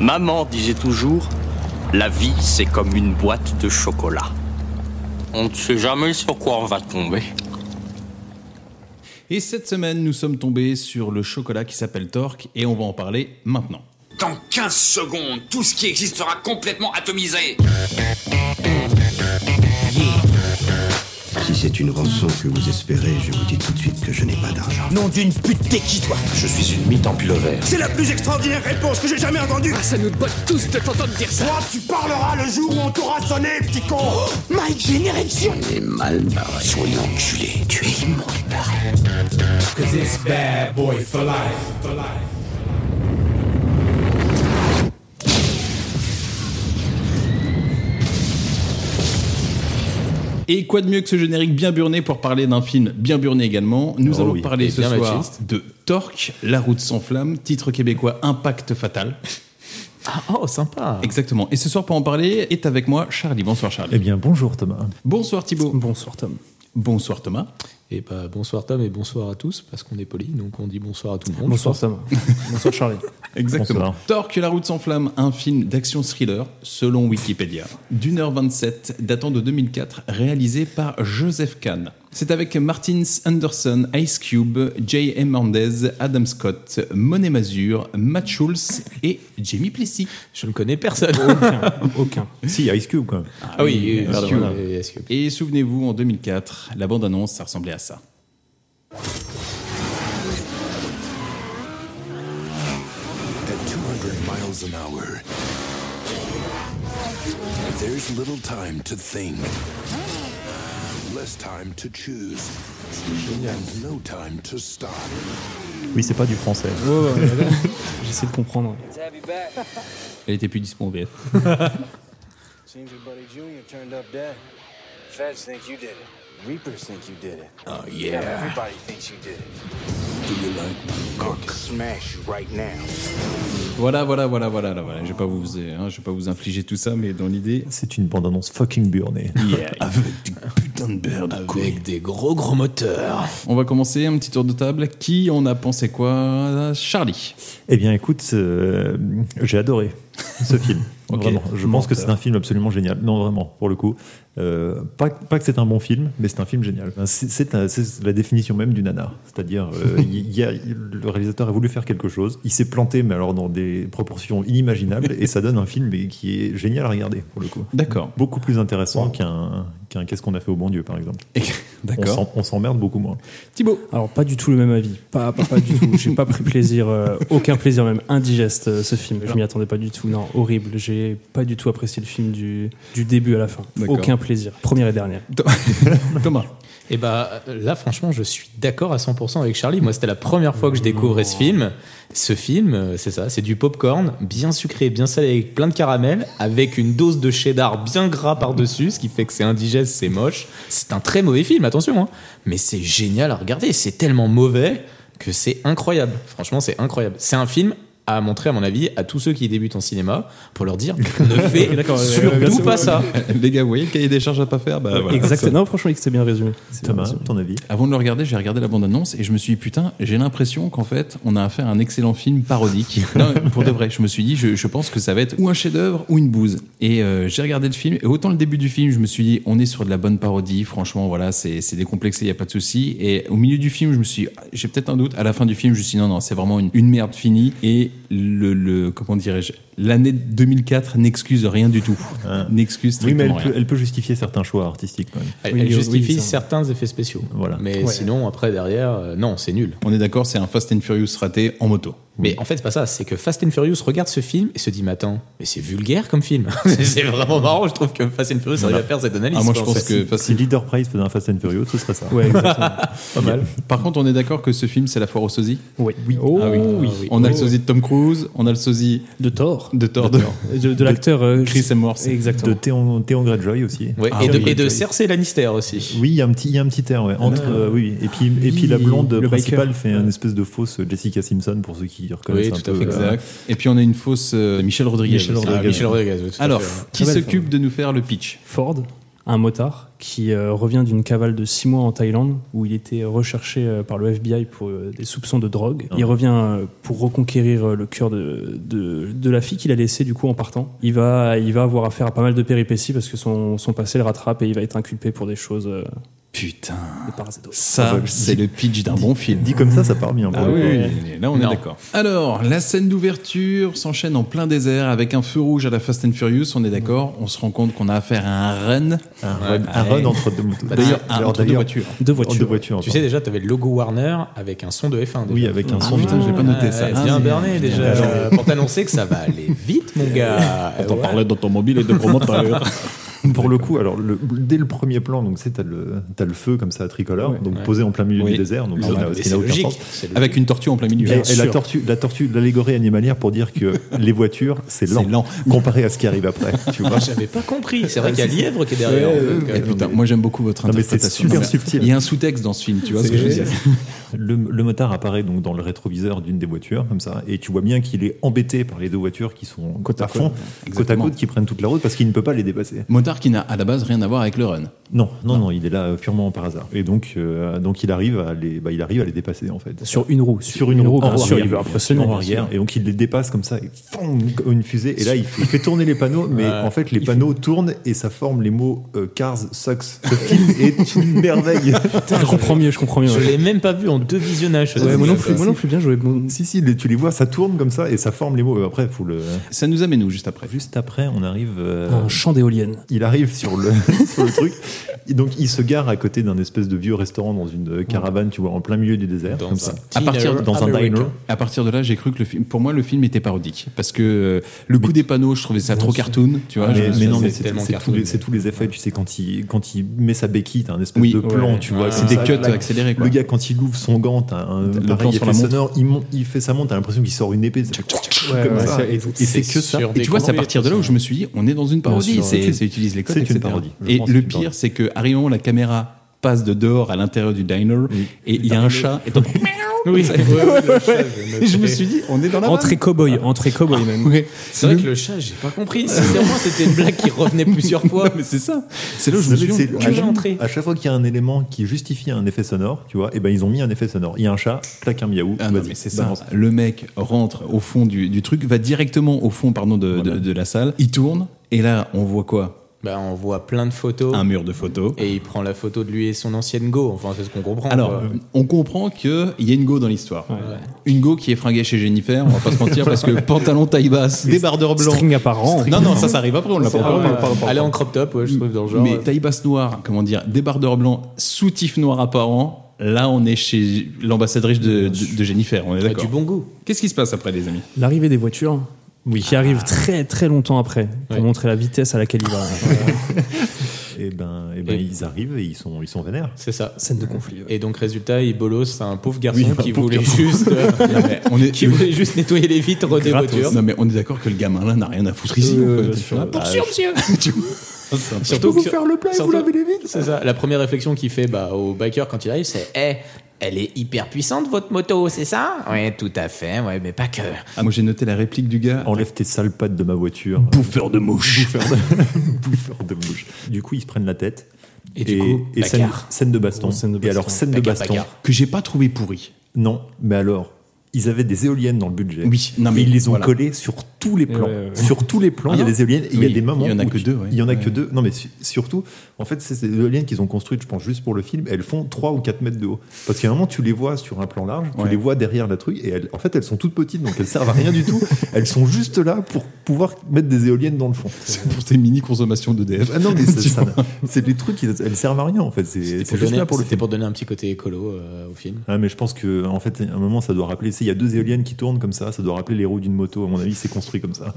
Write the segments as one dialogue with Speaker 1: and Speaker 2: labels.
Speaker 1: Maman disait toujours, la vie c'est comme une boîte de chocolat. On ne sait jamais sur quoi on va tomber.
Speaker 2: Et cette semaine, nous sommes tombés sur le chocolat qui s'appelle Torque et on va en parler maintenant.
Speaker 3: Dans 15 secondes, tout ce qui existe sera complètement atomisé.
Speaker 4: Si c'est une rançon que vous espérez, je vous dis tout de suite que je n'ai pas d'argent.
Speaker 5: Nom d'une pute, t'es qui toi
Speaker 6: Je suis une mythe en pilover.
Speaker 5: C'est la plus extraordinaire réponse que j'ai jamais entendue
Speaker 7: Ça nous botte tous de t'entendre dire ça
Speaker 5: Toi, tu parleras le jour où on t'aura sonné, petit con
Speaker 7: My Generation
Speaker 4: On est mal barré.
Speaker 6: Soyez enculé.
Speaker 4: Tu es immonde.
Speaker 8: Cause it's bad boy for life. For life.
Speaker 2: Et quoi de mieux que ce générique bien burné pour parler d'un film bien burné également Nous allons
Speaker 9: Oh oui,
Speaker 2: parler
Speaker 9: et
Speaker 2: ce
Speaker 9: bien
Speaker 2: soir
Speaker 9: machiste.
Speaker 2: de Torque, La route sans flamme, titre québécois Impact Fatal.
Speaker 9: Oh, sympa.
Speaker 2: Exactement. Et ce soir, pour en parler, est avec moi Charlie. Bonsoir Charlie.
Speaker 10: Eh bien, bonjour Thomas.
Speaker 2: Bonsoir Thibaut.
Speaker 10: Bonsoir Tom.
Speaker 2: Bonsoir Thomas.
Speaker 9: Et bah, bonsoir Tom et bonsoir à tous, parce qu'on est poli, donc on dit bonsoir à tout le monde.
Speaker 10: Bonsoir Tom. bonsoir Charlie.
Speaker 2: Exactement.
Speaker 10: Bonsoir.
Speaker 2: Torque, La route sans flamme, un film d'action thriller, selon Wikipédia, d'une heure 27, datant de 2004, réalisé par Joseph Kahn. C'est avec Martins Anderson, Ice Cube, Jay Hernandez, Adam Scott, Monet Mazur, Matt Schulz et Jamie Plessis.
Speaker 9: Je ne connais personne.
Speaker 10: Aucun. Aucun. Si, Ice Cube quand même.
Speaker 9: Ah oui,
Speaker 10: Ice
Speaker 9: pardon,
Speaker 10: Cube.
Speaker 9: oui, Ice Cube.
Speaker 2: Et souvenez-vous, en 2004, la bande-annonce, ça ressemblait à ça.
Speaker 6: At 200 miles an hour, there's little time to think, less time to choose, and no time to stop.
Speaker 10: Oui, c'est pas du français.
Speaker 11: J'essaie de comprendre.
Speaker 2: Elle était plus dispo en VF.
Speaker 6: Oh, yeah. Do you like my cock?
Speaker 2: Voilà, voilà, voilà, voilà, voilà, voilà. Je vais pas vous, hein, je vais pas vous infliger tout ça, mais dans l'idée.
Speaker 10: C'est une bande-annonce fucking burnée.
Speaker 2: Avec du putain de beurre de
Speaker 9: Avec des gros gros moteurs.
Speaker 2: On va commencer un petit tour de table. Qui en a pensé quoi Charlie.
Speaker 10: Eh bien, écoute, euh, j'ai adoré ce film.
Speaker 2: Ok.
Speaker 10: Vraiment. Je pense que c'est un film absolument génial. Non, vraiment, pour le coup. Euh, pas, pas que c'est un bon film, mais c'est un film génial. C'est- C'est un- c'est la définition même du nanar. C'est-à-dire, euh, il y a- le réalisateur a voulu faire quelque chose. Il s'est planté, mais alors dans des proportions inimaginables. et ça donne un film mais qui est génial à regarder, pour le coup.
Speaker 2: D'accord.
Speaker 10: Beaucoup plus intéressant qu'un qu'un Qu'est-ce qu'on a fait au bon Dieu, par exemple. On
Speaker 2: D'accord.
Speaker 10: s'en- on s'emmerde beaucoup moins.
Speaker 2: Thibaut.
Speaker 11: Alors, pas du tout le même avis. Pas, pas, pas du tout. J'ai pas pris plaisir, euh, aucun plaisir, même indigeste, euh, ce film. Je m'y attendais pas du tout. Non, horrible. J'ai pas du tout apprécié le film du, du début à la fin.
Speaker 2: D'accord.
Speaker 11: Aucun plaisir. Première et dernière.
Speaker 2: Thomas.
Speaker 9: Et bah là, franchement, je suis d'accord à 100% avec Charlie. Moi, c'était la première fois que je découvrais ce film. Ce film, euh, c'est ça, c'est du popcorn, bien sucré, bien salé, avec plein de caramel, avec une dose de cheddar bien gras par-dessus, ce qui fait que c'est indigeste, c'est moche. C'est un très mauvais film, attention, hein. mais c'est génial à regarder. C'est tellement mauvais que c'est incroyable. Franchement, c'est incroyable. C'est un film à montrer, à mon avis, à tous ceux qui débutent en cinéma pour leur dire ne fais surtout pas ça.
Speaker 2: Les gars, vous voyez le cahier des charges à pas faire bah, voilà.
Speaker 11: Exactement. Non, franchement, c'était bien résumé. C'est bien
Speaker 10: Thomas,
Speaker 11: résumé.
Speaker 10: ton avis
Speaker 2: Avant de le regarder, j'ai regardé la bande-annonce et je me suis dit, putain, j'ai l'impression qu'en fait, on a affaire à un excellent film parodique. non, pour de vrai, je me suis dit, je, je pense que ça va être ou un chef-d'œuvre ou une bouse. Et euh, j'ai regardé le film, et autant le début du film, je me suis dit, on est sur de la bonne parodie, franchement, voilà, c'est c'est décomplexé, il n'y a pas de souci. Et au milieu du film, je me suis dit, ah, j'ai peut-être un doute. À la fin du film, je me suis dit, non, non, c'est vraiment une, une merde finie. Et le, le comment dirais-je, l'année 2004 n'excuse rien du tout. N'excuse
Speaker 10: Ah. Oui, mais
Speaker 2: strictement
Speaker 10: elle peut,
Speaker 2: rien.
Speaker 10: elle peut justifier certains choix artistiques quand même.
Speaker 9: Elle,
Speaker 11: Oui,
Speaker 9: elle
Speaker 11: oui,
Speaker 9: justifie
Speaker 11: oui, ça.
Speaker 9: certains effets spéciaux.
Speaker 10: Voilà.
Speaker 9: Mais
Speaker 11: Ouais.
Speaker 9: sinon, après, derrière, euh, non, c'est nul.
Speaker 2: On est d'accord, c'est un Fast and Furious raté en moto.
Speaker 9: Mais en fait, c'est pas ça. C'est que Fast and Furious regarde ce film et se dit, mais attends, mais c'est vulgaire comme film. c'est vraiment marrant. Je trouve que Fast and Furious arrive à faire cette analyse.
Speaker 2: Ah, moi, je
Speaker 9: quoi, en
Speaker 2: pense
Speaker 9: fait.
Speaker 2: que
Speaker 10: Si
Speaker 2: facile.
Speaker 10: Leader Price faisait un Fast and Furious, ce serait ça.
Speaker 11: Ouais, exactement.
Speaker 9: pas mal.
Speaker 2: Par contre, on est d'accord que ce film, c'est la foire aux sosies
Speaker 11: Oui. Oh,
Speaker 2: Ah oui. On a le sosie de Tom Cruise, on a le sosie
Speaker 11: De Thor.
Speaker 2: de Thor, de,
Speaker 11: De, de l'acteur euh,
Speaker 2: Chris Hemsworth.
Speaker 10: De
Speaker 11: Exactement.
Speaker 10: Théon, Théon Greyjoy aussi.
Speaker 9: Ouais,
Speaker 2: Ah
Speaker 9: et, de,
Speaker 2: oui,
Speaker 9: et de
Speaker 2: oui.
Speaker 9: Cersei Lannister aussi.
Speaker 10: Oui, il y a un petit, il y a un petit air, ouais. Entre, euh, oui. Et puis, et puis la blonde
Speaker 11: Le
Speaker 10: principale
Speaker 11: biker.
Speaker 10: fait un espèce de fausse Jessica Simpson pour ceux qui reconnaissent
Speaker 9: Oui,
Speaker 10: un
Speaker 9: tout à
Speaker 10: peu.
Speaker 9: fait,
Speaker 10: euh,
Speaker 2: Exact. Et puis on a une fausse euh, Michel Rodriguez.
Speaker 10: Michel
Speaker 2: Ah,
Speaker 10: Rodriguez.
Speaker 9: Michel Rodriguez, oui, tout à
Speaker 2: Alors,
Speaker 9: fait, ouais.
Speaker 2: qui
Speaker 11: Très belle
Speaker 2: s'occupe de nous faire le pitch
Speaker 11: Ford. un motard qui euh, revient d'une cavale de 6 mois en Thaïlande où il était recherché euh, par le FBI pour euh, des soupçons de drogue.
Speaker 2: Ah.
Speaker 11: Il revient euh, pour reconquérir euh, le cœur de, de, de la fille qu'il a laissée du coup en partant. Il va, il va avoir affaire à pas mal de péripéties parce que son, son passé le rattrape et il va être inculpé pour des choses. euh,
Speaker 2: Putain.
Speaker 11: des parasitos.
Speaker 2: Ça, c'est le pitch d'un bon film.
Speaker 10: Dit comme ça, ça part bien. pour
Speaker 2: Ah
Speaker 10: le
Speaker 2: oui,
Speaker 10: coup.
Speaker 2: oui, là on est
Speaker 9: Non.
Speaker 2: d'accord. Alors, la scène d'ouverture s'enchaîne en plein désert avec un feu rouge à la Fast and Furious, on est d'accord. On se rend compte qu'on a affaire à un run.
Speaker 10: Un run, un run entre deux motos.
Speaker 2: Bah, D'ailleurs, un-
Speaker 10: alors,
Speaker 2: entre deux
Speaker 10: d'ailleurs,
Speaker 2: voitures.
Speaker 11: Deux
Speaker 10: entre deux
Speaker 11: voitures.
Speaker 10: voitures.
Speaker 9: Tu
Speaker 10: encore.
Speaker 9: sais déjà, t'avais le logo Warner avec un son de F1. déjà.
Speaker 10: oui, avec un
Speaker 2: Ah,
Speaker 10: son.
Speaker 2: putain, je l'ai pas noté
Speaker 9: Ouais,
Speaker 2: ça.
Speaker 9: ouais,
Speaker 2: Ah,
Speaker 9: bien
Speaker 2: mais-
Speaker 9: berné déjà
Speaker 10: Ah,
Speaker 9: euh, pour t'annoncer que ça va aller vite, mon gars.
Speaker 2: On t'en
Speaker 9: Ouais.
Speaker 2: parlait d'automobile et de promoteurs.
Speaker 10: Pour le coup, alors le- dès le premier plan, donc c'est t'as le t'as le feu comme ça à tricolore, donc
Speaker 9: Ouais.
Speaker 10: posé en plein milieu
Speaker 2: Oui.
Speaker 10: du désert, donc
Speaker 9: Ah, Mais
Speaker 10: ça n'a- ce qui
Speaker 9: C'est
Speaker 10: n'a aucun
Speaker 9: logique.
Speaker 10: sens.
Speaker 9: c'est logique.
Speaker 2: avec une tortue en plein milieu.
Speaker 10: Et, et la
Speaker 11: sûr.
Speaker 10: tortue, la tortue, l'allégorie animalière pour dire que les voitures, c'est lent,
Speaker 2: C'est lent.
Speaker 10: comparé à ce qui arrive après. Tu vois.
Speaker 9: Ah, J'avais pas compris. C'est vrai qu'il y a Lièvre qui est derrière. en fait, quand
Speaker 2: Et
Speaker 9: même.
Speaker 2: putain, moi j'aime beaucoup votre
Speaker 10: Non, mais c'est
Speaker 2: interprétation.
Speaker 10: super
Speaker 2: Non, mais
Speaker 10: subtil.
Speaker 2: Il y a un sous-texte dans ce film, tu vois ce que je veux dire
Speaker 10: Le, le motard apparaît donc dans le rétroviseur d'une des voitures, comme ça, et tu vois bien qu'il est embêté par les deux voitures qui sont côte à, fond, côte à
Speaker 2: exactement.
Speaker 10: côte, qui prennent toute la route parce qu'il ne peut pas les dépasser.
Speaker 2: Motard qui n'a à la base rien à voir avec le run.
Speaker 10: Non, non, non, il est là euh, purement par hasard. Et donc, euh, donc il arrive à les, bah, il arrive à les dépasser en fait.
Speaker 11: Sur une roue.
Speaker 10: sur une roue,
Speaker 11: bien
Speaker 10: en
Speaker 11: sûr,
Speaker 10: arrière,
Speaker 11: il veut
Speaker 10: bien sûr,
Speaker 11: impressionner.
Speaker 10: en
Speaker 11: bien
Speaker 10: arrière,
Speaker 11: sûr.
Speaker 10: et donc il les dépasse comme ça, et fond, comme une fusée, et là il fait, il fait tourner les panneaux, mais en fait les panneaux tournent et ça forme les mots euh, Cars sucks. Le film est une merveille.
Speaker 11: Je comprends mieux, je comprends mieux.
Speaker 9: Je
Speaker 11: ouais.
Speaker 9: l'ai même pas vu en deux visionnages.
Speaker 11: Ouais, moi non plus, moi non plus bien joué. Bon,
Speaker 10: si, si, les- tu les vois, ça tourne comme ça et ça forme les mots. Euh, Après, faut le.
Speaker 2: Ça nous amène où juste après
Speaker 10: Juste après, on arrive. euh,
Speaker 11: Un champ d'éoliennes.
Speaker 10: il arrive sur le, sur le truc. Et donc, il se gare à côté d'un espèce de vieux restaurant dans une euh, caravane, tu vois, en plein milieu du désert,
Speaker 9: Dans
Speaker 10: comme
Speaker 9: un
Speaker 10: ça.
Speaker 9: À partir de-
Speaker 10: dans un
Speaker 9: American.
Speaker 10: diner.
Speaker 2: À partir de là, j'ai cru que le film, pour moi, le film était parodique parce que euh, le coup des panneaux, je trouvais ça trop cartoon, tu vois. je-
Speaker 10: Ah, Mais, mais non,
Speaker 9: c'est
Speaker 10: mais c'est
Speaker 9: tellement
Speaker 10: c'est tous,
Speaker 9: cartoon,
Speaker 10: les,
Speaker 9: mais-
Speaker 10: c'est tous les effets, tu sais, quand il, quand il met sa béquille, t'as un espèce
Speaker 2: Oui.
Speaker 10: de plan,
Speaker 11: Ouais.
Speaker 10: tu vois.
Speaker 9: Ah,
Speaker 10: comme
Speaker 2: c'est des
Speaker 10: ça,
Speaker 2: cuts
Speaker 10: clac.
Speaker 2: accélérés. Quoi.
Speaker 10: Le gars, quand il ouvre son gant, t'as un
Speaker 2: Le plan
Speaker 10: pareil
Speaker 2: sur
Speaker 10: effet
Speaker 2: la montre.
Speaker 10: sonore, il, mon- il fait sa montre, t'as l'impression qu'il sort une épée, tchac, tchac, tchac, comme
Speaker 11: ouais,
Speaker 10: ça.
Speaker 11: c'est-
Speaker 10: Et, et c'est que ça.
Speaker 9: sur
Speaker 2: Et
Speaker 9: des
Speaker 2: tu vois, c'est à
Speaker 9: courriers,
Speaker 2: partir de là où je me suis dit, on est dans une parodie.
Speaker 10: sûr,
Speaker 2: C'est,
Speaker 10: c'est-
Speaker 2: ça utilise les codes.
Speaker 10: c'est une
Speaker 2: etc.
Speaker 10: parodie. Je
Speaker 2: Et
Speaker 10: pense que
Speaker 2: le
Speaker 10: c'est une
Speaker 2: pire,
Speaker 10: parodie.
Speaker 2: c'est que arrive un moment, la caméra passe de dehors à l'intérieur du diner et il y a un chat. Et donc,
Speaker 9: Oui, ouais, ouais, le chat,
Speaker 2: et je me
Speaker 9: noté.
Speaker 2: suis dit, on est dans la
Speaker 11: Entrée cow-boy, entrée cow-boy même.
Speaker 2: Ouais.
Speaker 9: C'est vrai que le chat, j'ai pas compris. Sincèrement, c'était une blague qui revenait plusieurs fois.
Speaker 2: Non, mais c'est ça. C'est là où je me
Speaker 10: C'est-
Speaker 2: suis dit,
Speaker 10: c'est-
Speaker 2: on-
Speaker 10: à
Speaker 9: tu veux
Speaker 10: chaque-
Speaker 9: entrer.
Speaker 10: À chaque fois qu'il y a un élément qui justifie un effet sonore, tu vois, et ben ils ont mis un effet sonore. Il y a un chat, claque un miaou.
Speaker 2: Ah non,
Speaker 10: vas-y, bah,
Speaker 2: mais c'est ça.
Speaker 10: balance.
Speaker 2: Le mec rentre au fond du, du truc, va directement au fond pardon, de, de- de la salle, il tourne, et là, on voit quoi
Speaker 9: Bah, on voit plein de photos.
Speaker 2: Un mur de photos.
Speaker 9: Oh. Et il prend la photo de lui et son ancienne go. Enfin, c'est ce qu'on comprend.
Speaker 2: Alors,
Speaker 9: quoi.
Speaker 2: on comprend qu'il y a une go dans l'histoire. Une go qui est fringuée chez Jennifer, on va pas se mentir, parce que pantalon taille basse, débardeur blanc.
Speaker 11: String apparent.
Speaker 2: Non, non, ça, ça arrive après, on l'a pas.
Speaker 9: Ah ouais,
Speaker 2: on l'a pas-
Speaker 9: elle est en crop top, ouais, je trouve, dans le genre. euh,
Speaker 2: Mais taille basse noire, comment dire, débardeur blanc, soutif noir apparent, là, on est chez l'ambassadrice de, de- de Jennifer, on est
Speaker 9: Elle a
Speaker 2: d'accord.
Speaker 9: bah, du bon goût.
Speaker 2: Qu'est-ce qui se passe après, les amis
Speaker 11: L'arrivée des voitures. Qui arrive très très longtemps après pour
Speaker 9: Ouais.
Speaker 11: montrer la vitesse à laquelle il va.
Speaker 10: Et ben, et ben
Speaker 9: Et-
Speaker 10: ils arrivent et ils sont, ils sont vénères.
Speaker 9: C'est ça.
Speaker 11: Scène de conflit.
Speaker 9: Et donc, résultat, il bolos, c'est un pauvre garçon
Speaker 10: Oui, un
Speaker 9: qui
Speaker 10: pauvre
Speaker 9: voulait
Speaker 10: garçon.
Speaker 9: juste, euh,
Speaker 2: On est,
Speaker 9: qui voulait juste nettoyer les vitres des
Speaker 11: Gratos.
Speaker 9: voitures.
Speaker 2: Non mais on est d'accord que le gamin là n'a rien à foutre ici.
Speaker 11: Euh,
Speaker 2: en fait.
Speaker 11: bien sûr.
Speaker 2: Ah, bah,
Speaker 9: monsieur.
Speaker 2: tu vois, c'est un peu-
Speaker 9: Surtout que- surtout-
Speaker 10: les vides
Speaker 9: C'est ça. La première réflexion qu'il fait bah, au biker quand il arrive, c'est Eh, elle est hyper puissante votre moto, c'est ça Ouais, tout à fait. Ouais, mais pas que.
Speaker 2: Ah, moi j'ai noté la réplique du gars.
Speaker 10: Enlève tes sales pattes de ma voiture.
Speaker 2: Bouffeur de mouches.
Speaker 10: Bouffeur de mouche. Du coup, ils se prennent la tête.
Speaker 9: Et du coup,
Speaker 10: et scène,
Speaker 9: Bacard.
Speaker 10: scène de baston.
Speaker 11: Grosse Oh, scène de
Speaker 10: Et
Speaker 11: baston.
Speaker 10: alors, scène de
Speaker 9: Bacard,
Speaker 10: baston.
Speaker 9: Bacard.
Speaker 2: Que j'ai pas trouvé pourri.
Speaker 10: Non, mais alors, ils avaient des éoliennes dans le budget.
Speaker 2: Oui, non,
Speaker 10: Et
Speaker 2: mais
Speaker 10: ils les ont
Speaker 2: voilà.
Speaker 10: collées sur tous les plans.
Speaker 11: ouais, ouais, ouais.
Speaker 10: Sur tous les plans,
Speaker 2: Ah
Speaker 10: il y a
Speaker 2: non.
Speaker 10: des éoliennes et il y a
Speaker 2: Oui,
Speaker 10: des moments.
Speaker 2: il y en a
Speaker 10: où
Speaker 2: que
Speaker 10: tu-
Speaker 2: deux, ouais.
Speaker 10: Il y en a que deux. Non, mais su- surtout, en fait, c'est ces éoliennes qu'ils ont construites, je pense, juste pour le film. Elles font 3 ou 4 mètres de haut. Parce qu'à un moment, tu les vois sur un plan large, tu
Speaker 2: Ouais.
Speaker 10: les vois derrière la truc, et elles- en fait, elles sont toutes petites, donc elles servent à rien du tout. Elles sont juste là pour pouvoir mettre des éoliennes dans le fond.
Speaker 2: C'est pour tes mini consommations d'EDF.
Speaker 10: Ah non, mais c'est ça- c'est des trucs, qui- elles servent à rien, en fait. C'est c'est
Speaker 9: C'était pour,
Speaker 10: juste
Speaker 9: donner-
Speaker 10: là pour le
Speaker 9: c'était
Speaker 10: film.
Speaker 9: pour donner un petit côté écolo euh, au film.
Speaker 10: Ah, mais je pense que en fait, à un moment, ça doit rappeler. tu sais, Il y a deux éoliennes qui tournent comme ça, ça doit rappeler les roues d'une moto. À mon avis, c'est construit comme ça.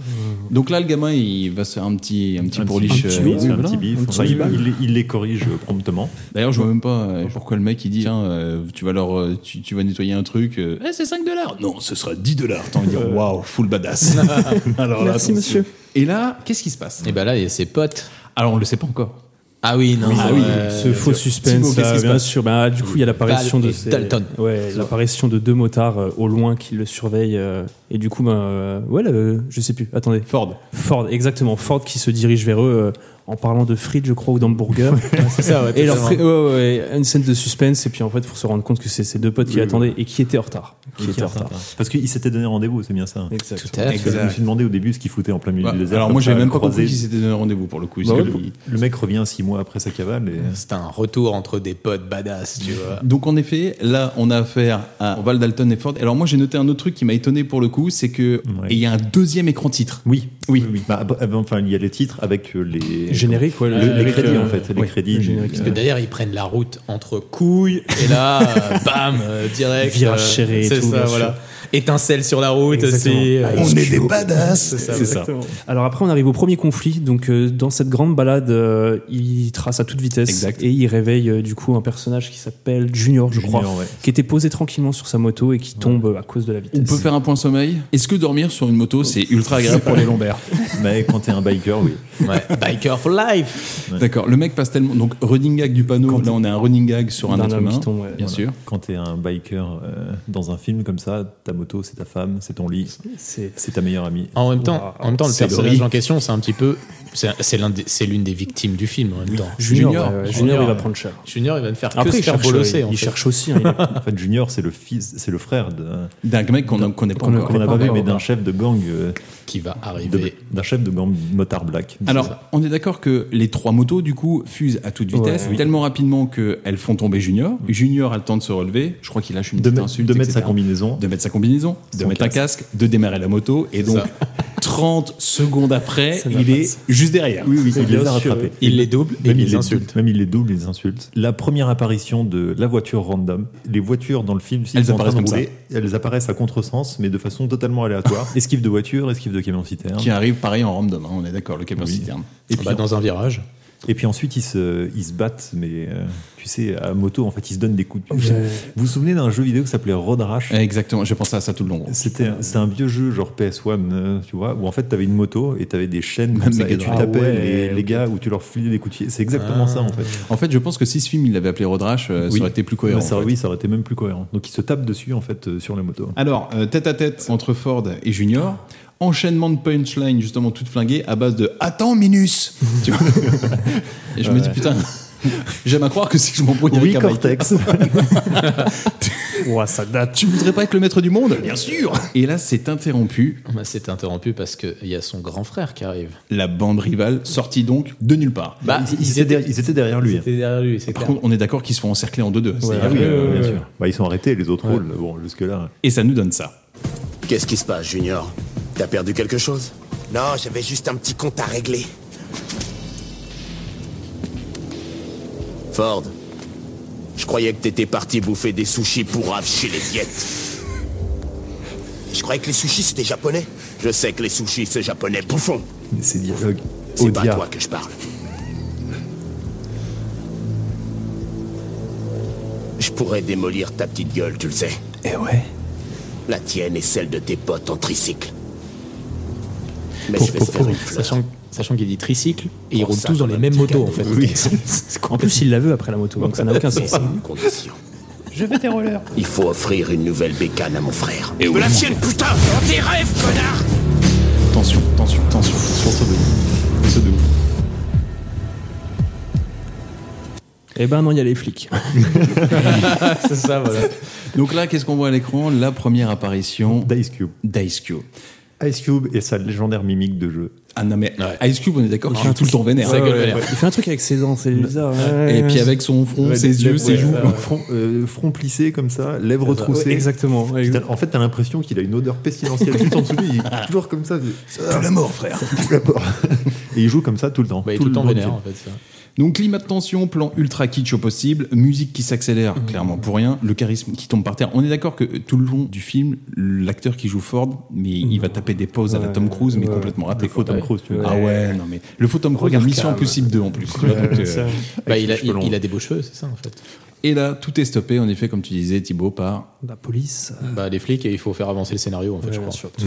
Speaker 2: Donc là le gamin il va se faire un petit un petit
Speaker 10: Un
Speaker 2: pourliche.
Speaker 10: petit-
Speaker 2: euh,
Speaker 10: un petit
Speaker 2: voilà.
Speaker 10: bif.
Speaker 2: Un petit
Speaker 10: Enfin, il,
Speaker 2: bif.
Speaker 10: il- il les corrige promptement.
Speaker 2: D'ailleurs je vois même pas euh, pourquoi le mec il dit tiens euh, tu vas leur euh, tu, tu vas nettoyer un truc. euh, Eh, c'est 5 dollars. Non ce sera 10 dollars. T'as envie de dire waouh full badass. Alors là,
Speaker 11: Merci,
Speaker 2: attention.
Speaker 11: monsieur. Eh ben.
Speaker 2: Et là qu'est-ce qui se passe
Speaker 9: Et bah là, il y a ses potes.
Speaker 2: Alors on le sait pas encore.
Speaker 9: Ah oui, non.
Speaker 2: Ah
Speaker 9: ouais.
Speaker 2: oui,
Speaker 11: Ce faux
Speaker 2: Thibaut,
Speaker 11: suspense,
Speaker 2: qu'est-ce
Speaker 11: là,
Speaker 2: qui se
Speaker 11: bien
Speaker 2: passe
Speaker 11: sûr. Bah, du coup, il y a l'apparition
Speaker 9: Val
Speaker 11: de
Speaker 9: et
Speaker 11: ces-
Speaker 9: Dalton.
Speaker 11: Ouais, l'apparition de deux motards euh, au loin qui le surveillent. euh, et du coup, ben, euh, ouais, là, euh, je sais plus. Attendez.
Speaker 2: Ford.
Speaker 11: Ford, exactement. Ford qui se dirige vers eux euh, en parlant de frites, je crois, ou d'hamburger.
Speaker 9: c'est ça, ouais,
Speaker 11: et leur
Speaker 9: totalement.
Speaker 11: fri- ouais, ouais, ouais, une scène de suspense, et puis en fait, pour se rendre compte que c'est ces deux potes qui
Speaker 10: Oui,
Speaker 11: attendaient et qui étaient en retard.
Speaker 10: Qui était en retard. Parce qu'ils s'étaient donné rendez-vous, c'est bien ça.
Speaker 9: Tout à fait.
Speaker 10: Parce que Je me suis demandé au début ce qu'ils foutaient en plein milieu
Speaker 2: Ouais.
Speaker 10: du désert.
Speaker 2: Bah, Alors
Speaker 10: comme
Speaker 2: moi, j'avais
Speaker 10: ça,
Speaker 2: même pas
Speaker 10: croisés.
Speaker 2: compris qu'ils s'étaient donné rendez-vous pour le coup.
Speaker 10: Bah
Speaker 2: parce
Speaker 10: ouais,
Speaker 2: que-
Speaker 10: le- le mec revient six mois après sa cavale et
Speaker 9: C'est un retour entre des potes badass, tu vois.
Speaker 2: Donc en effet, là, on a affaire à Val Dalton et Ford. Alors moi, j'ai noté un autre truc qui m'a étonné pour le coup, c'est que et il y a un deuxième écran titre.
Speaker 10: Oui,
Speaker 2: oui.
Speaker 10: Bah, ab- ab- enfin, il y a les titres avec euh, les
Speaker 11: Générique, ouais, le-
Speaker 10: les, les
Speaker 11: avec,
Speaker 10: crédits
Speaker 11: euh,
Speaker 10: en fait, les
Speaker 11: ouais,
Speaker 10: crédits.
Speaker 11: le générique.
Speaker 10: du-
Speaker 9: Parce que d'ailleurs, ils prennent la route entre couilles, et là, euh, bam, euh, direct.
Speaker 11: Virage
Speaker 9: euh,
Speaker 11: serré et
Speaker 9: C'est
Speaker 11: tout,
Speaker 9: ça,
Speaker 11: bien
Speaker 9: voilà. Étincelle sur la route
Speaker 11: Exactement.
Speaker 9: aussi.
Speaker 11: Ah,
Speaker 9: euh,
Speaker 11: on est des
Speaker 9: badasses. C'est ça.
Speaker 11: Exactement. Alors après, on arrive au premier conflit. Donc euh, dans cette grande balade, euh, il trace à toute vitesse
Speaker 2: Exact.
Speaker 11: et il réveille euh, du coup un personnage qui s'appelle Junior, je
Speaker 10: Junior,
Speaker 11: crois,
Speaker 10: ouais.
Speaker 11: qui était posé tranquillement sur sa moto et qui tombe euh, à cause de la vitesse.
Speaker 2: On peut faire un point sommeil. Est-ce que dormir sur une moto, c'est ultra agréable pour les lombaires
Speaker 10: Mais quand t'es un biker, oui.
Speaker 9: Ouais, Biker for life.
Speaker 2: D'accord. Le mec passe tellement. Donc running gag du panneau.
Speaker 10: Quand-
Speaker 2: là, on a un running gag sur un
Speaker 11: D'un
Speaker 2: être
Speaker 11: homme
Speaker 2: humain,
Speaker 11: qui tombe, ouais.
Speaker 2: bien sûr.
Speaker 10: Quand t'es un biker euh, dans un film comme ça, ta moto, c'est ta femme, c'est ton lit,
Speaker 11: C'est
Speaker 10: c'est ta meilleure amie.
Speaker 9: En même temps, en même temps le
Speaker 10: C'est
Speaker 9: personnage
Speaker 10: horrible.
Speaker 9: en question, c'est un petit peu. C'est c'est l'un des- c'est l'une des victimes du film en même temps.
Speaker 11: Junior,
Speaker 2: Junior,
Speaker 11: ouais, ouais,
Speaker 9: Junior,
Speaker 11: Junior, il va
Speaker 9: ouais.
Speaker 11: prendre cher.
Speaker 9: Junior, il euh, va ne faire que
Speaker 11: Après,
Speaker 9: se
Speaker 11: il
Speaker 9: faire
Speaker 11: cherche,
Speaker 9: bolosser.
Speaker 11: il,
Speaker 9: en fait.
Speaker 11: cherche aussi. hein, il a-
Speaker 10: En fait, Junior, c'est le fils, c'est le frère d'un
Speaker 2: D'un mec qu'on ne connaît pas
Speaker 11: Qu'on-
Speaker 2: encore.
Speaker 10: qu'on n'a pas vu,
Speaker 11: encore,
Speaker 10: mais
Speaker 11: ouais.
Speaker 10: d'un chef de gang, euh,
Speaker 9: qui va
Speaker 10: de-
Speaker 9: arriver.
Speaker 10: d'un chef de gang motard black.
Speaker 2: Alors, on est d'accord que les trois motos, du coup, fusent à toute vitesse,
Speaker 11: Ouais. Oui.
Speaker 2: tellement rapidement qu'elles font tomber Junior. Junior a le temps de se relever. Je crois qu'il lâche une
Speaker 10: de,
Speaker 2: petite
Speaker 10: me-
Speaker 2: insulte.
Speaker 10: de mettre sa
Speaker 2: etc.
Speaker 10: combinaison.
Speaker 2: de mettre sa combinaison, de
Speaker 10: Son
Speaker 2: mettre un casque, de démarrer la moto, et donc 30 secondes après,
Speaker 11: Ça n'a
Speaker 2: il
Speaker 11: pas de
Speaker 2: est
Speaker 11: sens.
Speaker 2: juste derrière.
Speaker 10: Oui, oui, il
Speaker 11: bien
Speaker 10: les a
Speaker 11: sûr.
Speaker 10: rattrapés.
Speaker 9: Il les double et
Speaker 10: Même
Speaker 9: il
Speaker 10: il
Speaker 9: les insulte.
Speaker 10: Même il les double, il les insulte. La première apparition de la voiture random. Les voitures dans le film, si
Speaker 2: Elles
Speaker 10: sont en train
Speaker 2: apparaissent
Speaker 10: de
Speaker 2: comme
Speaker 10: rouler, elles apparaissent à contresens, mais de façon totalement aléatoire. esquive de voiture, esquive de camion citerne.
Speaker 2: Qui arrive pareil en random, hein, on est d'accord, le camion
Speaker 10: Oui.
Speaker 2: citerne.
Speaker 10: Et
Speaker 9: Bah,
Speaker 10: puis,
Speaker 9: dans un virage.
Speaker 10: et puis ensuite, ils se, ils se battent, mais euh, tu sais, à moto, en fait, ils se donnent des coups de
Speaker 11: Ouais.
Speaker 10: pied. Vous vous souvenez d'un jeu vidéo qui s'appelait Road Rash
Speaker 2: Exactement, j'ai pensé à ça tout le long.
Speaker 10: C'était un, c'était un vieux jeu, genre PS1, euh, tu vois, où en fait t'avais une moto et t'avais des chaînes comme ça, et tu
Speaker 11: Ah
Speaker 10: tapais
Speaker 11: ouais,
Speaker 10: les, les
Speaker 11: ok.
Speaker 10: gars, où tu leur filais des coups de pied. C'est exactement ça, en fait.
Speaker 2: En fait, je pense que si ce film il l'avait appelé Road Rash, euh, ça aurait été plus cohérent.
Speaker 10: Mais ça,
Speaker 2: en fait.
Speaker 10: Oui, ça aurait été même plus cohérent. Donc ils se tapent dessus, en fait, euh, sur la moto.
Speaker 2: Alors, euh, tête à tête entre Ford et Junior, enchaînement de punchline justement toute flinguée à base de Attends, Minus Tu vois Et je me dis putain, j'aime à croire que si je m'embrouille avec
Speaker 10: Oui,
Speaker 2: un biker,
Speaker 10: Cortex.
Speaker 11: Ouah, ça date.
Speaker 2: tu voudrais pas être le maître du monde Bien sûr Et là, c'est interrompu
Speaker 9: Bah, C'est interrompu parce qu'il y a son grand frère qui arrive.
Speaker 2: la bande rivale sortie donc de nulle part.
Speaker 9: Bah,
Speaker 10: ils, ils étaient, derrière- ils étaient derrière lui. hein.
Speaker 9: C'était derrière lui, c'est
Speaker 2: Par
Speaker 9: clair.
Speaker 2: contre, on est d'accord qu'ils se font encercler en deux-deux. C'est-
Speaker 10: Ah oui, euh, bien sûr. Bah, ils sont arrêtés, les autres roulent. Bon, jusque-là.
Speaker 2: Et ça nous donne ça.
Speaker 7: Qu'est-ce qui se passe, Junior T'as perdu quelque chose
Speaker 5: Non, j'avais juste un petit compte à régler.
Speaker 7: Ford Je croyais que t'étais parti bouffer des sushis pourraves chez les diètes.
Speaker 5: Je croyais que les sushis c'était japonais.
Speaker 7: Je sais que les sushis, c'est japonais bouffon.
Speaker 10: Mais Ces dialogues.
Speaker 7: C'est pas à
Speaker 10: odiards.
Speaker 7: toi que je parle. Je pourrais démolir ta petite gueule, tu le sais.
Speaker 10: Eh ouais.
Speaker 7: La tienne et celle de tes potes en tricycle. Mais
Speaker 9: Pour-
Speaker 7: je vais
Speaker 9: pour-
Speaker 7: te faire
Speaker 9: pour-
Speaker 7: une fleur.
Speaker 9: sachant sachant qu'il dit tricycle et ils
Speaker 7: Prends
Speaker 9: roulent
Speaker 7: ça
Speaker 9: tous dans
Speaker 7: comme
Speaker 9: les
Speaker 7: un
Speaker 9: mêmes
Speaker 7: petit
Speaker 9: motos en
Speaker 7: cadeau.
Speaker 9: fait. C'est
Speaker 11: En
Speaker 9: complètement-
Speaker 11: plus, il la veut après la moto, donc ça n'a aucun sens.
Speaker 7: Une condition. Il faut offrir une nouvelle bécane à mon frère. Et
Speaker 5: De la sienne, putain Dans tes rêves, connard
Speaker 2: Tension, tension, tension.
Speaker 11: Eh ben non, il y a les flics.
Speaker 9: c'est ça, voilà.
Speaker 2: Donc là, qu'est-ce qu'on voit à l'écran La première apparition
Speaker 10: D'Ice Cube.
Speaker 2: d'Ice Cube.
Speaker 10: Ice Cube et sa légendaire mimique de jeu.
Speaker 2: Ah non mais Ice Cube, on est d'accord qu'il est tout le temps vénère.
Speaker 9: Sa gueule
Speaker 2: Ouais, ouais.
Speaker 9: vénère.
Speaker 11: Il fait un truc avec ses dents, c'est bizarre.
Speaker 2: Et puis avec son front,
Speaker 10: Ouais,
Speaker 2: ses
Speaker 10: lèvres-
Speaker 2: yeux, ses
Speaker 10: ouais,
Speaker 2: joues.
Speaker 10: euh, front, euh, front plissé comme ça, lèvres
Speaker 11: Ouais,
Speaker 10: troussées.
Speaker 11: exactement. ouais,
Speaker 10: Putain, En fait, t'as l'impression qu'il a une odeur pestilentielle tout en dessous de lui. Il est toujours comme ça. C'est la mort, frère. la mort. Et il joue comme ça tout le temps.
Speaker 9: Bah, il est tout le temps
Speaker 10: long du
Speaker 9: vénère
Speaker 10: film.
Speaker 9: en fait. ça.
Speaker 2: Donc climat de tension, plan ultra kitsch au possible, musique qui s'accélère clairement pour rien, le charisme qui tombe par terre. On est d'accord que tout le long du film, l'acteur qui joue Ford, mais il va taper des pauses à la Tom Cruise, mais complètement raté.
Speaker 10: Mm-hmm. Le faux Tom Cruise, tu vois.
Speaker 2: Ah ouais, non mais le faux Tom Cruise,
Speaker 11: Regarde
Speaker 2: Mission
Speaker 11: Cam.
Speaker 2: Impossible 2 en plus. tu vois, donc, euh,
Speaker 11: ça.
Speaker 9: Bah, il, a,
Speaker 10: les cheveux
Speaker 9: il-
Speaker 10: longs.
Speaker 9: il a des beaux cheveux, c'est ça en fait.
Speaker 2: Et là, tout est stoppé, en effet, comme tu disais, Thibaut, par.
Speaker 11: La police. euh,
Speaker 9: Bah, les flics, et il faut faire avancer le scénario, en fait, je crois.
Speaker 2: Mmh.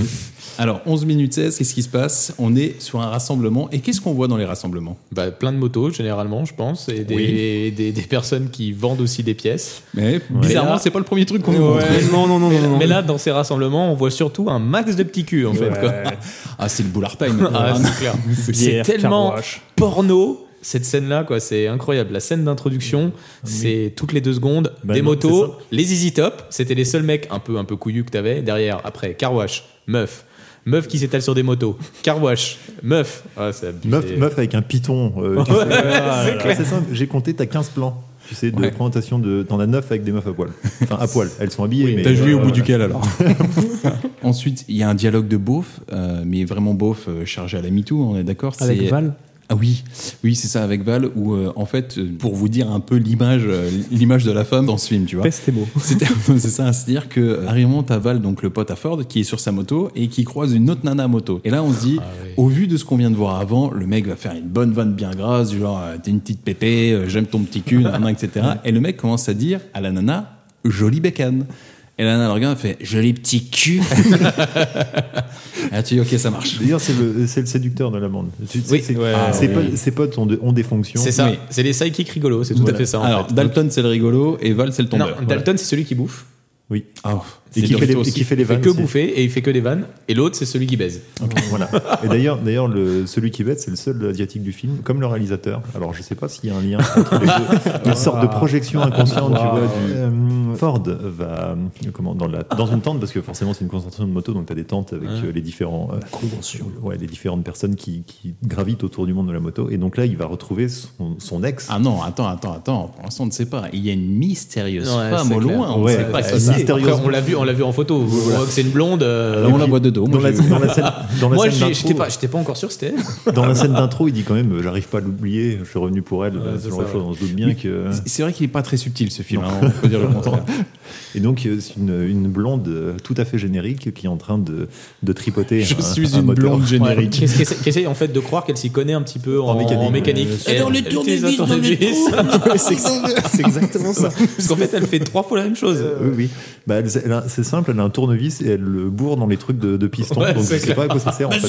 Speaker 2: Alors, 11 minutes 16, qu'est-ce qui se passe On est sur un rassemblement. Et qu'est-ce qu'on voit dans les rassemblements
Speaker 9: Bah, plein de motos, généralement, je pense, et des,
Speaker 2: Oui.
Speaker 9: des, des personnes qui vendent aussi des pièces.
Speaker 2: Mais
Speaker 9: Mais
Speaker 2: bizarrement,
Speaker 9: là-
Speaker 2: c'est pas le premier truc qu'on nous montre.
Speaker 9: Ouais.
Speaker 11: Euh, Non, non, non,
Speaker 9: mais,
Speaker 11: non, non.
Speaker 9: mais là, dans ces rassemblements, on voit surtout un max de petits culs, en fait. quoi.
Speaker 2: Ah, c'est le boulard time.
Speaker 9: Ah, c'est clair. C'est
Speaker 11: Bière,
Speaker 9: tellement
Speaker 11: carouache.
Speaker 9: porno. Cette scène-là, quoi, c'est incroyable. La scène d'introduction,
Speaker 2: Ah
Speaker 9: c'est toutes les deux secondes,
Speaker 10: Bah
Speaker 9: des
Speaker 10: non,
Speaker 9: motos, les Easy Top, c'était les seuls mecs un peu, un peu couillus que t'avais. Derrière, après, car wash, meuf, meuf qui s'étale sur des motos, car wash, meuf. Ah, c'est abusé.
Speaker 10: Meuf, meuf avec un piton. euh, qui
Speaker 9: Ouais,
Speaker 10: fait- Ah,
Speaker 9: c'est
Speaker 10: alors,
Speaker 9: clair.
Speaker 10: c'est simple, j'ai compté, t'as 15 plans. Tu sais, de
Speaker 2: Ouais.
Speaker 10: présentation de. T'en as 9 avec des meufs à poil. Enfin, à poil, elles sont habillées. mais
Speaker 2: T'as joué au
Speaker 10: euh,
Speaker 2: bout duquel alors Ensuite, il y a un dialogue de beauf, euh, mais vraiment beauf euh, chargé à la MeToo, on est d'accord
Speaker 11: Avec
Speaker 2: c'est-
Speaker 11: Val
Speaker 2: Ah oui, oui, c'est ça avec Val, où euh, en fait, euh, pour vous dire un peu l'image, euh, l'image de la femme dans ce film, tu vois.
Speaker 11: Peste et beau.
Speaker 2: C'était- C'est ça, c'est-à-dire que euh, arrivement t'as Val, donc le pote à Ford, qui est sur sa moto et qui croise une autre nana à moto. Et là, on se
Speaker 9: Ah,
Speaker 2: dit, au vu de ce qu'on vient de voir avant, le mec va faire une bonne vanne bien grasse, du genre, euh, t'es une petite pépé, euh, j'aime ton petit cul, nanana, etc. Et le mec commence à dire à la nana, joli bécane. Et la nana le regarde, elle fait, joli petit cul. Ah, tu dis, ok, ça marche.
Speaker 10: D'ailleurs, c'est le, c'est le séducteur de l'amende. Tu sais,
Speaker 9: Oui.
Speaker 10: c'est-
Speaker 9: Ouais,
Speaker 10: ses,
Speaker 2: oui.
Speaker 10: potes, ses potes ont, de- ont des fonctions.
Speaker 9: C'est ça,
Speaker 2: Mais-
Speaker 9: c'est les psychics rigolos, c'est tout à fait ça. en
Speaker 2: Alors,
Speaker 9: fait.
Speaker 2: Dalton, c'est le rigolo et Val, c'est le
Speaker 9: Non,
Speaker 2: tombeur. Voilà.
Speaker 9: Dalton, c'est celui qui bouffe,
Speaker 10: Oui.
Speaker 2: Ah,
Speaker 10: Et
Speaker 2: c'est
Speaker 10: qui fait, les,
Speaker 2: Dalton
Speaker 10: et
Speaker 2: aussi.
Speaker 10: qui fait les
Speaker 9: il fait
Speaker 10: vannes.
Speaker 9: que
Speaker 10: aussi.
Speaker 9: bouffer et il fait que des vannes, et l'autre, c'est celui qui baise.
Speaker 10: Voilà. Et d'ailleurs, d'ailleurs, le- celui qui bête, c'est le seul asiatique du film, comme le réalisateur. Alors, je sais pas s'il y a un lien entre les deux, une sorte de projection inconsciente. tu vois, du- Euh, Ford va euh, comment dans, la- dans une tente parce que forcément c'est une concentration de motos, donc tu as des tentes avec euh, les différents euh, ouais, les différentes personnes qui, qui gravitent autour du monde de la moto. Et donc là, il va retrouver son, son ex.
Speaker 2: Ah non, attends, attends, attends. Pour l'instant, on ne sait pas. Il y a une mystérieuse
Speaker 9: Ouais,
Speaker 2: femme
Speaker 9: c'est
Speaker 2: au
Speaker 9: clair.
Speaker 2: loin. On ne
Speaker 10: Ouais,
Speaker 2: sait pas
Speaker 10: ouais,
Speaker 2: qui
Speaker 10: c'est
Speaker 2: c'est.
Speaker 10: mystère- mystérieuse.
Speaker 9: Après, on l'a vu, on l'a vu en photo. On voit que c'est une blonde. euh,
Speaker 2: on la voit de dos.
Speaker 10: Dans
Speaker 2: Moi,
Speaker 10: la,
Speaker 2: je-
Speaker 10: dans la scène, dans la
Speaker 9: Moi,
Speaker 10: scène
Speaker 9: j'ai-
Speaker 10: d'intro-
Speaker 9: j'étais pas, j'étais pas encore sûr, c'était elle.
Speaker 10: dans la scène d'intro, il dit quand même, euh, j'arrive pas à l'oublier, je suis revenu pour elle.
Speaker 9: Ouais,
Speaker 10: ce
Speaker 9: c'est
Speaker 10: genre de
Speaker 9: ça,
Speaker 10: choses. on se doute bien que.
Speaker 2: C'est vrai qu'il n'est pas très subtil ce film. hein, on peut dire le contraire.
Speaker 10: Et donc, euh, c'est une, une blonde euh, tout à fait générique qui est en train de, de tripoter.
Speaker 2: Je
Speaker 10: un-
Speaker 2: suis
Speaker 10: un
Speaker 2: une
Speaker 10: moteur.
Speaker 2: blonde générique.
Speaker 9: Qu'est-ce qu'elle essaie- qu'elle essaie en fait de croire qu'elle s'y connaît un petit peu en,
Speaker 10: En mécanique.
Speaker 9: en mécanique.
Speaker 10: Euh,
Speaker 9: Elle- elle utilise un tournevis.
Speaker 10: C'est exactement ça.
Speaker 9: Parce qu'en fait, elle fait trois fois la même chose.
Speaker 10: Oui, oui. Bah, elle- elle a- c'est simple, elle a un tournevis et elle le bourre dans les trucs de, de piston.
Speaker 9: Ouais,
Speaker 10: donc, je
Speaker 9: c'est
Speaker 10: sais pas à quoi bah, ça
Speaker 2: Bah,
Speaker 10: sert en fait.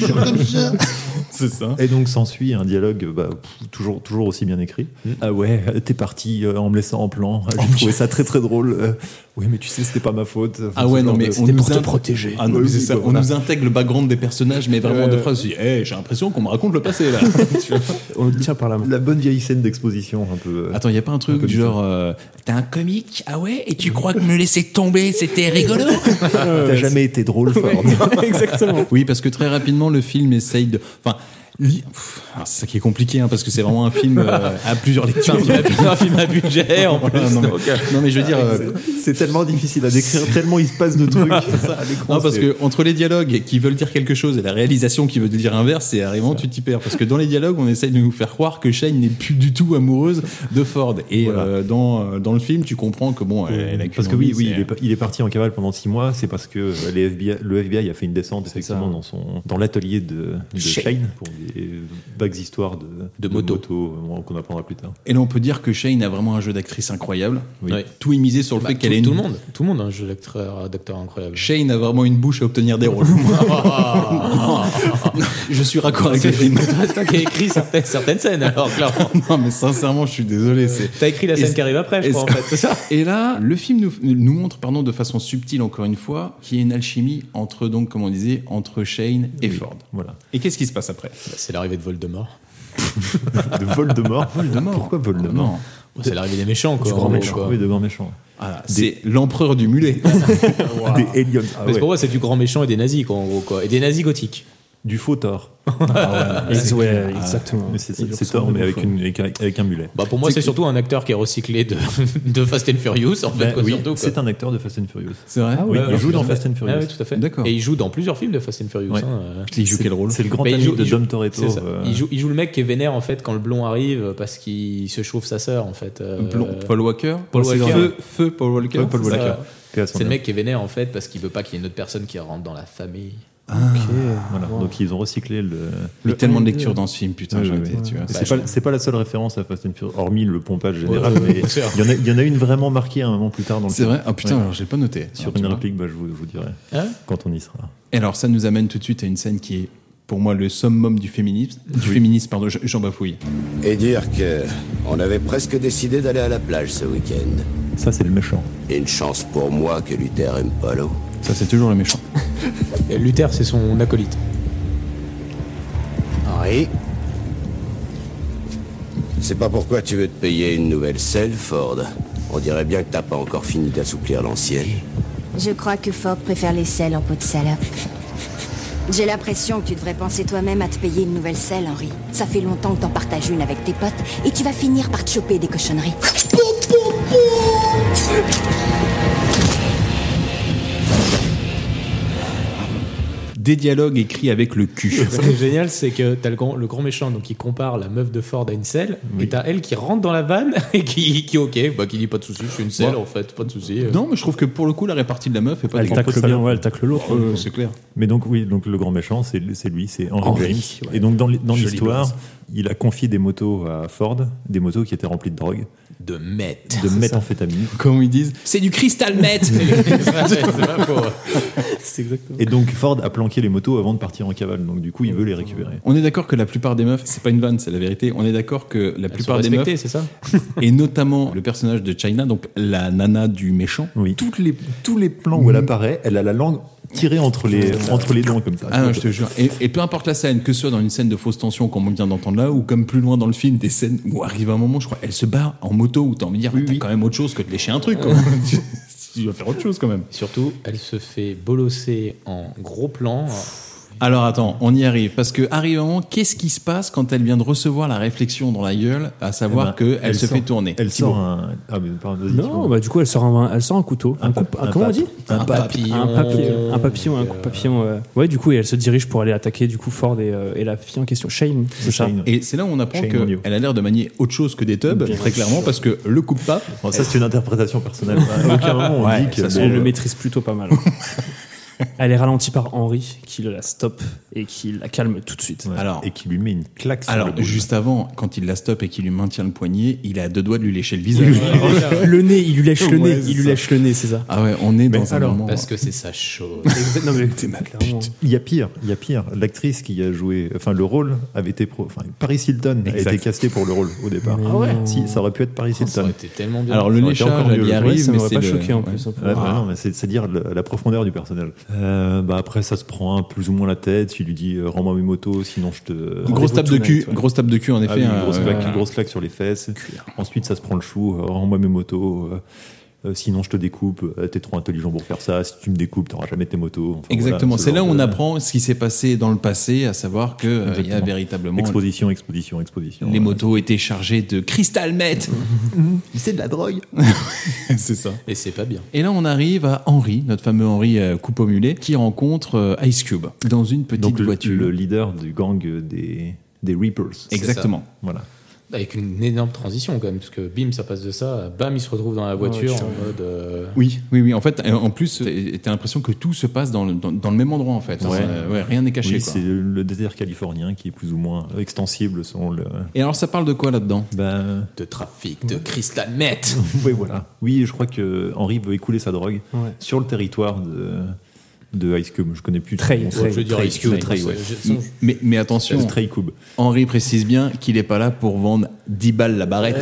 Speaker 2: C'est ça.
Speaker 10: Et donc, s'ensuit un dialogue bah, pff, toujours, toujours aussi bien écrit. Ah ouais, euh, t'es parti euh, en me laissant en plan. Ah, J'ai trouvé ça très très drôle. Euh, oui, mais tu sais, c'était pas ma faute. Enfin,
Speaker 2: Ah
Speaker 10: ce
Speaker 2: ouais, non,
Speaker 10: genre
Speaker 2: mais
Speaker 10: de-
Speaker 2: on nous
Speaker 10: pour te
Speaker 2: int-
Speaker 10: protéger.
Speaker 2: Ah non,
Speaker 10: Oui,
Speaker 2: mais c'est
Speaker 10: oui,
Speaker 2: ça.
Speaker 10: quoi,
Speaker 2: On
Speaker 10: voilà.
Speaker 2: nous intègre le background des personnages, mais vraiment de phrases. Eh, j'ai l'impression qu'on me raconte le passé là. Tu vois.
Speaker 11: On le tient par la main.
Speaker 10: La bonne vieille scène d'exposition, un peu. euh,
Speaker 2: Attends, il n'y a pas un truc
Speaker 10: Un peu
Speaker 2: du
Speaker 10: bizarre.
Speaker 2: genre. euh, T'es un comique Ah ouais Et tu crois que me laisser tomber, c'était rigolo
Speaker 10: T'as jamais été drôle, Ford.
Speaker 11: Exactement.
Speaker 2: Oui, parce que très rapidement, le film essaye de. Enfin, li- Pff, alors, c'est ça qui est compliqué, hein, parce que c'est vraiment un film euh, à plusieurs lectures.
Speaker 9: Il a fait un film à budget en plus. Ah,
Speaker 2: Voilà, non, mais,
Speaker 9: donc,
Speaker 2: non, mais je veux dire, euh,
Speaker 10: C'est tellement difficile à décrire, tellement il se passe de trucs. à l'écran,
Speaker 2: non, parce
Speaker 10: c'est-
Speaker 2: que entre les dialogues qui veulent dire quelque chose et la réalisation qui veut dire inverse, c'est vraiment tu t'y perds. Parce que dans les dialogues, on essaye de nous faire croire que Shane n'est plus du tout amoureuse de Ford. Et
Speaker 10: Voilà.
Speaker 2: euh, dans, euh, dans le film, tu comprends que bon, elle, elle a qu'une
Speaker 10: Parce que
Speaker 2: envie,
Speaker 10: oui, oui,
Speaker 2: c'est-
Speaker 10: il est, pa- il est parti en cavale pendant six mois. C'est parce que euh, les FBI, le FBI a fait une descente effectivement dans son dans l'atelier de, de Shane pour des vagues histoires de,
Speaker 9: De moto.
Speaker 10: euh, qu'on apprendra plus tard.
Speaker 2: Et là, on peut dire que Shane a vraiment un jeu d'actrice incroyable.
Speaker 10: Oui.
Speaker 9: Ouais.
Speaker 2: Tout est misé sur le
Speaker 9: Bah,
Speaker 2: fait
Speaker 9: tout,
Speaker 2: qu'elle est
Speaker 9: tout
Speaker 2: une
Speaker 9: le monde, tout le monde hein. a un jeu d'acteur, d'acteur incroyable.
Speaker 2: Shane a vraiment une bouche à obtenir des rôles. je suis raccord avec le
Speaker 9: C'est
Speaker 2: film.
Speaker 9: c'est toi qui as écrit certaines, certaines scènes alors clairement.
Speaker 2: non, mais sincèrement, je suis désolé. C'est...
Speaker 9: T'as écrit la
Speaker 2: Et
Speaker 9: scène
Speaker 2: c'est-
Speaker 9: qui arrive après, je
Speaker 2: et
Speaker 9: crois en fait, c'est ça.
Speaker 2: Et là, le film nous, nous montre, pardon, de façon subtile encore une fois, qu'il y a une alchimie entre, donc, comme on disait, entre Shane et Ford.
Speaker 10: Voilà.
Speaker 2: Et qu'est-ce qui se passe après
Speaker 9: Bah, C'est l'arrivée de Voldemort.
Speaker 10: De Voldemort.
Speaker 2: Ah,
Speaker 10: Voldemort. Pourquoi Voldemort
Speaker 2: Non.
Speaker 9: Bah, C'est l'arrivée des méchants quoi. en gros, quoi.
Speaker 10: Oui, de grand méchant.
Speaker 2: Ah, c'est Ah, l'empereur du mulet.
Speaker 10: Des Helium. Ah
Speaker 9: Parce que
Speaker 10: ouais.
Speaker 9: pour moi, c'est du grand méchant et des nazis quoi en gros quoi, et des nazis gothiques.
Speaker 10: Du faux tort.
Speaker 11: Ex- ouais, exactement.
Speaker 10: Mais c'est
Speaker 11: Il
Speaker 10: c'est
Speaker 11: ressemble
Speaker 10: tort, mais
Speaker 11: au
Speaker 10: avec,
Speaker 11: fond.
Speaker 10: une, avec, avec un mulet.
Speaker 9: Bah pour moi, c'est surtout un acteur qui est recyclé de, de Fast and Furious, en fait,
Speaker 10: Bah
Speaker 9: quoi,
Speaker 10: oui,
Speaker 9: surtout. quoi. Ah
Speaker 10: c'est un acteur de Fast and Furious.
Speaker 2: C'est vrai
Speaker 10: oui, il joue dans
Speaker 9: Ouais.
Speaker 10: Fast and Furious.
Speaker 9: Ah oui, tout à fait.
Speaker 2: D'accord.
Speaker 9: Et il joue dans plusieurs films de Fast and Furious.
Speaker 10: Ouais.
Speaker 9: hein, euh.
Speaker 2: Il joue quel rôle
Speaker 10: C'est le grand
Speaker 9: Mais il
Speaker 10: ami
Speaker 9: joue-
Speaker 10: de
Speaker 9: il joue-
Speaker 10: Dom Toretto.
Speaker 9: C'est ça.
Speaker 10: euh,
Speaker 9: Il, joue, il joue le mec qui est vénère en fait quand le blond arrive euh, parce qu'il se chauffe sa sœur en fait. euh,
Speaker 2: Blond, Paul Walker
Speaker 9: Paul
Speaker 2: C'est
Speaker 9: Walker.
Speaker 2: Feu, feu Paul Walker
Speaker 10: Paul
Speaker 9: C'est
Speaker 10: Walker.
Speaker 9: ça.
Speaker 10: qui a son
Speaker 9: C'est le
Speaker 10: nom.
Speaker 9: mec qui est vénère en fait parce qu'il veut pas qu'il y ait une autre personne qui rentre dans la famille.
Speaker 10: Voilà. Donc ils ont recyclé le.
Speaker 2: Il y
Speaker 10: le
Speaker 2: a tellement
Speaker 10: un
Speaker 2: de
Speaker 10: et
Speaker 2: lectures
Speaker 10: deux.
Speaker 2: dans ce film, putain,
Speaker 10: Oui,
Speaker 2: j'en
Speaker 10: oui,
Speaker 2: étais,
Speaker 10: oui.
Speaker 2: tu vois.
Speaker 10: C'est
Speaker 2: Bah,
Speaker 10: pas-
Speaker 2: je-
Speaker 10: C'est pas, la seule référence à Fast and Furious, hormis le pompage général.
Speaker 2: Ouais, ouais,
Speaker 10: mais
Speaker 2: ouais, c'est vrai.
Speaker 10: il, y en a, il y en a une vraiment marquée un moment plus tard dans le
Speaker 2: C'est
Speaker 10: film.
Speaker 2: vrai Ah putain,
Speaker 10: Ouais.
Speaker 2: alors, j'ai pas noté.
Speaker 10: Sur
Speaker 2: Alors, tu
Speaker 10: une
Speaker 2: vois.
Speaker 10: réplique, bah, je, vous, je vous dirai.
Speaker 9: Ah.
Speaker 10: Quand on y sera.
Speaker 2: Et alors ça nous amène tout de suite à une scène qui est pour moi le summum du féminisme, du féminisme pardon, je- j'en bafouille.
Speaker 7: Et dire que on avait presque décidé d'aller à la plage ce week-end.
Speaker 10: Ça, c'est le méchant.
Speaker 7: Et une chance pour moi que Luther aime pas l'eau.
Speaker 2: Ça c'est toujours le méchant.
Speaker 9: Et euh, Luther, c'est son acolyte.
Speaker 7: Henri C'est pas pourquoi tu veux te payer une nouvelle selle, Ford. On dirait bien que t'as pas encore fini d'assouplir l'ancienne.
Speaker 12: Je crois que Ford préfère les selles en peau de salope. J'ai l'impression que tu devrais penser toi-même à te payer une nouvelle selle, Henri. Ça fait longtemps que t'en partages une avec tes potes et tu vas finir par te choper des cochonneries.
Speaker 2: Des dialogues écrits avec le cul.
Speaker 9: Ce qui est génial, c'est que t'as le grand, le grand méchant, donc il compare la meuf de Ford à une selle, et t'as elle qui rentre dans la vanne et qui, qui ok, bah qui dit pas de soucis, je suis une selle
Speaker 2: Ouais.
Speaker 9: en fait, pas de soucis. euh.
Speaker 2: Non, mais je trouve que pour le coup la répartie de la meuf est pas
Speaker 10: Elle
Speaker 2: dégueu.
Speaker 10: tacle
Speaker 2: Pas de
Speaker 10: bien,
Speaker 2: salope.
Speaker 10: ouais,
Speaker 11: elle tacle l'autre.
Speaker 2: Euh, c'est clair.
Speaker 10: Mais donc, oui, donc le grand méchant, c'est c'est lui, c'est Henry,
Speaker 2: Henry,
Speaker 10: James.
Speaker 2: ouais.
Speaker 10: Et donc, dans l- dans
Speaker 2: Jolie
Speaker 10: l'histoire,
Speaker 2: blonde.
Speaker 10: il a confié des motos à Ford, des motos qui étaient remplies de drogue,
Speaker 9: De meth.
Speaker 10: de méthamphétamine.
Speaker 2: Comme ils disent.
Speaker 9: C'est du cristal meth
Speaker 11: C'est exactement.
Speaker 10: Et donc, Ford a planqué les motos avant de partir en cavale. Donc, du coup,
Speaker 9: Oh.
Speaker 10: il veut les récupérer.
Speaker 2: On est d'accord que la plupart des meufs, c'est pas une vanne, c'est la vérité. On est d'accord que la plupart des meufs,
Speaker 9: respectées, c'est ça
Speaker 2: et notamment le personnage de China, donc la nana du méchant, toutes les tous les
Speaker 10: Plan
Speaker 11: Mm.
Speaker 10: où elle apparaît, elle a la langue tirée entre les, entre les dents, comme ça.
Speaker 2: Ah non, je te jure. Et, et peu importe la scène, que ce soit dans une scène de fausse tension comme on vient d'entendre là, ou comme plus loin dans le film, des scènes où arrive un moment, je crois, elle se barre en moto, où t'as envie de dire, Ah, t'as quand même autre chose que de lécher un truc. quoi. Tu- tu vas faire autre chose quand même.
Speaker 9: Surtout, elle se fait bolosser en gros plan.
Speaker 2: Alors attends, on y arrive. Parce que arrive un moment, qu'est-ce qui se passe quand elle vient de recevoir la réflexion dans la gueule, à savoir
Speaker 10: Eh ben,
Speaker 2: qu'elle se
Speaker 10: sort-
Speaker 2: fait tourner
Speaker 10: Elle
Speaker 2: Thibaut.
Speaker 10: sort un. Ah, mais pardon, vas-y,
Speaker 11: Non,
Speaker 10: Thibaut.
Speaker 11: bah du coup, elle sort un, elle sort un couteau. Un, coup,
Speaker 10: un
Speaker 11: comment on
Speaker 10: pap-
Speaker 11: dit Ah,
Speaker 10: un Un
Speaker 9: papillon.
Speaker 11: Un papillon. Un papillon, un coup de papillon. ouais. Ouais, du coup, et elle se dirige pour aller attaquer du coup Ford et, euh, et la fille en question, Shane. C'est ça
Speaker 10: Shane.
Speaker 2: Et c'est là où on apprend
Speaker 10: Shane Audio.
Speaker 2: qu'elle a l'air de manier autre chose que des tubs,
Speaker 11: Bien
Speaker 2: très clairement,
Speaker 11: sûr.
Speaker 2: parce que le coupe pas.
Speaker 10: Bon, ça, c'est une interprétation personnelle. À aucun moment, on
Speaker 2: Ouais,
Speaker 10: dit que.
Speaker 2: ça, c'est
Speaker 11: Elle
Speaker 10: le-
Speaker 11: le maîtrise plutôt pas mal. elle est ralentie par Henri qui la stoppe et qui la calme tout de suite.
Speaker 10: Ouais.
Speaker 2: Alors-
Speaker 10: et qui lui met une claque sur
Speaker 2: Alors,
Speaker 10: le boule.
Speaker 2: juste avant, quand il la stoppe et qu'il lui maintient le poignet, il a à deux doigts de lui lécher le visage.
Speaker 11: Le nez, il lui lèche le
Speaker 2: Ouais,
Speaker 11: nez,
Speaker 2: c'est
Speaker 11: il lui
Speaker 2: ça.
Speaker 11: lèche le nez, c'est ça.
Speaker 2: Ah ouais, on est dans un
Speaker 10: alors,
Speaker 2: moment.
Speaker 9: Parce que c'est sa chose.
Speaker 11: non mais t'es mal, clairement.
Speaker 10: Il y a pire, il y a pire. L'actrice qui a joué, enfin le rôle avait été, pro- enfin Paris Hilton
Speaker 2: Exact. Oh,
Speaker 10: a été castée pour le rôle au départ.
Speaker 11: Ah ouais
Speaker 10: Si, ça aurait pu être Paris
Speaker 9: Ça
Speaker 10: Hilton.
Speaker 9: aurait été tellement bien.
Speaker 2: Alors, le
Speaker 10: Ça aurait été
Speaker 2: léchage,
Speaker 10: encore
Speaker 2: elle y
Speaker 10: mieux.
Speaker 2: arrive,
Speaker 11: Ouais, ça
Speaker 2: mais
Speaker 11: m'aurait
Speaker 2: c'est
Speaker 11: pas
Speaker 2: le-
Speaker 11: choqué en
Speaker 2: ouais.
Speaker 11: plus. un peu.
Speaker 10: Ouais, bah non, mais c'est c'est dire le- la profondeur du personnage. Euh, bah après, ça se prend un plus ou moins la tête. Il lui dit euh, Rends-moi mes motos, sinon je te.
Speaker 2: Grosse tape de cul,
Speaker 10: Ouais.
Speaker 2: grosse tape de cul en
Speaker 10: Ah
Speaker 2: effet.
Speaker 10: oui,
Speaker 2: hein,
Speaker 10: une grosse,
Speaker 2: euh,
Speaker 10: claque, une grosse claque sur les fesses. Ensuite, ça se prend le chou. euh, Rends-moi mes motos. euh, euh, sinon, je te découpe. Euh, T'es trop intelligent pour faire ça. Si tu me découpes, t'auras jamais tes motos. Enfin,
Speaker 2: Exactement,
Speaker 10: voilà, ce
Speaker 2: c'est là où
Speaker 10: genre
Speaker 2: on
Speaker 10: de-
Speaker 2: apprend ce qui s'est passé dans le passé, à savoir que euh, il y a
Speaker 10: Exactement.
Speaker 2: véritablement
Speaker 10: Exposition, exposition, exposition.
Speaker 2: les
Speaker 10: Ouais.
Speaker 2: motos étaient chargées de cristal meth.
Speaker 10: C'est de la drogue.
Speaker 2: c'est ça.
Speaker 9: Et c'est pas bien.
Speaker 2: Et là, on arrive à Henry, notre fameux Henry euh, coupe au mulet, qui rencontre euh, Ice Cube dans une petite
Speaker 10: Donc le,
Speaker 2: voiture.
Speaker 10: le leader du gang euh, des, des Reapers.
Speaker 2: Exactement.
Speaker 10: Voilà.
Speaker 9: Avec une énorme transition quand même, parce que bim, ça passe de ça, à bam, il se retrouve dans la voiture en mode. euh,
Speaker 2: Oui, oui, oui. En fait, euh, en plus, t'as t'as l'impression que tout se passe dans le, dans, dans le même endroit, en fait.
Speaker 10: Ouais.
Speaker 2: Euh, ouais, rien n'est caché.
Speaker 10: Oui,
Speaker 2: quoi.
Speaker 10: c'est le désert californien qui est plus ou moins extensible selon le.
Speaker 2: Et alors, ça parle de quoi là-dedans Bah,
Speaker 10: Ben,
Speaker 9: de trafic, de cristal meth.
Speaker 10: oui, voilà. Oui, je crois que Henry veut écouler sa drogue
Speaker 11: Ouais.
Speaker 10: sur le territoire de, de Ice Cube. Je connais plus.
Speaker 11: Trey,
Speaker 10: son-
Speaker 11: Trey.
Speaker 10: son-
Speaker 9: Je veux dire
Speaker 10: Trey,
Speaker 9: Ice Cube,
Speaker 10: le Trey, ouais.
Speaker 9: c'est- je- son-
Speaker 2: mais, mais attention,
Speaker 10: Le Trey Cube.
Speaker 2: Henri précise bien qu'il n'est pas là pour vendre 10 balles la barrette.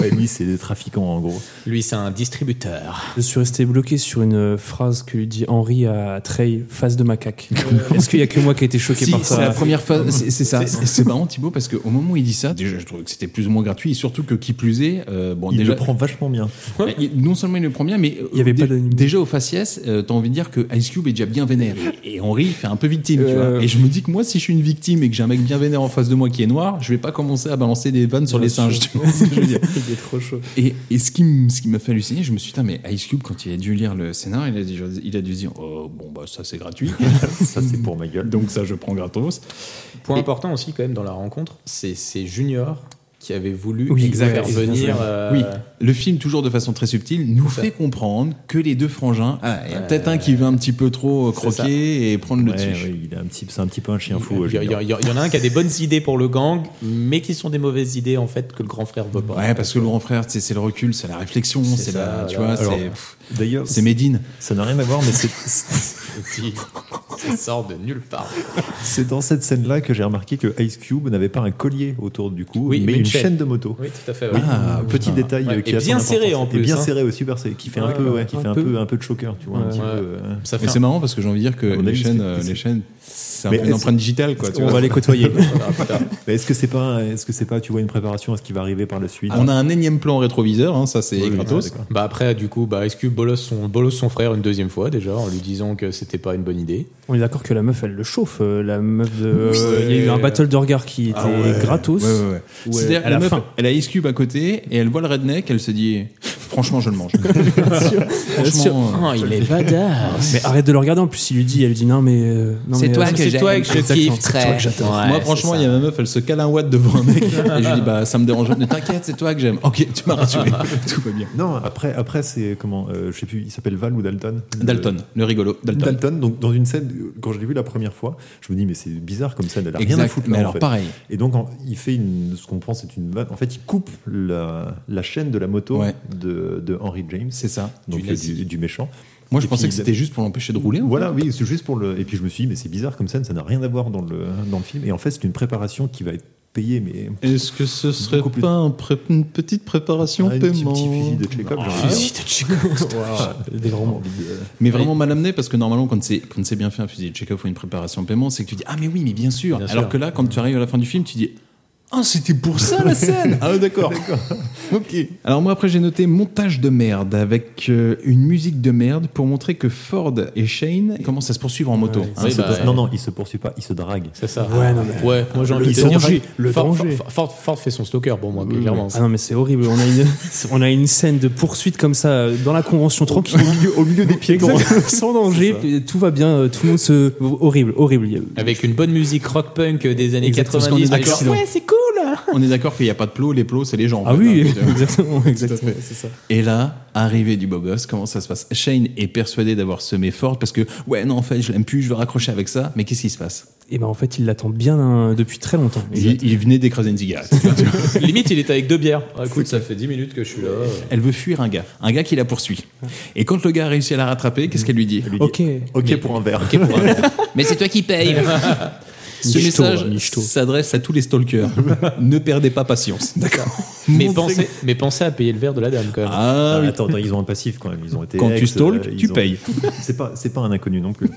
Speaker 10: Ouais, lui, c'est des trafiquants en gros.
Speaker 9: Lui, c'est un distributeur.
Speaker 11: Je suis resté bloqué sur une euh, phrase que lui dit Henri à Trey, face de macaque. Est-ce qu'il y a que moi qui ai été choqué
Speaker 2: Si,
Speaker 11: par
Speaker 2: c'est la
Speaker 11: ça
Speaker 2: première phase, c'est c'est ça. C'est c'est marrant Thibaut parce qu'au moment où il dit ça, déjà je trouve que c'était plus ou moins gratuit et surtout que qui plus est, euh, bon
Speaker 10: Il
Speaker 2: déjà,
Speaker 10: le prend vachement bien.
Speaker 2: il- Bah, non seulement il le prend bien, mais euh,
Speaker 11: Il y avait
Speaker 2: dé-
Speaker 11: pas d'anime.
Speaker 2: déjà au faciès, euh, t'as envie de dire que Ice Cube est déjà bien vénère et Henry fait un peu victime. tu
Speaker 11: Euh.
Speaker 2: vois. Et je me dis que moi si je suis une victime et que j'ai un mec bien vénère en face de moi qui est noir, je vais pas commencer à balancer des vannes sur les singes. tu vois ce que je veux dire.
Speaker 11: Il est trop chaud.
Speaker 2: Et, et ce qui m- ce qui m'a fait halluciner, je me suis dit, Putain, mais Ice Cube, quand il a dû lire le scénar, il a dû, il a dû se dire, oh, bon, bah, ça c'est gratuit,
Speaker 10: Ça, c'est pour ma gueule.
Speaker 2: donc ça je prends gratos.
Speaker 9: Point important aussi quand même dans la rencontre, c'est c'est Junior qui avait voulu
Speaker 2: Oui, exactement.
Speaker 9: intervenir. euh,
Speaker 2: Oui, le film, toujours de façon très subtile, nous fait comprendre que les deux frangins, ah, il y a
Speaker 9: Ouais.
Speaker 2: peut-être un qui veut un petit peu trop euh,
Speaker 9: C'est ça.
Speaker 2: croquer et prendre le
Speaker 10: Ouais,
Speaker 2: dessus.
Speaker 10: ouais, il est un petit, c'est un petit peu un chien fou. euh,
Speaker 9: Il y, a- il y a-
Speaker 10: Junior.
Speaker 9: il y a- il y en a un qui a des bonnes idées pour le gang, mais qui sont des mauvaises idées en fait que le grand frère veut pas.
Speaker 2: Ouais, parce que le grand frère, tu sais, c'est le recul, c'est la réflexion,
Speaker 9: C'est
Speaker 2: c'est
Speaker 9: ça,
Speaker 2: la. Tu vois,
Speaker 9: voilà.
Speaker 10: Alors,
Speaker 2: c'est.
Speaker 10: D'ailleurs,
Speaker 2: C'est Médine.
Speaker 10: Ça n'a rien à voir, mais c'est.
Speaker 9: Petit, Ça sort de nulle part.
Speaker 10: C'est dans cette scène-là que j'ai remarqué que Ice Cube n'avait pas un collier autour du cou,
Speaker 9: Oui,
Speaker 10: mais, une chaîne. de moto.
Speaker 9: Oui, tout à fait.
Speaker 10: Oui,
Speaker 2: Ah,
Speaker 9: ouais.
Speaker 10: un Ah, petit
Speaker 9: Putain.
Speaker 10: détail
Speaker 9: Ouais,
Speaker 10: qui
Speaker 9: et
Speaker 10: a
Speaker 9: bien
Speaker 10: son
Speaker 9: serré en
Speaker 10: importance.
Speaker 9: plus.
Speaker 10: Et bien
Speaker 9: hein.
Speaker 10: serré aussi, percé, qui fait un
Speaker 9: Ouais,
Speaker 10: peu, ouais,
Speaker 9: ouais,
Speaker 10: qui
Speaker 9: un
Speaker 10: fait un
Speaker 9: peu.
Speaker 10: peu, un peu de choker, tu vois. un
Speaker 9: Ouais.
Speaker 10: petit peu,
Speaker 9: Ouais.
Speaker 10: euh,
Speaker 9: Ça fait
Speaker 2: Mais
Speaker 9: un-
Speaker 2: c'est marrant parce que j'ai envie de dire que
Speaker 10: À mon
Speaker 2: les
Speaker 10: avis,
Speaker 2: chaînes,
Speaker 10: c'est-
Speaker 2: euh, les
Speaker 10: c'est-
Speaker 2: chaînes, c'est un
Speaker 10: Mais
Speaker 2: peu une
Speaker 10: est-ce-
Speaker 2: empreinte digitale, quoi. tu
Speaker 10: On
Speaker 2: vois.
Speaker 10: va les côtoyer.
Speaker 9: Ah, putain.
Speaker 10: Mais est-ce que c'est pas, un- est-ce que c'est pas, tu vois, une préparation à ce qui va arriver par la suite
Speaker 2: Ah, On a un énième plan rétroviseur, hein, ça c'est
Speaker 10: Oui, oui,
Speaker 2: gratos.
Speaker 10: ouais, d'accord.
Speaker 9: Bah après, du coup, bah, Ice Cube bolosse son, bolosse son frère une deuxième fois déjà en lui disant que c'était pas une bonne idée.
Speaker 11: On est d'accord que la meuf, elle le chauffe. euh, La meuf de.
Speaker 9: Oui.
Speaker 11: euh, Il y a eu un battle de regard qui était
Speaker 2: Ah ouais.
Speaker 11: gratos.
Speaker 2: Ouais, ouais, ouais.
Speaker 11: Où
Speaker 2: C'est-à-dire,
Speaker 11: elle- elle
Speaker 2: la
Speaker 11: a
Speaker 2: meuf,
Speaker 11: faim.
Speaker 2: elle a Ice Cube à côté et elle voit le redneck, elle se dit Franchement, je le mange. euh,
Speaker 11: Franchement,
Speaker 2: Franchement,
Speaker 10: Oh,
Speaker 9: il est badass.
Speaker 11: Mais arrête de le regarder. En plus, il lui dit, elle lui dit non, mais. euh, non,
Speaker 2: C'est
Speaker 11: mais,
Speaker 2: toi
Speaker 11: euh,
Speaker 2: que j'aime.
Speaker 11: Exactement,
Speaker 9: kiffe,
Speaker 11: C'est toi que j'adore.
Speaker 9: Ouais,
Speaker 2: Moi,
Speaker 9: c'est
Speaker 2: franchement,
Speaker 9: ça.
Speaker 2: il y a ma meuf, elle se cale un watt devant un mec et je lui dis Bah, ça me dérange. Ne t'inquiète, c'est toi que j'aime. Ok, tu m'as rassuré. Tout va bien.
Speaker 10: Non, après, après c'est comment euh, Je sais plus, il s'appelle Val ou Dalton Euh,
Speaker 2: Dalton, le rigolo. Dalton.
Speaker 10: Dalton, donc dans une scène, euh, quand je l'ai vu la première fois, je me dis, mais c'est bizarre comme scène, elle a rien à
Speaker 2: Exact,
Speaker 10: foutre
Speaker 2: mais
Speaker 10: là. en
Speaker 2: alors
Speaker 10: fait.
Speaker 2: pareil.
Speaker 10: Et donc, en- il fait une, ce qu'on pense, c'est une vanne. En fait, il coupe la, la chaîne de la moto
Speaker 2: Ouais.
Speaker 10: de, de Henry James.
Speaker 2: C'est ça.
Speaker 10: Donc,
Speaker 2: Du
Speaker 10: euh,
Speaker 2: nazi.
Speaker 10: du, du méchant.
Speaker 2: Moi, je
Speaker 10: Et
Speaker 2: pensais
Speaker 10: puis,
Speaker 2: que
Speaker 10: il-
Speaker 2: c'était juste pour l'empêcher de rouler. hein. en
Speaker 10: Voilà, oui, c'est juste pour le. Et puis je me suis dit, mais c'est bizarre comme scène, ça n'a rien à voir dans le, dans le film. Et en fait, c'est une préparation qui va être payée, mais.
Speaker 2: fait. Est-ce que ce serait
Speaker 10: Beaucoup plus-
Speaker 2: pas un pré- une Ah, petite préparation
Speaker 10: un petit,
Speaker 2: paiement
Speaker 10: petit fusil de Chekhov. j'ai envie de dire.
Speaker 9: Des grands mots.
Speaker 10: Euh,
Speaker 2: Mais vraiment mal amené parce que normalement quand c'est quand c'est bien fait un fusil de check-off ou une préparation de paiement, c'est que tu dis ah mais oui mais bien sûr.
Speaker 9: Bien
Speaker 2: Alors
Speaker 9: sûr.
Speaker 2: que là quand tu arrives à la fin du film, tu dis ah c'était pour ça la scène. ah d'accord.
Speaker 10: Ah,
Speaker 2: ok. Alors moi après j'ai noté montage de merde avec euh, une musique de merde pour montrer que Ford et Shane commencent à se poursuivre en moto.
Speaker 9: Ouais,
Speaker 2: Hein,
Speaker 9: oui,
Speaker 2: c'est
Speaker 9: bah,
Speaker 2: pas-
Speaker 9: ouais.
Speaker 10: Non, non, il se poursuit pas, il se drague.
Speaker 9: C'est ça.
Speaker 11: Ouais, non, mais-
Speaker 9: Ouais, moi j'ai
Speaker 11: Le
Speaker 9: envie de
Speaker 11: danger,
Speaker 9: dire-
Speaker 11: le
Speaker 9: Ford,
Speaker 11: danger.
Speaker 9: Ford- Ford- Ford fait son stalker pour moi,
Speaker 2: Mm.
Speaker 9: clairement.
Speaker 11: Ah non, mais c'est horrible. On a, une, on a une scène de poursuite comme ça euh, dans la convention tranquille. Au milieu, des piétons. Sans danger. puis Tout va bien. euh, Tout le monde se. Horrible, horrible. Il y a-
Speaker 9: Avec une bonne musique rock punk des années
Speaker 11: Exact, parce qu'on
Speaker 9: 90.
Speaker 2: est d'accord.
Speaker 9: avec- Ouais, c'est cool.
Speaker 2: On est d'accord qu'il n'y a pas de plots, les plots c'est les gens. en
Speaker 11: Ah
Speaker 2: fait,
Speaker 11: oui,
Speaker 2: hein, putain.
Speaker 11: exactement. exactement.
Speaker 2: Et là, arrivée du beau gosse, comment ça se passe Shane est persuadé d'avoir semé Ford parce que ouais non en fait je l'aime plus, je veux raccrocher avec ça. Mais qu'est-ce qui se passe
Speaker 11: Et ben en fait, il l'attend bien hein, depuis très longtemps.
Speaker 2: il, il venait d'écraser une cigarette.
Speaker 9: Limite, il était avec deux bières. Ah, écoute, ça fait 10 minutes que je suis là.
Speaker 2: Elle veut fuir un gars, un gars qui la poursuit. Et quand le gars a réussi à la rattraper, qu'est-ce qu'elle lui dit
Speaker 10: Lui dit,
Speaker 11: Ok.
Speaker 10: Ok pour un verre.
Speaker 2: Mais c'est toi qui paye Ce
Speaker 11: Michto, hein,
Speaker 2: message
Speaker 11: michto.
Speaker 2: s'adresse à tous les stalkers. ne perdez pas patience. D'accord.
Speaker 9: Mais pensez, mais pensez à payer le verre de la dame quand même.
Speaker 2: Ah,
Speaker 10: Ah,
Speaker 2: oui.
Speaker 10: attends, attends, ils ont un passif quand même. Ils ont été
Speaker 2: Quand tu
Speaker 10: ex,
Speaker 2: stalks,
Speaker 10: euh,
Speaker 2: tu
Speaker 10: ils ont-
Speaker 2: payes.
Speaker 10: C'est pas, c'est pas un inconnu non plus.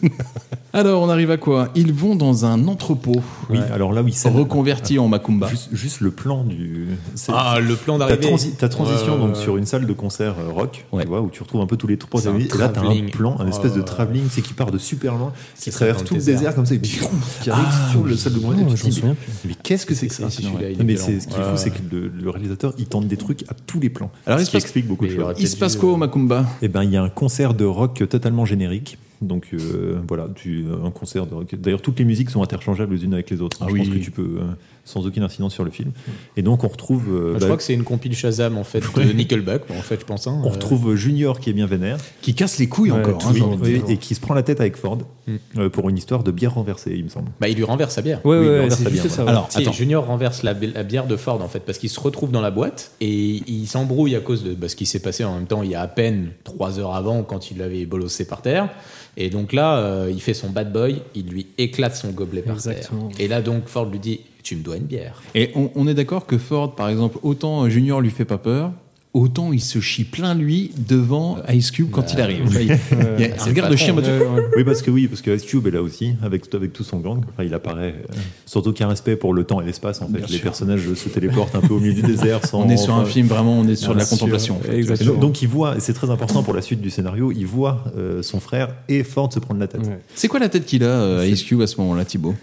Speaker 2: Alors on arrive à quoi Ils vont dans un entrepôt
Speaker 10: Oui, alors là, oui, c'est
Speaker 2: reconverti en macumba.
Speaker 10: juste, juste le plan du. c'est-
Speaker 9: Ah, le plan
Speaker 10: ta,
Speaker 9: d'arrivée.
Speaker 10: transi- ta
Speaker 9: Ouais,
Speaker 10: transition
Speaker 9: ouais,
Speaker 10: donc
Speaker 9: ouais.
Speaker 10: sur une salle de concert euh, rock,
Speaker 2: Ouais.
Speaker 10: tu vois, où tu retrouves un peu tous les trois
Speaker 9: C'est un
Speaker 10: amis. Et là, t'as un
Speaker 9: travelling.
Speaker 10: plan, un espèce de
Speaker 9: Ouais.
Speaker 10: travelling, c'est qui part de super loin, qui
Speaker 9: C'est ça, dans
Speaker 10: traverse
Speaker 9: le
Speaker 10: tout le
Speaker 9: désert. Ah,
Speaker 10: désert comme ça, et puis qui arrive sur le salle de concert. et
Speaker 11: Oh,
Speaker 10: tu
Speaker 11: je
Speaker 10: te
Speaker 11: me
Speaker 10: dis,
Speaker 11: souviens
Speaker 10: mais- Ah,
Speaker 11: plus.
Speaker 10: Mais qu'est-ce que c'est que ça
Speaker 9: Si, si, celui-là, il est
Speaker 10: Mais
Speaker 9: violent.
Speaker 10: c'est ce qui est
Speaker 9: Ouais,
Speaker 10: fou,
Speaker 9: ouais.
Speaker 10: c'est que le, le réalisateur, il tente des trucs à tous les plans.
Speaker 2: Alors, il
Speaker 10: ce
Speaker 2: se
Speaker 10: qui
Speaker 2: passe-
Speaker 10: explique beaucoup de
Speaker 9: Mais
Speaker 10: choses.
Speaker 9: aurait
Speaker 2: Il se passe quoi au macumba
Speaker 10: Eh ben, il y a un concert de rock totalement générique. Donc euh, voilà, tu- un concert de rock. D'ailleurs, toutes les musiques sont interchangeables les unes avec les autres.
Speaker 2: Ah
Speaker 10: je
Speaker 2: oui.
Speaker 10: pense que tu peux, euh, sans aucune incidence sur le film. Et donc, on retrouve.
Speaker 9: Ah,
Speaker 10: euh,
Speaker 9: Je
Speaker 10: bah,
Speaker 9: crois que c'est une compile Shazam en fait de Nickelback, en fait, je pense. hein.
Speaker 2: Euh,
Speaker 10: on retrouve Junior qui est bien vénère
Speaker 2: Qui casse les couilles encore. hein,
Speaker 10: Oui,
Speaker 2: j'ai envie de
Speaker 10: oui,
Speaker 2: dire.
Speaker 10: et qui se prend la tête avec Ford
Speaker 2: Mm.
Speaker 10: euh, pour une histoire de bière renversée, il me semble.
Speaker 9: Bah, il lui renverse sa bière.
Speaker 11: Ouais,
Speaker 10: Oui,
Speaker 11: ouais,
Speaker 10: mais on verra
Speaker 11: c'est
Speaker 10: ça
Speaker 11: juste
Speaker 10: bien,
Speaker 11: ça. ouais.
Speaker 2: Alors,
Speaker 9: Si,
Speaker 2: attends.
Speaker 9: Junior renverse la, bi- la bière de Ford en fait parce qu'il se retrouve dans la boîte et il s'embrouille à cause de bah, ce qui s'est passé en même temps il y a à peine trois heures avant quand il l'avait bolossé par terre et donc là euh, il fait son bad boy il lui éclate son gobelet par
Speaker 11: Exactement.
Speaker 9: terre et là donc Ford lui dit tu me dois une bière
Speaker 2: Et on, on est d'accord que Ford, par exemple, autant euh, Junior lui fait pas peur, autant il se chie plein lui devant Ice Cube quand il arrive. Il y a- il y a un
Speaker 9: c'est
Speaker 2: regard
Speaker 9: pas
Speaker 2: de chien
Speaker 9: con,
Speaker 2: en mode,
Speaker 11: Ouais, ouais.
Speaker 10: Oui, parce que oui, parce que Ice Cube est là aussi avec avec tout son gang. Enfin, il apparaît euh, sans aucun respect pour le temps et l'espace. En fait, les personnages se téléportent un peu au milieu du désert. Sans,
Speaker 2: On est sur un
Speaker 10: enfin,
Speaker 2: film vraiment, on est sur de la
Speaker 10: Bien sûr.
Speaker 2: contemplation. en fait.
Speaker 10: Et
Speaker 11: Exactement.
Speaker 10: donc, donc il voit, et c'est très important pour la suite du scénario, il voit euh, son frère et Ford se prendre la tête.
Speaker 11: Ouais.
Speaker 2: C'est quoi la tête qu'il a, euh, Ice Cube, à ce moment-là, Thibaut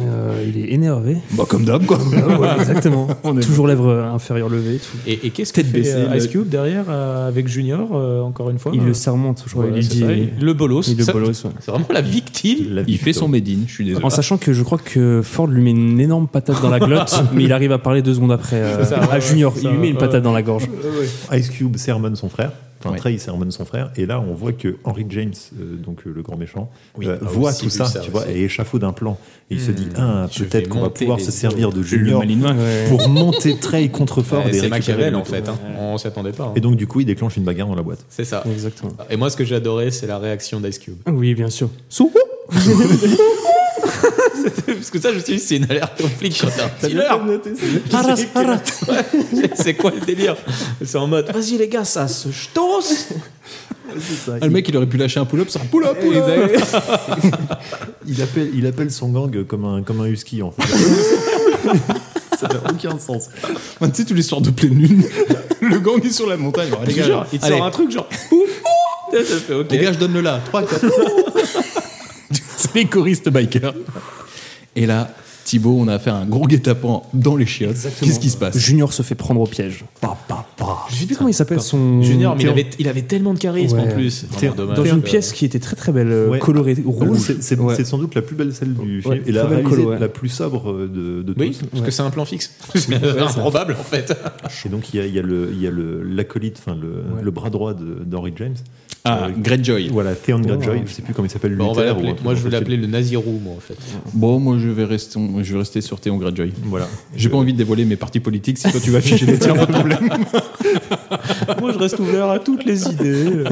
Speaker 11: Euh, il est énervé.
Speaker 2: Bah, comme d'hab, quoi.
Speaker 11: exactement. Toujours lèvres euh, inférieures levées. tout.
Speaker 9: et, et qu'est-ce que fait
Speaker 2: baissée,
Speaker 9: euh, Ice Cube derrière euh, avec Junior, euh, encore une fois.
Speaker 11: Il le sermonte, je crois.
Speaker 9: Voilà,
Speaker 11: Il
Speaker 9: c'est
Speaker 11: dit-
Speaker 9: ça, il- le bolos.
Speaker 11: il le
Speaker 9: Ça,
Speaker 11: bolosse, ouais.
Speaker 9: C'est vraiment la victime.
Speaker 2: Il fait son médine, je suis désolé.
Speaker 11: En sachant que je crois que Ford lui met une énorme patate dans la glotte, mais il arrive à parler deux secondes après euh,
Speaker 10: C'est ça, ouais,
Speaker 11: à
Speaker 10: ouais,
Speaker 11: Junior.
Speaker 10: c'est
Speaker 11: il
Speaker 10: ça,
Speaker 11: lui met une
Speaker 10: ouais,
Speaker 11: patate
Speaker 10: ouais.
Speaker 11: dans la gorge.
Speaker 10: Ice Cube sermonne son frère. Enfin,
Speaker 11: Ouais.
Speaker 10: Trey sermonne son frère. Et là, on voit que Henry James, euh, donc euh, le grand méchant,
Speaker 9: Oui,
Speaker 10: euh,
Speaker 9: a
Speaker 10: voit
Speaker 9: aussi
Speaker 10: tout
Speaker 9: vu
Speaker 10: ça,
Speaker 9: ça
Speaker 10: tu
Speaker 9: aussi. Hmm.
Speaker 10: vois, et échafaude un plan. Et il se dit, ah,
Speaker 9: Je vais
Speaker 10: peut-être qu'on va
Speaker 9: monter
Speaker 10: pouvoir
Speaker 9: les
Speaker 10: se servir de
Speaker 9: autres.
Speaker 10: Junior
Speaker 9: Le Malignois, ouais.
Speaker 10: pour monter Trey contre Ford.
Speaker 9: Ouais,
Speaker 10: et
Speaker 9: c'est Machiavel
Speaker 10: récupérer le
Speaker 9: en
Speaker 10: bateau.
Speaker 9: fait. hein. On s'y attendait pas. hein.
Speaker 10: Et donc, du coup, il déclenche une bagarre dans la boîte.
Speaker 9: C'est ça.
Speaker 11: Exactement.
Speaker 9: Et moi, ce que j'ai adoré, c'est la réaction d'Ice Cube.
Speaker 11: Oui, bien sûr.
Speaker 9: Parce que ça, je me suis dit, c'est une alerte au flic quand t'es un dealer.
Speaker 8: Arras, arras.
Speaker 9: Ouais, c'est quoi le délire C'est en mode, vas-y les gars, ça se jtose
Speaker 2: Ah, le mec, il aurait pu lâcher un pull-up sur un pull-up. pull-up.
Speaker 10: Il appelle, il appelle son gang comme un, comme un husky en fait. Ça n'a aucun sens.
Speaker 2: Tu sais, tous les soirs de pleine lune, le gang est sur la montagne. Bon, les
Speaker 9: Je te
Speaker 2: gars,
Speaker 9: jure, il te
Speaker 2: allez,
Speaker 9: sort un truc genre, Ouh, ouh. Ça fait, ok.
Speaker 2: les gars, je donne le là. 3, 4. C'est les choristes bikers. Et là, Thibaut, on a affaire à un gros guet-apens dans les chiottes. Qu'est-ce qui se passe
Speaker 11: Junior se fait prendre au piège. Pa, pa, pa. Je sais plus comment il s'appelle son.
Speaker 9: Junior, mais il
Speaker 11: Théon.
Speaker 9: avait, il avait tellement de charisme
Speaker 11: Ouais.
Speaker 9: en plus.
Speaker 11: Théon.
Speaker 9: Vraiment dommage.
Speaker 11: Dans une pièce qui était très très belle, euh,
Speaker 10: Ouais.
Speaker 11: colorée
Speaker 10: Rouge,
Speaker 11: rouge.
Speaker 10: c'est- c'est
Speaker 11: Ouais.
Speaker 10: c'est sans doute la plus belle scène du film
Speaker 11: Ouais,
Speaker 10: et la,
Speaker 11: très belle
Speaker 10: réalisée
Speaker 11: colo, ouais.
Speaker 10: la plus sobre euh, de, de
Speaker 9: Oui,
Speaker 10: tous.
Speaker 9: parce que c'est un plan fixe. C'est
Speaker 10: Oui, ouais, c'est-
Speaker 9: improbable en fait.
Speaker 10: Et donc il y a, il y a le- il y a le- l'acolyte, enfin le, le bras droit de- d'Henry James.
Speaker 2: Ah, Greyjoy.
Speaker 10: Voilà, Theon Greyjoy,
Speaker 2: ouais.
Speaker 10: je sais plus comment il s'appelle.
Speaker 9: Bon, Bah, on va
Speaker 10: Luther
Speaker 9: l'appeler.
Speaker 10: ou un truc
Speaker 9: Moi, je
Speaker 10: dans
Speaker 9: veux
Speaker 10: ce
Speaker 9: l'appeler le Nazi roux, moi en fait.
Speaker 2: Bon, moi, je vais rester, je vais rester sur Théon Greyjoy.
Speaker 10: Voilà.
Speaker 2: J'ai pas envie de dévoiler mes partis politiques. Si toi, tu vas afficher les tiens, pas de problème.
Speaker 9: Moi, je reste ouvert à toutes les idées.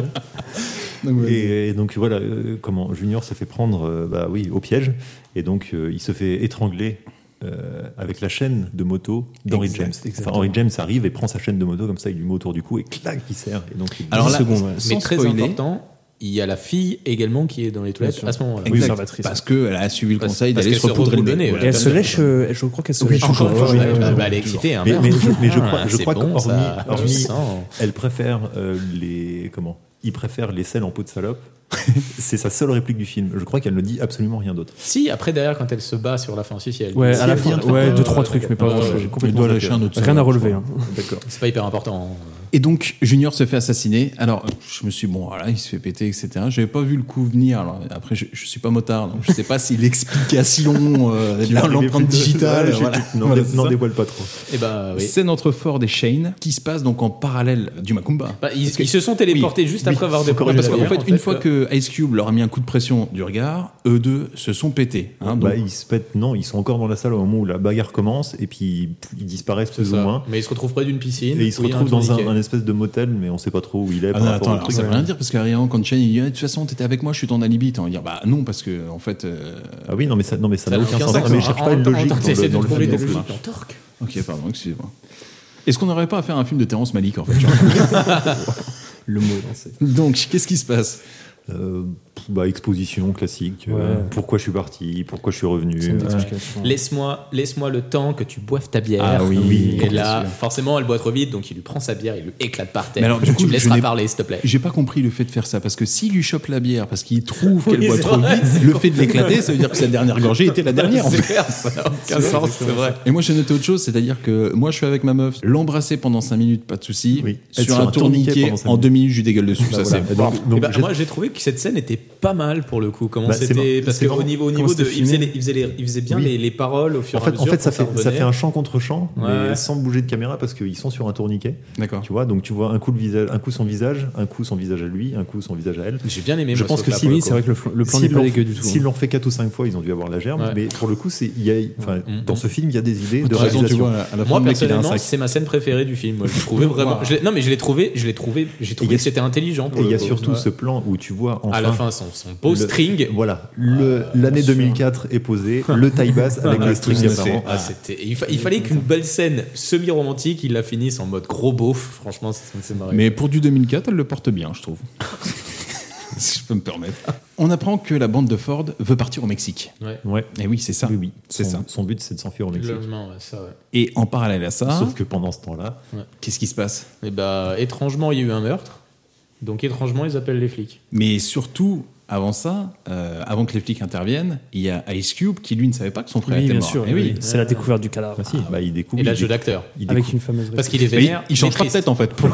Speaker 2: film.
Speaker 10: Et, et donc voilà, euh, comment Junior se fait prendre euh, bah, oui, au piège et donc euh, il se fait étrangler. euh, avec la chaîne de moto d'Henry
Speaker 2: Exact,
Speaker 10: James. Enfin,
Speaker 2: exactement.
Speaker 10: Henry James arrive et prend sa chaîne de moto comme ça, il lui met autour du cou et clac, il serre. Et donc, il-
Speaker 2: Alors là,
Speaker 9: Mais
Speaker 2: sans
Speaker 9: très
Speaker 2: spoiler,
Speaker 9: important, il y a la fille également qui est dans les toilettes
Speaker 11: sûr.
Speaker 9: à ce moment-là. Ah,
Speaker 2: Exact, parce qu'elle a suivi le
Speaker 9: Parce-
Speaker 2: conseil
Speaker 9: parce
Speaker 2: d'aller
Speaker 9: qu'elle
Speaker 2: se
Speaker 9: se
Speaker 2: repoudrer le
Speaker 9: repoudre le
Speaker 2: nez.
Speaker 9: nez,
Speaker 11: Et
Speaker 2: Voilà.
Speaker 11: elle se lèche, euh, je crois qu'elle se
Speaker 2: Oui,
Speaker 11: lèche hein,
Speaker 2: encore une fois,
Speaker 11: Ouais,
Speaker 2: je l'ai-
Speaker 11: ouais,
Speaker 9: bah,
Speaker 11: ouais.
Speaker 9: elle est excitée. Hein,
Speaker 10: Mais,
Speaker 9: merde.
Speaker 10: mais je, mais je
Speaker 9: Ah,
Speaker 10: crois, je
Speaker 9: c'est
Speaker 10: crois
Speaker 9: bon,
Speaker 10: qu'hormis,
Speaker 9: ça. Ah,
Speaker 10: hormis-
Speaker 9: Tu sens.
Speaker 10: elle préfère euh, les comment Il préfère les selles en peau de salope. c'est sa seule réplique du film. Je crois qu'elle ne dit absolument rien d'autre.
Speaker 9: Si, après, derrière, quand elle se bat sur la fin, si, si, elle.
Speaker 11: Ouais,
Speaker 9: si,
Speaker 11: à la
Speaker 9: elle
Speaker 11: fin,
Speaker 9: vient de faire
Speaker 11: ouais,
Speaker 9: peur,
Speaker 11: deux, trois
Speaker 9: euh,
Speaker 11: trucs, mais pas
Speaker 9: euh,
Speaker 11: grand-chose.
Speaker 10: J'ai
Speaker 2: Il
Speaker 10: complètement
Speaker 2: doit
Speaker 10: zappé.
Speaker 2: lâcher un autre.
Speaker 11: Rien à
Speaker 2: salope.
Speaker 11: relever. hein.
Speaker 10: D'accord.
Speaker 9: C'est pas hyper important. hein.
Speaker 2: Et donc, Junior se fait assassiner. Alors, je me suis dit, bon, voilà, il se fait péter, etc. J'avais pas vu le coup venir. Alors, après, je, je suis pas motard, donc je sais pas si l'explication euh, de
Speaker 10: Il arrivait
Speaker 2: l'empreinte
Speaker 10: plus tôt.
Speaker 2: digitale.
Speaker 10: Ouais, Ah, je-
Speaker 2: voilà.
Speaker 10: N'en
Speaker 2: Voilà,
Speaker 10: dé-
Speaker 2: c'est
Speaker 10: n'en
Speaker 2: ça.
Speaker 10: dévoile pas trop.
Speaker 9: Et bah, oui.
Speaker 2: Scène entre Ford et Shane qui se passe donc en parallèle du Macumba.
Speaker 9: Bah, ils, ils se sont téléportés juste après avoir découvert
Speaker 2: Parce qu'en
Speaker 9: la
Speaker 2: fait,
Speaker 9: lumière,
Speaker 2: une fois
Speaker 10: euh,
Speaker 2: que Ice Cube leur a mis un coup de pression du regard, eux deux se sont pétés. hein, donc,
Speaker 10: Bah, ils se pètent. Non, ils sont encore dans la salle au moment où la bagarre commence et puis pff, ils disparaissent
Speaker 9: C'est
Speaker 10: plus ou
Speaker 9: ça.
Speaker 10: moins.
Speaker 9: Mais ils se retrouvent près d'une piscine.
Speaker 10: Et ils se
Speaker 9: où il y a
Speaker 10: retrouvent dans un,
Speaker 9: tourniquet.
Speaker 10: un espèce de motel, mais on sait pas trop où il est.
Speaker 2: Ah
Speaker 10: par
Speaker 2: non,
Speaker 10: rapport
Speaker 2: attends,
Speaker 10: au
Speaker 2: alors,
Speaker 10: truc.
Speaker 2: ça veut rien dire parce qu'Ariane, quand Shane il dit Ah, de toute façon, t'étais avec moi, je suis ton alibi. T'as envie de dire Bah non, parce que en fait. euh,
Speaker 10: Ah oui, non, mais ça, non, mais ça
Speaker 9: Ça
Speaker 10: n'a
Speaker 9: n'a
Speaker 10: aucun
Speaker 9: aucun
Speaker 10: sens.
Speaker 9: sens.
Speaker 10: Mais je cherche pas une
Speaker 9: Attends,
Speaker 10: logique
Speaker 9: attends,
Speaker 10: dans
Speaker 9: t'essaies
Speaker 10: le-
Speaker 9: de
Speaker 10: dans le
Speaker 9: trouver
Speaker 10: film.
Speaker 9: des
Speaker 10: non plus.
Speaker 9: logiques. En torque.
Speaker 2: Ok, pardon, excusez-moi. Est-ce qu'on n'aurait pas à faire un film de Terrence Malick en fait
Speaker 10: Le mot est lancé.
Speaker 2: Donc, qu'est-ce qui se passe
Speaker 10: Euh, bah, exposition classique. euh, pourquoi je suis parti Pourquoi je suis revenu
Speaker 11: C'est une
Speaker 10: euh,
Speaker 9: hein.
Speaker 11: explication.
Speaker 9: Laisse-moi laisse le temps que tu boives ta bière.
Speaker 2: Ah oui,
Speaker 9: Et
Speaker 2: bien
Speaker 9: là,
Speaker 2: sûr.
Speaker 9: forcément, elle boit trop vite, donc il lui prend sa bière, il lui éclate par terre.
Speaker 2: Mais alors, du coup,
Speaker 9: tu me
Speaker 2: je
Speaker 9: laisseras
Speaker 2: n'ai-
Speaker 9: parler, s'il te plaît.
Speaker 2: J'ai pas compris le fait de faire ça parce que s'il lui chope la bière parce qu'il trouve qu'elle
Speaker 9: Oui,
Speaker 2: boit
Speaker 9: c'est
Speaker 2: trop
Speaker 9: vrai,
Speaker 2: vite, le fait de l'éclater, ça veut dire que sa dernière gorgée était la dernière en
Speaker 9: C'est
Speaker 2: fait.
Speaker 9: clair, ça n'a aucun sens, c'est vrai.
Speaker 2: Et moi j'ai noté autre chose, c'est-à-dire que moi je suis avec ma meuf, l'embrasser pendant 5 minutes, pas de souci.
Speaker 10: Oui.
Speaker 2: Sur,
Speaker 10: Être sur
Speaker 2: un,
Speaker 10: un tourniquet
Speaker 2: tourniquet,
Speaker 10: pendant cinq
Speaker 2: en 2 minutes, Bah je lui dégueule dessus. ça
Speaker 10: voilà.
Speaker 2: c'est.
Speaker 10: Donc- donc
Speaker 9: Eh ben,
Speaker 10: j'ai-
Speaker 9: moi, j'ai trouvé que cette scène était pas mal pour le coup. Comment
Speaker 10: Bah, c'est
Speaker 9: c'était
Speaker 10: bon,
Speaker 9: Parce
Speaker 10: c'est
Speaker 9: qu'au
Speaker 10: bon.
Speaker 9: niveau, au
Speaker 10: Comment
Speaker 9: niveau de,
Speaker 10: c'était
Speaker 9: il faisait,
Speaker 10: filmé
Speaker 9: les- il faisait les- il faisait bien
Speaker 10: Oui.
Speaker 9: les, les paroles au fur
Speaker 10: En
Speaker 9: et à
Speaker 10: fait, en
Speaker 9: mesure.
Speaker 10: fait ça,
Speaker 9: quand
Speaker 10: fait, ça
Speaker 9: revenait.
Speaker 10: fait un chant contre chant, mais
Speaker 9: Ouais.
Speaker 10: sans bouger de caméra parce qu'ils sont sur un tourniquet.
Speaker 2: D'accord.
Speaker 10: Tu vois, donc tu vois un coup, le visage, un coup son visage, un coup son visage à lui, un coup son visage à elle.
Speaker 9: J'ai bien aimé.
Speaker 10: Je
Speaker 9: moi,
Speaker 10: pense
Speaker 9: ce
Speaker 10: que
Speaker 9: truc-là,
Speaker 10: si-
Speaker 9: pour
Speaker 11: Oui,
Speaker 9: le
Speaker 11: c'est
Speaker 9: coup.
Speaker 11: vrai que le, fl- le plan n'est
Speaker 10: S'ils
Speaker 11: pas
Speaker 10: l'ont-
Speaker 11: dégueu du tout.
Speaker 10: S'ils
Speaker 11: hein.
Speaker 10: l'ont fait 4 ou 5 fois, ils ont dû avoir la germe.
Speaker 9: Ouais.
Speaker 10: Mais pour le coup, c'est- il y a, enfin,
Speaker 9: Mm,
Speaker 10: dans
Speaker 9: mm.
Speaker 10: ce film, il y a des idées de
Speaker 2: T'as raison, tu
Speaker 10: réalisation.
Speaker 2: vois, à la fin
Speaker 9: Moi
Speaker 2: le mec, il a un
Speaker 9: personnellement,
Speaker 2: sac.
Speaker 9: c'est ma scène préférée du film. Moi, je trouvais vraiment.
Speaker 2: voir.
Speaker 9: je l'ai- non, mais je l'ai trouvé. Je l'ai trouvé. J'ai
Speaker 10: il y
Speaker 9: trouvé
Speaker 10: a
Speaker 9: que c'était intelligent. Pour
Speaker 10: Et il
Speaker 9: le
Speaker 10: y a
Speaker 9: coup.
Speaker 10: surtout
Speaker 9: euh, Ouais.
Speaker 10: ce plan où tu vois enfin.
Speaker 9: à la fin son, son beau
Speaker 10: le-
Speaker 9: string.
Speaker 10: Voilà, le- l'année 2004 est posée, le taille bass avec le string
Speaker 9: C'est-
Speaker 10: apparent.
Speaker 9: ah, c'était- il, fa- il fallait qu'une belle scène semi-romantique, il la finisse en mode gros beauf. Franchement, ça ça me fait marrer.
Speaker 2: Mais pour du 2004, elle le porte bien, je trouve. si je peux me permettre. On apprend que la bande de Ford veut partir au Mexique.
Speaker 9: Ouais.
Speaker 10: Ouais.
Speaker 2: Et oui, c'est ça.
Speaker 10: Oui, oui.
Speaker 2: C'est
Speaker 10: Son-
Speaker 2: ça.
Speaker 10: Son but, c'est de s'enfuir au Mexique.
Speaker 9: Globalement, ouais, ça, ouais.
Speaker 2: Et en parallèle à ça,
Speaker 10: Sauf que pendant ce temps-là,
Speaker 2: qu'est-ce qui se passe
Speaker 9: Eh ben, Et bah, étrangement, il y a eu un meurtre. Donc, étrangement, ils appellent les flics.
Speaker 2: Mais surtout, Avant ça, euh, avant que les flics interviennent, il y a Ice Cube qui lui ne savait pas que son frère
Speaker 11: Oui,
Speaker 2: était
Speaker 11: bien
Speaker 2: mort.
Speaker 11: sûr,
Speaker 2: Eh
Speaker 11: oui, oui. C'est la découverte du cadavre.
Speaker 10: Ah, si, bah, il découvre.
Speaker 9: Et là,
Speaker 10: il
Speaker 9: jeu
Speaker 10: découvre-
Speaker 9: d'acteur.
Speaker 10: il
Speaker 11: Avec
Speaker 10: découvre-
Speaker 11: une fameuse
Speaker 9: Parce qu'il est
Speaker 2: Mais il-
Speaker 9: vénère.
Speaker 2: il change
Speaker 9: mais
Speaker 2: pas de
Speaker 9: triste.
Speaker 2: tête en fait. Pour...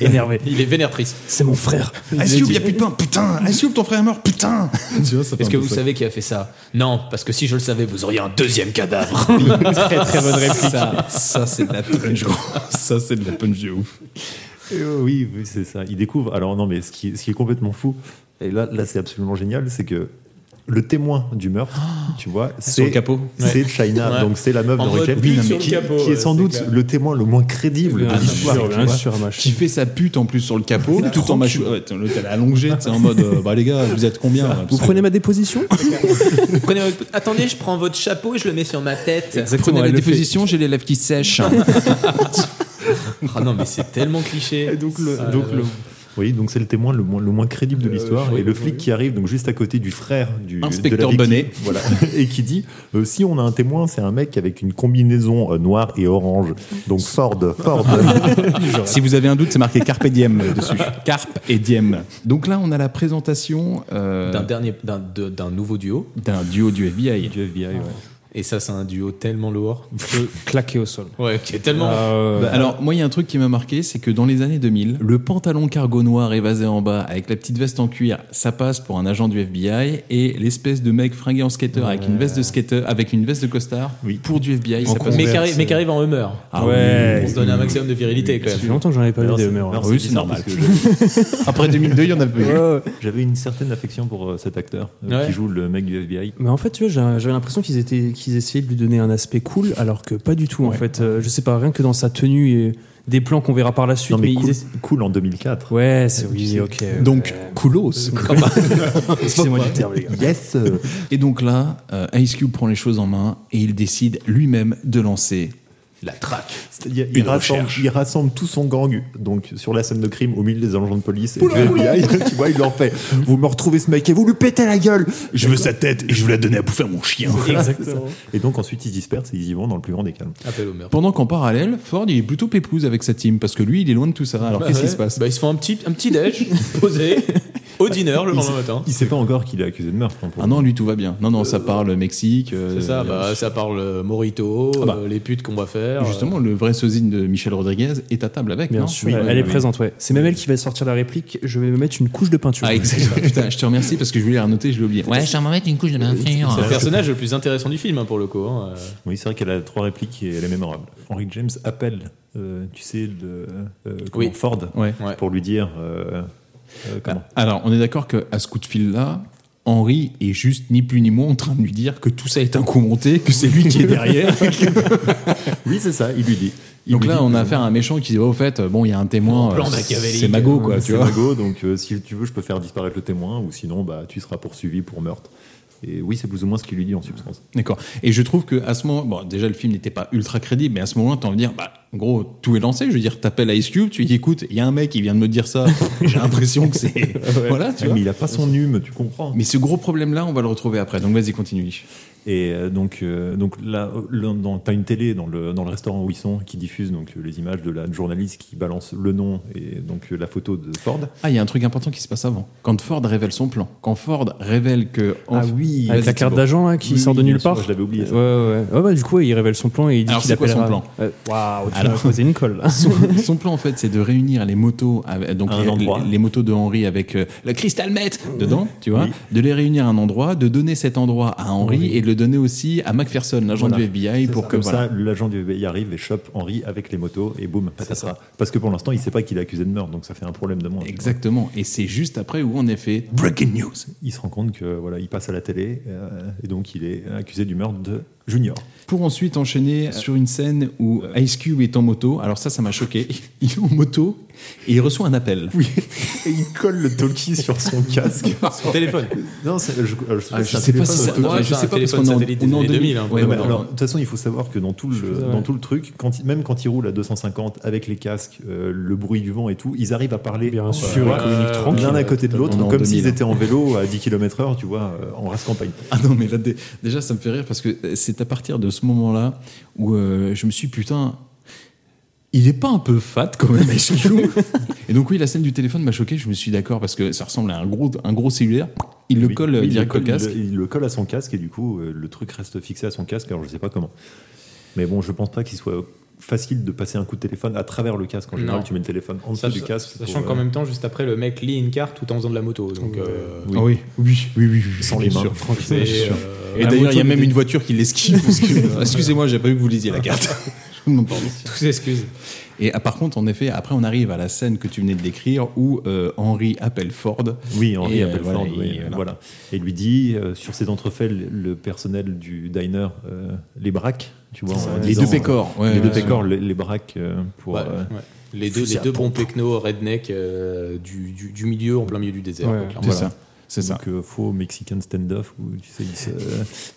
Speaker 11: Énervé.
Speaker 9: Il est vénère triste.
Speaker 11: C'est mon frère.
Speaker 2: Ice Cube, il y a plus de pain. Putain, Ice Cube, ton frère est mort. Putain. Tu vois, ça fait
Speaker 9: Est-ce
Speaker 2: un
Speaker 9: que
Speaker 2: peu
Speaker 9: vous
Speaker 2: ça.
Speaker 9: savez qui a fait ça Non, parce que si je le savais, vous auriez un deuxième cadavre.
Speaker 2: très très bonne réplique. Ça, ça, c'est de la punch, gros. Ça, c'est de la punch de ouf.
Speaker 10: Et, euh, oui, oui, c'est ça. Il découvre. Alors non, mais ce qui, ce qui est complètement fou, et là, là c'est absolument génial, c'est que le témoin du meurtre, tu vois, c'est
Speaker 2: le capot.
Speaker 10: c'est China,
Speaker 9: Ouais.
Speaker 10: donc c'est la meuf
Speaker 9: En
Speaker 10: de
Speaker 9: mode
Speaker 10: Rachel,
Speaker 9: pute
Speaker 10: qui,
Speaker 9: sur le
Speaker 10: qui-
Speaker 9: capot,
Speaker 10: qui
Speaker 9: ouais,
Speaker 10: est sans
Speaker 9: c'est
Speaker 10: doute
Speaker 9: clair.
Speaker 10: le témoin le moins crédible de
Speaker 11: Bien
Speaker 10: l'histoire.
Speaker 11: sûr,
Speaker 10: tu
Speaker 11: bien
Speaker 10: vois.
Speaker 11: sûr, machin.
Speaker 2: Qui fait sa pute en plus sur le capot, tout en mâchou. Ouais, t'es t'es allongé, tu sais, en mode, euh, bah les gars, vous êtes combien là
Speaker 11: Vous prenez ma déposition
Speaker 9: Prenez votre- Attendez, je prends votre chapeau et je le mets sur ma tête.
Speaker 2: Prenez la déposition, j'ai les lèvres qui sèchent.
Speaker 9: Ah non, mais c'est tellement cliché.
Speaker 10: Et donc le,
Speaker 9: Ah,
Speaker 10: donc
Speaker 9: ouais.
Speaker 10: le- oui, donc c'est le témoin le moins, le moins crédible de l'histoire
Speaker 9: oui,
Speaker 10: et le
Speaker 9: oui,
Speaker 10: flic qui arrive donc juste à côté du frère du
Speaker 2: Inspecteur
Speaker 10: de la victime,
Speaker 2: Bonnet.
Speaker 10: voilà, et qui dit euh, si on a un témoin, c'est un mec avec une combinaison euh, noire et orange, donc Ford, Ford.
Speaker 2: Si vous avez un doute, c'est marqué Carpe Diem euh, dessus. Carpe et Diem. Donc là, on a la présentation euh,
Speaker 9: D'un dernier, d'un, de- d'un nouveau duo.
Speaker 2: d'un duo du FBI.
Speaker 10: du FBI. ouais.
Speaker 9: Et ça, c'est un duo tellement lourd. Ah.
Speaker 11: Claqué au sol.
Speaker 9: Ouais, qui est
Speaker 11: Ah.
Speaker 9: tellement.
Speaker 11: Euh,
Speaker 2: Bah, alors, moi, il y a un truc qui m'a marqué, c'est que dans les années 2000, le pantalon cargo noir évasé en bas avec la petite veste en cuir, ça passe pour un agent du FBI, et l'espèce de mec fringué en skater avec une veste de skater, avec une veste de costard,
Speaker 10: Oui.
Speaker 2: pour du FBI, ça passe.
Speaker 9: mais
Speaker 10: Converse,
Speaker 9: qui arrive- mais qui arrive en humeur.
Speaker 2: Ah
Speaker 11: ouais.
Speaker 9: On se donne un maximum de virilité quand
Speaker 11: Ça fait
Speaker 9: même.
Speaker 11: longtemps que j'en avais pas vu
Speaker 10: Alors,
Speaker 11: des hein.
Speaker 10: c'est-
Speaker 11: humeurs.
Speaker 10: alors,
Speaker 2: Oui,
Speaker 10: c'est
Speaker 2: c'est
Speaker 10: bizarre
Speaker 2: normal.
Speaker 10: parce que
Speaker 2: Après 2002, il y en a plus.
Speaker 10: J'avais une certaine affection pour euh, cet acteur euh,
Speaker 9: Ouais.
Speaker 10: qui joue le mec du FBI.
Speaker 11: Mais en fait, tu vois, j'a- j'avais l'impression qu'ils étaient, qu'ils essayaient de lui donner un aspect cool, alors que pas du tout. En fait, Euh, je sais pas, rien que dans sa tenue et des plans qu'on verra par la suite.
Speaker 10: Non mais
Speaker 11: mais ils
Speaker 10: cool,
Speaker 11: essa-
Speaker 10: cool en 2004.
Speaker 11: Ouais, c'est oui, ok.
Speaker 2: Donc, coolos.
Speaker 11: excusez-moi du terme, les gars.
Speaker 10: Yes. euh,
Speaker 2: Et donc là, euh, Ice Cube prend les choses en main et il décide lui-même de lancer
Speaker 9: La traque.
Speaker 10: C'est-à-dire, il, rassemble, il rassemble tout son gang donc sur la scène de crime au milieu des agents de police et du FBI. tu vois, il leur fait Vous me retrouvez ce mec et vous lui pétez la gueule
Speaker 6: Je veux sa tête et je veux la donner à bouffer à mon chien.
Speaker 11: Exactement.
Speaker 10: Et donc ensuite, ils se dispersent et ils y vont dans le plus grand des calmes.
Speaker 9: Appel au meurtre.
Speaker 2: Pendant qu'en parallèle, Ford, il est plutôt pépouze avec sa team parce que lui, il est loin de tout ça. Alors,
Speaker 9: Bah
Speaker 2: qu'est-ce qui
Speaker 9: ouais.
Speaker 2: se passe
Speaker 9: Bah, ils se font un petit, un petit déj, posé, au dîner le lendemain matin.
Speaker 10: Il sait pas encore qu'il est accusé de meurtre. hein, pour
Speaker 2: Ah
Speaker 10: le
Speaker 2: non, lui, tout va bien. Non, non, ça parle Mexique. euh,
Speaker 9: C'est ça, bah, ça parle euh, Morito,
Speaker 2: Ah bah.
Speaker 9: euh, les putes qu'on va faire. euh,
Speaker 2: Justement, le vrai sosine de Michel Rodriguez est à table avec.
Speaker 11: Bien
Speaker 2: non
Speaker 11: sûr,
Speaker 2: Oui,
Speaker 11: elle
Speaker 2: oui,
Speaker 11: est
Speaker 2: oui.
Speaker 11: présente, ouais. C'est même elle qui va sortir la réplique. Je vais me mettre une couche de peinture.
Speaker 2: Ah, exactement. Putain, je te remercie parce que je voulais la noter, je l'ai oublié. Ouais, je vais mettre une couche de peinture.
Speaker 9: c'est le personnage le plus intéressant du film hein, pour le coup. hein.
Speaker 10: coup. Oui, c'est vrai qu'elle a trois répliques et elle est mémorable. Henry James appelle, euh, tu sais, le, euh, comment,
Speaker 9: Oui.
Speaker 10: Ford
Speaker 2: Ouais.
Speaker 9: Ouais.
Speaker 10: pour lui dire euh, euh, comment.
Speaker 2: Alors, on est d'accord qu'à ce coup de fil-là, Henri est juste ni plus ni moins en train de lui dire que tout ça est un coup monté, que c'est lui qui est derrière.
Speaker 10: Oui, c'est ça, il lui dit. Il
Speaker 2: Donc
Speaker 10: lui
Speaker 2: là,
Speaker 10: dit,
Speaker 2: on a
Speaker 10: euh,
Speaker 2: affaire à un méchant qui dit oh, au fait, bon, il y a un témoin.
Speaker 9: Plan
Speaker 2: euh,
Speaker 9: machiavélique.
Speaker 2: C'est Mago, quoi, tu
Speaker 10: C'est
Speaker 2: vois.
Speaker 10: Mago, donc euh, si tu veux, je peux faire disparaître le témoin, ou sinon, bah, tu seras poursuivi pour meurtre. Et oui, c'est plus ou moins ce qu'il lui dit en substance.
Speaker 2: D'accord. Et je trouve que à ce moment, bon, déjà le film n'était pas ultra crédible, mais à ce moment-là, t'as envie de dire, bah, en gros, tout est lancé. Je veux dire, t'appelles Ice Cube, tu lui dis, écoute, il y a un mec qui vient de me dire ça. J'ai l'impression que c'est, voilà, tu
Speaker 10: mais
Speaker 2: vois.
Speaker 10: il a pas son hume, tu comprends.
Speaker 2: Mais ce gros problème-là, on va le retrouver après. Donc vas-y, continue.
Speaker 10: Et euh, donc, euh, donc là, euh, le- dans- t'as une télé dans le, dans le restaurant où ils sont qui diffuse donc, euh, les images de la journaliste qui balance le nom et donc euh, la photo de Ford.
Speaker 2: Ah, il y a un truc important qui se passe avant. Quand Ford révèle son plan, quand Ford révèle que enfin-
Speaker 10: oui,
Speaker 11: Ah Avec la carte d'agent là, qui
Speaker 10: Oui,
Speaker 11: sort de
Speaker 10: bien
Speaker 11: nulle
Speaker 10: sûr,
Speaker 11: part.
Speaker 10: je l'avais oublié, ça.
Speaker 11: Ouais, ouais. ouais. Ouais, bah, du coup, il révèle son plan et il dit
Speaker 2: Alors,
Speaker 11: qu'il
Speaker 2: c'est quoi son
Speaker 11: appellera.
Speaker 2: plan
Speaker 11: Euh, Waouh, tu
Speaker 2: Alors-
Speaker 11: m'as posé une colle là.
Speaker 2: son, son plan en fait c'est de réunir les motos avec- donc
Speaker 10: À un
Speaker 2: les,
Speaker 10: endroit.
Speaker 2: les- les motos de Henri avec euh, le Crystal Met dedans tu vois
Speaker 10: Oui.
Speaker 2: de les réunir à un endroit de donner cet endroit à Henri et de le donner aussi à McPherson l'agent
Speaker 10: Voilà.
Speaker 2: du FBI pour que
Speaker 10: Comme
Speaker 2: voilà.
Speaker 10: ça, l'agent du FBI arrive et chope Henri avec les motos et boum, patatras. Parce que pour l'instant, il sait pas qu'il est accusé de meurtre, donc ça fait un problème de moins. tu vois.
Speaker 2: exactement et c'est juste après où en effet breaking news
Speaker 10: il se rend compte que voilà, il passe à la télé euh, et donc il est accusé du meurtre de Junior.
Speaker 2: pour ensuite enchaîner sur une scène où Ice Cube est en moto alors ça ça m'a choqué il est en moto et il reçoit un appel
Speaker 10: Et il colle le talkie sur son casque.
Speaker 9: Son téléphone.
Speaker 10: Non, c'est- je, euh, je-
Speaker 2: Ah,
Speaker 10: c'est
Speaker 2: je
Speaker 10: un
Speaker 2: sais pas
Speaker 10: téléphone
Speaker 2: si
Speaker 10: au
Speaker 2: ça
Speaker 10: talkie.
Speaker 9: ouais,
Speaker 2: ouais, je sais
Speaker 9: c'est un
Speaker 2: pas parce
Speaker 9: téléphone
Speaker 2: qu'on est en-
Speaker 9: satellite des
Speaker 2: on est en
Speaker 9: années 2000, hein,
Speaker 2: 2000 ouais,
Speaker 10: Non, mais
Speaker 2: voilà.
Speaker 10: alors, de toute façon, il faut savoir que dans tout le,
Speaker 11: faisais,
Speaker 10: dans
Speaker 11: ouais.
Speaker 10: tout le truc, quand, il- même quand ils roulent à 250 avec les casques, euh, le bruit du vent et tout, ils arrivent à parler
Speaker 11: Bien sûr,
Speaker 10: tu vois,
Speaker 9: ils communiquent tranquille.
Speaker 10: l'un à côté de l'autre,
Speaker 2: On est en hein.
Speaker 10: comme s'ils
Speaker 2: 2000,
Speaker 10: étaient en vélo à 10 km/h, tu vois, euh, en race campagne.
Speaker 2: Ah non, mais là, dé- déjà, ça me fait rire parce que euh, c'est à partir de ce moment-là où euh, je me suis dit, putain, il est pas un peu fat quand même, H.Q. Et donc oui, la scène du téléphone m'a choqué. Je me suis d'accord parce que ça ressemble à un gros, un gros cellulaire. Il le
Speaker 10: Oui,
Speaker 2: colle
Speaker 10: oui,
Speaker 2: euh,
Speaker 10: il le
Speaker 2: direct au
Speaker 10: colle- il le-
Speaker 2: casque.
Speaker 10: Il, le colle à son casque et du coup, euh, le truc reste fixé à son casque. Alors, je sais pas comment. Mais bon, je pense pas qu'il soit facile de passer un coup de téléphone à travers le casque. En général,
Speaker 9: Non.
Speaker 10: tu mets le téléphone en dessous
Speaker 9: Sach-
Speaker 10: du casque.
Speaker 9: Sachant
Speaker 10: pour,
Speaker 9: qu'en
Speaker 10: euh,
Speaker 9: même temps, juste après, le mec lit une carte tout en faisant de la moto. Donc, euh,
Speaker 10: Ah oui,
Speaker 2: oui, oui, oui,
Speaker 10: Sans les mains.
Speaker 2: Sûr,
Speaker 9: tranquille.
Speaker 2: bien
Speaker 9: Et,
Speaker 2: sûr.
Speaker 9: euh,
Speaker 2: Et
Speaker 9: la
Speaker 2: d'ailleurs,
Speaker 9: moto
Speaker 2: il y a
Speaker 9: du
Speaker 2: même
Speaker 9: dé-
Speaker 2: une voiture qui l'esquive. parce que- Excusez-moi, j'ai pas vu que vous lisiez la carte. Je vous demande pardon.
Speaker 9: Tous excuses.
Speaker 2: Et ah, par contre, en effet, après, on arrive à la scène que tu venais de décrire où euh, Henry appelle Ford.
Speaker 10: Oui, Henri
Speaker 2: Et, euh,
Speaker 10: appelle
Speaker 2: voilà,
Speaker 10: Ford,
Speaker 2: il-
Speaker 10: oui,
Speaker 2: voilà.
Speaker 10: voilà. Et lui dit, euh, sur ses entrefaits, le, le personnel du diner euh, les braque, tu vois.
Speaker 2: C'est
Speaker 10: en
Speaker 2: ça. Les
Speaker 10: disant,
Speaker 2: deux pécores,
Speaker 10: euh,
Speaker 2: ouais,
Speaker 10: les deux
Speaker 2: ouais.
Speaker 10: pécores, les, les braque euh, pour.
Speaker 9: Ouais,
Speaker 10: euh,
Speaker 9: ouais. Les deux, les
Speaker 10: fusil à
Speaker 9: deux bons
Speaker 10: pompe.
Speaker 9: techno redneck euh, du, du- du milieu en plein milieu du désert.
Speaker 10: Ouais,
Speaker 9: quoi, clairement.
Speaker 10: voilà.
Speaker 9: Voilà.
Speaker 10: Donc, euh, faux mexican standoff où tu sais, ils se.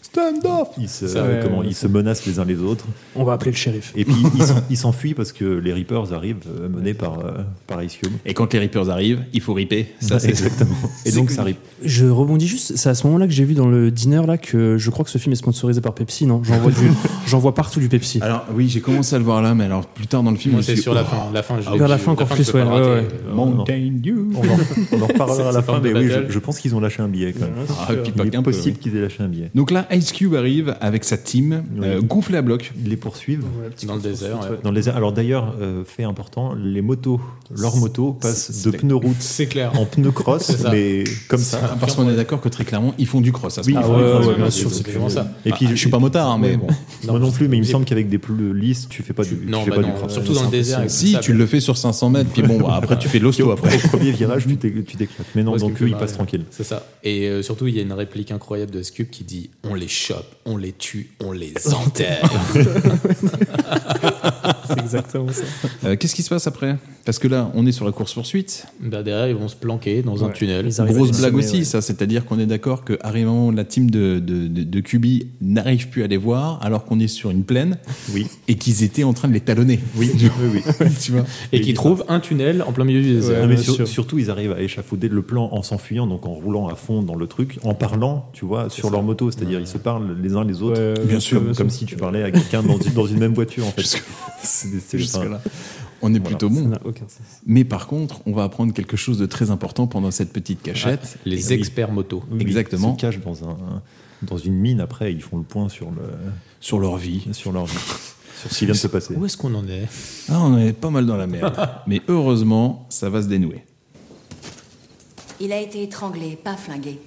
Speaker 10: Stand-off Ils se,
Speaker 11: Ça, ouais,
Speaker 10: comment,
Speaker 11: ouais,
Speaker 10: ils se menacent les uns les autres.
Speaker 11: On va appeler le shérif.
Speaker 10: Et puis ils s'en- ils s'enfuient parce que les Reapers arrivent euh, menés par, euh, par Ice Cube.
Speaker 2: Et quand les Reapers arrivent, il faut ripper. Ça, c'est-
Speaker 10: exactement. Et
Speaker 2: C'est
Speaker 10: donc
Speaker 2: que-
Speaker 10: ça rip.
Speaker 11: Je rebondis juste, c'est à ce moment-là que j'ai vu dans le dîner là que je crois que ce film est sponsorisé par Pepsi, non J'en vois, du- j'en vois partout du Pepsi.
Speaker 2: Alors oui, j'ai commencé à le voir là, mais alors plus tard dans le film,
Speaker 9: Moi,
Speaker 2: je
Speaker 9: c'est
Speaker 2: suis-
Speaker 9: sur la
Speaker 2: Oh.
Speaker 9: fin. La fin, je
Speaker 11: Ah,
Speaker 9: l'ai-
Speaker 11: vers la
Speaker 9: je-
Speaker 11: fin qu'on
Speaker 9: je
Speaker 11: refuse,
Speaker 9: peux
Speaker 11: ouais,
Speaker 9: pas le rater.
Speaker 11: ouais, ouais.
Speaker 9: Euh,
Speaker 2: Mountain Dew.
Speaker 10: On en, on en reparlera à la
Speaker 9: Cette
Speaker 10: fin,
Speaker 9: forme de
Speaker 10: mais oui, je,
Speaker 9: battle.
Speaker 10: je pense qu'ils ont lâché un billet quand même.
Speaker 2: Ah, et puis pas
Speaker 10: Il est
Speaker 2: qu'un peu,
Speaker 10: possible
Speaker 2: oui.
Speaker 10: qu'ils aient lâché un billet.
Speaker 2: Donc là, Ice Cube arrive avec sa team, euh, gonflée à bloc.
Speaker 10: Ils les poursuivent.
Speaker 9: Dans le désert. ouais.
Speaker 10: Dans les... Alors d'ailleurs, euh, fait important, les motos, leurs motos passent de pneus route
Speaker 9: C'est clair.
Speaker 10: en pneus cross,
Speaker 9: C'est ça.
Speaker 10: mais comme
Speaker 2: Ça,
Speaker 9: Ah,
Speaker 10: ça.
Speaker 2: Ah, parce qu'on est d'accord que très clairement, ils font du cross. À ce
Speaker 10: Oui,
Speaker 2: moment-là.
Speaker 10: ils font du cross,
Speaker 9: ouais,
Speaker 10: ouais,
Speaker 9: bien
Speaker 10: ouais,
Speaker 9: sûr,
Speaker 10: c'est
Speaker 9: c'est vraiment ça.
Speaker 10: Et puis
Speaker 2: Ah, je suis pas motard, hein, mais
Speaker 10: ouais.
Speaker 2: bon.
Speaker 10: Moi non plus, mais il me
Speaker 9: Et-
Speaker 10: semble qu'avec des pneus lisses, tu fais pas du,
Speaker 9: Non,
Speaker 10: tu fais
Speaker 9: bah
Speaker 10: pas
Speaker 9: non,
Speaker 10: du cross.
Speaker 9: surtout dans le désert. avec
Speaker 2: Si,
Speaker 9: ça,
Speaker 2: tu le fais sur 500 mètres, puis bon, bah, après tu fais de l'hosto après.
Speaker 10: Au premier virage, tu t'é- tu t'éclates. Mais non,
Speaker 9: Moi, ce qui
Speaker 10: donc
Speaker 9: me
Speaker 10: eux,
Speaker 9: fait
Speaker 10: ils passent
Speaker 9: marrer,
Speaker 10: tranquilles.
Speaker 9: C'est ça. Et euh, surtout, il y a une réplique incroyable de Scoop qui dit On les chope, on les tue, on les enterre.
Speaker 11: C'est exactement ça.
Speaker 2: Euh, Qu'est-ce qui se passe après Parce que là, on est sur la course poursuite.
Speaker 9: Ben, derrière, ils vont se planquer dans un
Speaker 11: Ouais.
Speaker 9: tunnel.
Speaker 11: Ils arrivent à
Speaker 2: Grosse
Speaker 11: les
Speaker 2: blague
Speaker 11: semer,
Speaker 2: aussi,
Speaker 11: ouais.
Speaker 2: ça. C'est-à-dire qu'on est d'accord que arrive un moment où la team de, de, de, de Kubi n'arrive plus à les voir, alors qu'on est sur une plaine
Speaker 10: Oui.
Speaker 2: et qu'ils étaient en train de les talonner.
Speaker 10: Oui, oui, oui.
Speaker 2: tu vois
Speaker 9: Et qui trouvent un tunnel en plein milieu du désert.
Speaker 10: Non, mais
Speaker 11: bien
Speaker 10: sur-
Speaker 11: sûr.
Speaker 10: surtout, ils arrivent à échafauder le plan en s'enfuyant, donc en roulant à fond dans le truc, en parlant, tu vois, sur leur moto. C'est-à-dire, ils se parlent les uns les autres,
Speaker 11: Ouais,
Speaker 10: comme-
Speaker 11: bien sûr,
Speaker 10: comme,
Speaker 11: bien sûr.
Speaker 10: comme si tu parlais à quelqu'un dans, une- dans une même voiture, en fait.
Speaker 2: Jusque-
Speaker 10: C'est des- c'est- enfin,
Speaker 2: Jusque-là. On est plutôt
Speaker 11: Ça
Speaker 2: bon.
Speaker 11: n'a aucun sens.
Speaker 2: Mais par contre, on va apprendre quelque chose de très important pendant cette petite cachette.
Speaker 9: Ah,
Speaker 2: Eh
Speaker 9: Les
Speaker 10: oui.
Speaker 9: experts moto.
Speaker 10: oui,
Speaker 2: Exactement.
Speaker 10: Ils se cachent dans, un, dans une mine, après, ils font le point sur, le,
Speaker 2: Sur leur vie.
Speaker 10: sur leur vie, sur ce qui vient de se passer.
Speaker 9: Où est-ce qu'on en est
Speaker 2: Ah, on est pas mal dans la merde. Mais heureusement, ça va se dénouer.
Speaker 12: Il a été étranglé, pas flingué.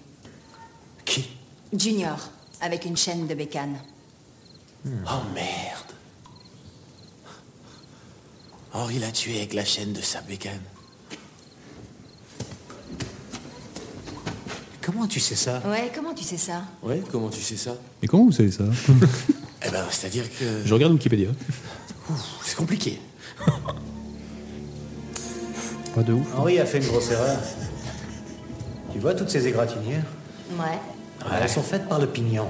Speaker 3: Qui
Speaker 12: Junior, avec une chaîne de bécane.
Speaker 5: Oh merde. Henri l'a tué avec la chaîne de sa bécane. Comment tu sais ça
Speaker 12: Ouais, comment tu sais ça
Speaker 5: Ouais, comment tu sais ça
Speaker 2: Mais comment vous savez ça
Speaker 5: Eh ben, c'est-à-dire que.
Speaker 9: Je regarde Wikipédia.
Speaker 5: C'est compliqué.
Speaker 11: Pas de ouf.
Speaker 13: Henri a fait une grosse erreur. Tu vois toutes ces égratignures
Speaker 12: Ouais.
Speaker 13: Elles sont faites par le pignon.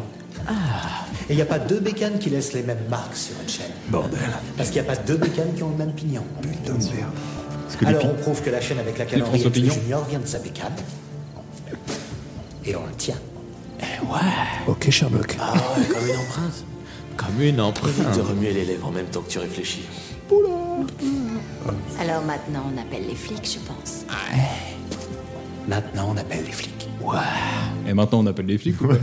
Speaker 5: Ah.
Speaker 13: Et il n'y a pas deux bécanes qui laissent les mêmes marques sur une chaîne.
Speaker 4: Bordel.
Speaker 13: Parce qu'il n'y a pas deux bécanes qui ont le même pignon.
Speaker 4: Putain de merde.
Speaker 10: Parce que les
Speaker 13: Alors
Speaker 10: pi-
Speaker 13: on prouve que la chaîne avec laquelle
Speaker 2: Les
Speaker 13: Henri
Speaker 2: François
Speaker 13: est tué
Speaker 2: Pignon.
Speaker 13: Junior vient de sa bécane. Et on le tient.
Speaker 11: Ok, Sherlock.
Speaker 5: Ah ouais, comme une empreinte.
Speaker 9: Comme une
Speaker 5: Évite de
Speaker 9: empreinte.
Speaker 5: remuer les lèvres en même temps que tu réfléchis.
Speaker 12: Alors maintenant, on appelle les flics, je pense.
Speaker 13: Maintenant on appelle les flics.
Speaker 2: Et maintenant, on appelle les flics. ou pas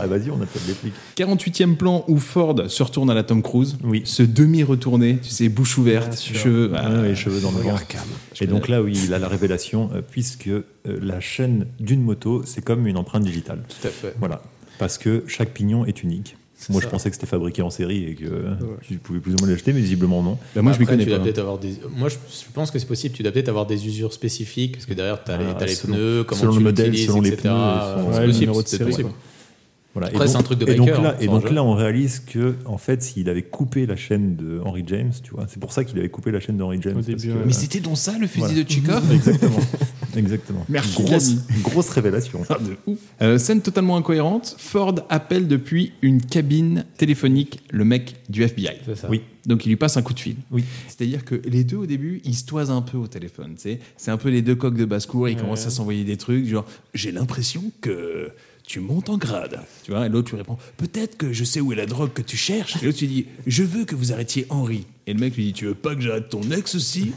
Speaker 10: Ah, vas-y, on appelle les flics.
Speaker 2: 48e plan où Ford se retourne à la Tom Cruise.
Speaker 10: Oui.
Speaker 2: Se demi-retourné, tu sais, bouche ouverte, cheveux.
Speaker 10: Ah,
Speaker 2: ah,
Speaker 10: ouais, les cheveux dans le vent. Et donc là, oui, il a la révélation, euh, puisque euh, la chaîne d'une moto, c'est comme une empreinte digitale.
Speaker 9: Tout à fait.
Speaker 10: Voilà. Parce que chaque pignon est unique.
Speaker 9: C'est
Speaker 10: Moi,
Speaker 9: ça.
Speaker 10: je pensais que c'était fabriqué en série et que euh, tu pouvais plus ou moins l'acheter, mais visiblement non.
Speaker 2: Bah, moi, je m'y
Speaker 9: Après,
Speaker 2: connais
Speaker 9: tu dois
Speaker 2: pas.
Speaker 9: peut-être avoir des... Moi, je je pense que c'est possible. Tu dois peut-être avoir des usures spécifiques parce que derrière, tu as, les,
Speaker 10: Ah,
Speaker 9: t'as les
Speaker 10: selon-
Speaker 9: pneus, comment
Speaker 10: selon
Speaker 9: tu
Speaker 10: le modèle,
Speaker 9: l'utilises,
Speaker 10: selon les
Speaker 9: etc.
Speaker 10: pneus,
Speaker 9: Euh, c'est
Speaker 10: selon- Ouais, le
Speaker 9: possible,
Speaker 11: numéro de
Speaker 9: c'est
Speaker 11: série,
Speaker 9: possible.
Speaker 10: Voilà.
Speaker 9: Après, c'est un truc de
Speaker 10: Et donc
Speaker 9: biker,
Speaker 10: là,
Speaker 9: hein,
Speaker 10: et
Speaker 9: sans
Speaker 10: donc
Speaker 9: jeu.
Speaker 10: là, on réalise que, en fait, s'il avait coupé la chaîne de Henry James, tu vois, c'est pour ça qu'il avait coupé la chaîne de Henry James.
Speaker 11: Au
Speaker 10: parce
Speaker 11: début,
Speaker 10: que-
Speaker 11: ouais.
Speaker 2: Mais c'était donc ça le fusil
Speaker 10: Voilà.
Speaker 2: de Tchikov
Speaker 10: Exactement. Exactement.
Speaker 2: Merci,
Speaker 10: Grosse,
Speaker 2: Camille.
Speaker 10: grosse révélation.
Speaker 2: Euh, Scène totalement incohérente. Ford appelle depuis une cabine téléphonique le mec du FBI.
Speaker 9: C'est ça.
Speaker 10: Oui.
Speaker 2: Donc il lui passe un coup de fil.
Speaker 10: Oui.
Speaker 2: C'est-à-dire que les deux au début, ils se toisent un peu au téléphone. tu sais. C'est un peu les deux coques de basse-cour, ils commencent à s'envoyer des trucs, genre j'ai l'impression que tu montes en grade. Tu vois, et l'autre lui répond peut-être que je sais où est la drogue que tu cherches. Et l'autre lui dit je veux que vous arrêtiez Henri. Et Et le mec lui dit Tu veux pas que j'arrête ton ex aussi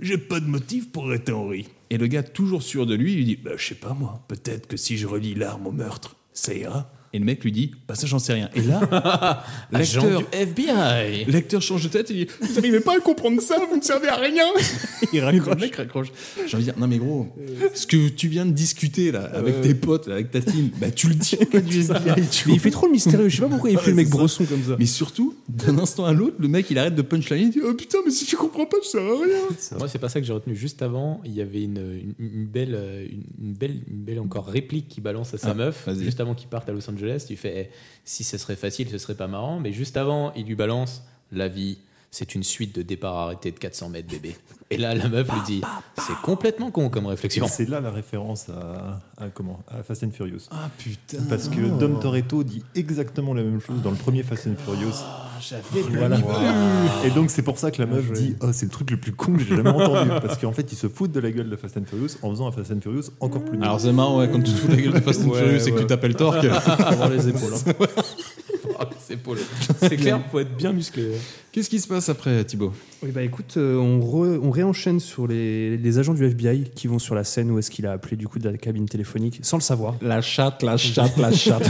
Speaker 2: J'ai pas de motif pour arrêter Henri. Et le gars, toujours sûr de lui, il dit Bah, je sais pas moi, peut-être que si je relie l'arme au meurtre, ça ira. Et le mec lui dit Bah, ça, j'en sais rien. Et là, l'acteur.
Speaker 9: Agent du FBI.
Speaker 2: L'acteur change de tête et dit Vous n'arrivez pas à comprendre ça, vous ne servez à rien Il raccroche. Le mec raccroche. J'ai envie de dire Non, mais gros, ce que tu viens de discuter là, avec
Speaker 11: Euh.
Speaker 2: tes potes, là, avec ta team, bah, tu le dis au gars du FBI. tu
Speaker 11: Mais il
Speaker 2: vois.
Speaker 11: fait trop le mystérieux. Je sais pas pourquoi il
Speaker 2: Ouais,
Speaker 11: fait le mec
Speaker 2: c'est ça.
Speaker 11: brosson comme ça.
Speaker 2: Ah, Mais surtout, d'un instant à l'autre, le mec il arrête de punchline et dit Oh putain, mais si tu comprends pas, je sers à rien.
Speaker 9: Moi, c'est pas ça que j'ai retenu. Juste avant, il y avait une, une- une belle, euh, une, une belle, une belle encore réplique qui balance à sa
Speaker 2: Ah,
Speaker 9: meuf.
Speaker 2: vas-y.
Speaker 9: Juste avant qu'il parte à Los Angeles, tu fais Eh, si ce serait facile, ce serait pas marrant. Mais juste avant, il lui balance la vie. C'est une suite de départ arrêté de 400 mètres, bébé. Et là, la meuf lui dit C'est complètement con comme réflexion.
Speaker 10: Et C'est là la référence à, à comment à Fast and Furious.
Speaker 2: Ah putain
Speaker 10: Parce que Dom Toretto dit exactement la même chose dans le premier Fast and Furious.
Speaker 2: Ah,
Speaker 10: Voilà. Et donc c'est pour ça que la
Speaker 11: Ah,
Speaker 10: meuf dit oh c'est le truc le plus con que j'ai jamais entendu parce qu'en fait ils se foutent de la gueule de Fast and Furious en faisant un Fast and Furious encore plus nul.
Speaker 2: Alors, c'est marrant, ouais, quand tu te fous de la gueule de Fast and
Speaker 10: Ouais,
Speaker 2: Furious et que
Speaker 10: ouais.
Speaker 2: tu t'appelles Torque. avoir les épaules, hein.
Speaker 9: C'est pour le- C'est clair, faut être bien musclé.
Speaker 2: Qu'est-ce qui se passe après, Thibaut
Speaker 11: Oui, bah écoute, euh, on, re- on réenchaîne sur les, les agents du FBI qui vont sur la scène où est-ce qu'il a appelé du coup de la cabine téléphonique sans le savoir.
Speaker 2: La chatte, la chatte, la chatte.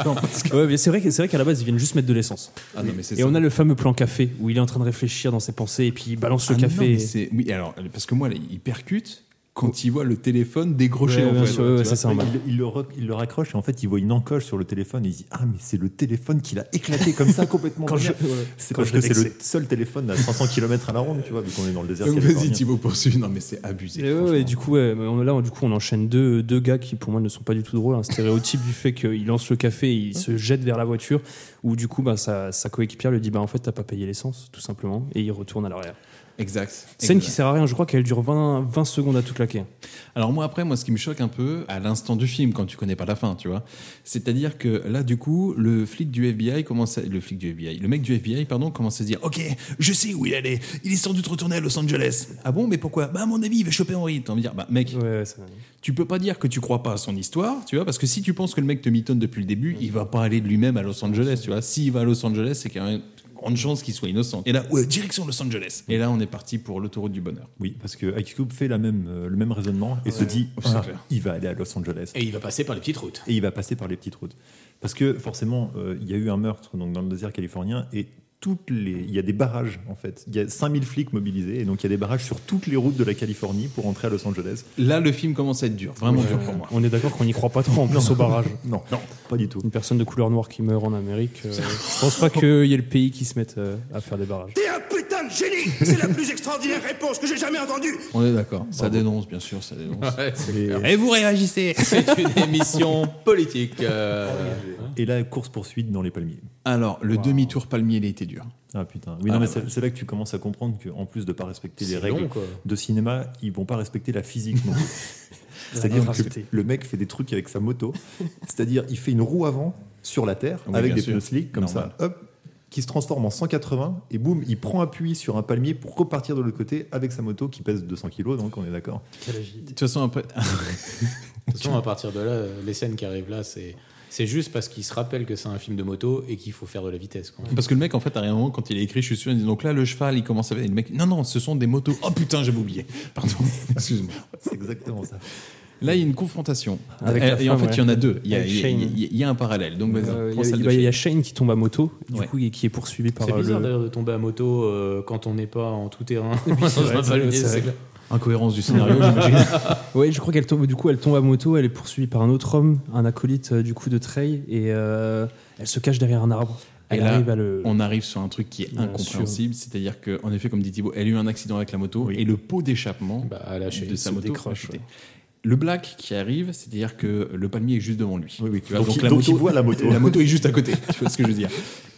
Speaker 11: non, parce que- Ouais, mais c'est vrai, que- c'est vrai qu'à la base, ils viennent juste mettre de l'essence.
Speaker 2: Ah non, mais c'est
Speaker 11: Et
Speaker 2: ça.
Speaker 11: on a le fameux plan café où il est en train de réfléchir dans ses pensées et puis il balance le
Speaker 2: Ah non,
Speaker 11: café. Oh.
Speaker 2: mais c'est- oui, alors, parce que moi, là, il percute quand il voit le téléphone décroché
Speaker 11: Ouais,
Speaker 2: en
Speaker 11: bien
Speaker 2: fait.
Speaker 11: sûr, ouais,
Speaker 2: Tu
Speaker 11: ouais,
Speaker 2: vois,
Speaker 11: c'est ça, en bas.
Speaker 10: Il, il le re- il le raccroche et en fait il voit une encoche sur le téléphone et il dit ah mais c'est le téléphone qu'il a éclaté comme ça complètement.
Speaker 11: Quand je-
Speaker 10: de merde.
Speaker 11: ouais.
Speaker 10: C'est
Speaker 11: Quand
Speaker 10: parce
Speaker 11: je l'ai
Speaker 10: que c'est le
Speaker 11: vexé.
Speaker 10: seul téléphone à 500 km à la ronde tu vois vu qu'on est dans le désert.
Speaker 2: Donc,
Speaker 10: californien.
Speaker 2: Vas-y, Thibaut, poursuis. Non, mais c'est abusé.
Speaker 11: Et ouais,
Speaker 2: franchement.
Speaker 11: ouais, du coup, ouais, mais on- là, on- du coup, on enchaîne deux, deux gars qui, pour moi, ne sont pas du tout drôles. Un stéréotype du fait qu'il lance le café et il se jette vers la voiture, où du coup, bah, sa, sa coéquipière lui dit bah, En fait, t'as pas payé l'essence, tout simplement, et il retourne à l'arrière.
Speaker 2: Exact.
Speaker 11: Scène
Speaker 2: Exact.
Speaker 11: qui sert à rien, je crois qu'elle dure 20, 20 secondes à tout claquer.
Speaker 2: Alors moi après, moi ce qui me choque un peu à l'instant du film quand tu connais pas la fin, tu vois, c'est-à-dire que là du coup le flic du FBI commence, à- le flic du FBI, le mec du FBI pardon commence à se dire, ok, je sais où il allait, il est sans doute retourné à Los Angeles. Ah bon, mais pourquoi Bah à mon avis il va choper Henry. T'as envie de dire, bah mec, tu peux pas dire que tu crois pas à son histoire, tu vois, parce que si tu penses que le mec te mitonne depuis le début, il va pas aller de lui-même à Los Angeles, tu vois. S'il va à Los Angeles, c'est quand même grande chance qu'il soit innocent. Et là, ouais, direction Los Angeles. Et là on est parti pour l'autoroute du bonheur.
Speaker 10: Oui, parce que Ice Cube fait la même, euh, le même raisonnement et se dit
Speaker 2: c'est
Speaker 10: Ah,
Speaker 2: clair.
Speaker 10: il va aller à Los Angeles.
Speaker 9: Et il va passer par les petites routes.
Speaker 10: Et il va passer par les petites routes. Parce que forcément, euh, il y a eu un meurtre donc, dans le désert californien et toutes les... il y a des barrages en fait. Il y a 5000 flics mobilisés et donc il y a des barrages sur toutes les routes de la Californie pour entrer à Los Angeles.
Speaker 2: Là le film commence à être dur, vraiment dur pour moi.
Speaker 11: On est d'accord qu'on n'y croit pas trop en plus au barrage.
Speaker 10: Non, non, pas du tout.
Speaker 11: Une personne de couleur noire qui meurt en Amérique, euh, je pense pas qu'il y ait le pays qui se mette euh, à faire des barrages.
Speaker 5: T'es un putain de génie C'est la plus extraordinaire réponse que j'ai jamais entendue
Speaker 2: On est d'accord. Ça dénonce, bien sûr, ça dénonce.
Speaker 9: Et
Speaker 2: vous réagissez
Speaker 9: C'est une émission politique. euh,
Speaker 10: Et là, course-poursuite dans les palmiers.
Speaker 2: Alors, le demi-tour palmier, il a été dur.
Speaker 10: Ah putain. Oui,
Speaker 2: Ah,
Speaker 10: non, mais
Speaker 2: ouais.
Speaker 10: c'est c'est là que tu commences à comprendre qu'en plus de pas respecter les
Speaker 9: C'est
Speaker 10: règles
Speaker 9: long, quoi.
Speaker 10: de cinéma, ils vont pas respecter la physique non plus.
Speaker 11: La
Speaker 10: C'est-à-dire que
Speaker 11: racité.
Speaker 10: le mec fait des trucs avec sa moto. C'est-à-dire, il fait une roue avant sur la terre
Speaker 2: Oui,
Speaker 10: avec
Speaker 2: bien
Speaker 10: des
Speaker 2: sûr.
Speaker 10: pneus slick comme
Speaker 2: Normal.
Speaker 10: ça, hop, qui se transforme en 180 et boum, il prend appui sur un palmier pour repartir de l'autre côté avec sa moto qui pèse 200 kilos, donc on est d'accord.
Speaker 2: De toute façon, après.
Speaker 9: De toute façon, à partir de là, euh, les scènes qui arrivent là, c'est c'est juste parce qu'ils se rappellent que c'est un film de moto et qu'il faut faire de la vitesse. quoi.
Speaker 2: Parce que le mec, en fait, à un moment, quand il a écrit, je suis sûr, il dit donc là, le cheval, il commence à. Et le mec, non, non, ce sont des motos. Oh putain, j'avais oublié. Pardon. Excuse-moi.
Speaker 10: C'est exactement ça.
Speaker 2: Là, il y a une confrontation.
Speaker 11: Avec
Speaker 2: et
Speaker 11: la
Speaker 2: et en
Speaker 11: femme,
Speaker 2: fait, il y en a
Speaker 11: ouais.
Speaker 2: deux. Il y a,
Speaker 11: Avec
Speaker 2: il y a-
Speaker 11: Shane.
Speaker 2: il y a- il y a un parallèle. Donc, vas-y.
Speaker 11: Euh, Il
Speaker 2: prends
Speaker 11: y, a-
Speaker 2: celle
Speaker 11: il
Speaker 2: de
Speaker 11: y a- il y a
Speaker 2: Shane.
Speaker 11: Shane qui tombe à moto, du
Speaker 2: Ouais.
Speaker 11: coup, et qui est poursuivi par
Speaker 9: C'est
Speaker 11: euh,
Speaker 9: bizarre
Speaker 11: le.
Speaker 9: d'ailleurs de tomber à moto euh, quand on n'est pas en tout terrain. dans un palmier, c'est clair.
Speaker 2: Incohérence du scénario, j'imagine.
Speaker 11: Oui, je crois qu'elle tombe. Du coup, elle tombe à moto. Elle est poursuivie par un autre homme, un acolyte euh, du coup de Trail, et euh, elle se cache derrière un arbre.
Speaker 2: Et
Speaker 11: Elle
Speaker 2: là,
Speaker 11: arrive à le.
Speaker 2: on arrive sur un truc qui est
Speaker 11: Bien
Speaker 2: incompréhensible, c'est-à-dire que, en effet, comme dit Thibaut, elle a eu un accident avec la moto et le pot d'échappement
Speaker 9: Bah, elle a lâché,
Speaker 2: de sa
Speaker 9: se
Speaker 2: moto
Speaker 9: décroche,
Speaker 2: a chuté. Le black qui arrive, c'est-à-dire que le palmier est juste devant lui. Tu vois,
Speaker 10: Donc il- donc il voit la moto.
Speaker 2: La moto est juste à côté. tu vois ce que je veux dire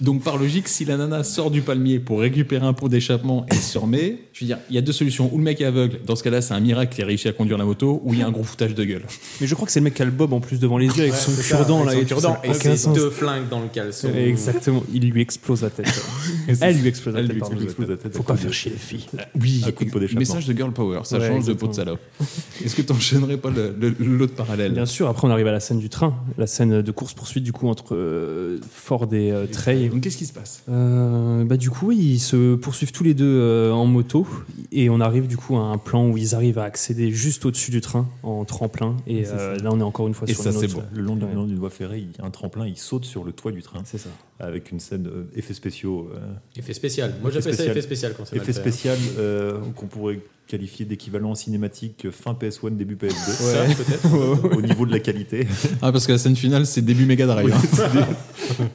Speaker 2: Donc par logique, si la nana sort du palmier pour récupérer un pot d'échappement et se remet, je veux dire, il y a deux solutions. Ou le mec est aveugle. Dans ce cas-là, c'est un miracle qu'il a réussi à conduire la moto. Ou il y a un gros foutage de gueule.
Speaker 11: Mais je crois que c'est le mec qui a le bob en plus devant les yeux avec son cure-dent là.
Speaker 9: Avec
Speaker 11: et
Speaker 9: son
Speaker 11: tout, ça
Speaker 9: cure-dent
Speaker 11: n'a
Speaker 9: et
Speaker 11: aucun
Speaker 9: ses
Speaker 11: sens.
Speaker 9: deux flingues dans le caleçon.
Speaker 11: Exactement. Il lui explose la tête. elle lui explose la
Speaker 2: Elle
Speaker 11: tête.
Speaker 2: lui
Speaker 11: pardon. Euh,
Speaker 2: explose
Speaker 10: la tête.
Speaker 11: Faut pas faire chier les filles.
Speaker 2: Oui,
Speaker 10: Un coup de pot d'échappement.
Speaker 2: message de girl power, ça
Speaker 11: Ouais,
Speaker 2: change de pot de
Speaker 11: exactement.
Speaker 2: salope. Est-ce que t'enchaînerais pas le- le- l'autre parallèle
Speaker 11: Bien sûr, après on arrive à la scène du train, la scène de course-poursuite du coup entre euh, Ford et euh, Trey,
Speaker 2: Donc qu'est-ce qui se passe
Speaker 11: Euh, bah, du coup, ils se poursuivent tous les deux euh, en moto et on arrive du coup à un plan où ils arrivent à accéder juste au-dessus du train en tremplin et
Speaker 10: C'est
Speaker 11: euh,
Speaker 10: ça.
Speaker 11: là on est encore une fois
Speaker 10: Et
Speaker 11: sur
Speaker 10: ça,
Speaker 11: une
Speaker 10: c'est
Speaker 11: autre-
Speaker 10: beau. Le long du-
Speaker 11: Ouais.
Speaker 10: le long d'une voie ferrée, il y a un tremplin, il saute sur le toit du train.
Speaker 9: C'est ça.
Speaker 10: Avec une scène euh, effets spéciaux. euh,
Speaker 9: Effets spécial. Moi, j'appelle ça effets spécial quand c'est mal
Speaker 10: Effets
Speaker 9: fait, hein.
Speaker 10: spécial euh, qu'on pourrait qualifier d'équivalent cinématique euh, fin PS1 début PS2
Speaker 2: Ça, Ouais. peut-être.
Speaker 10: au niveau de la qualité
Speaker 2: Ah, parce que la scène finale, c'est début Mega Drive.
Speaker 10: Oui,
Speaker 2: hein.
Speaker 10: c'est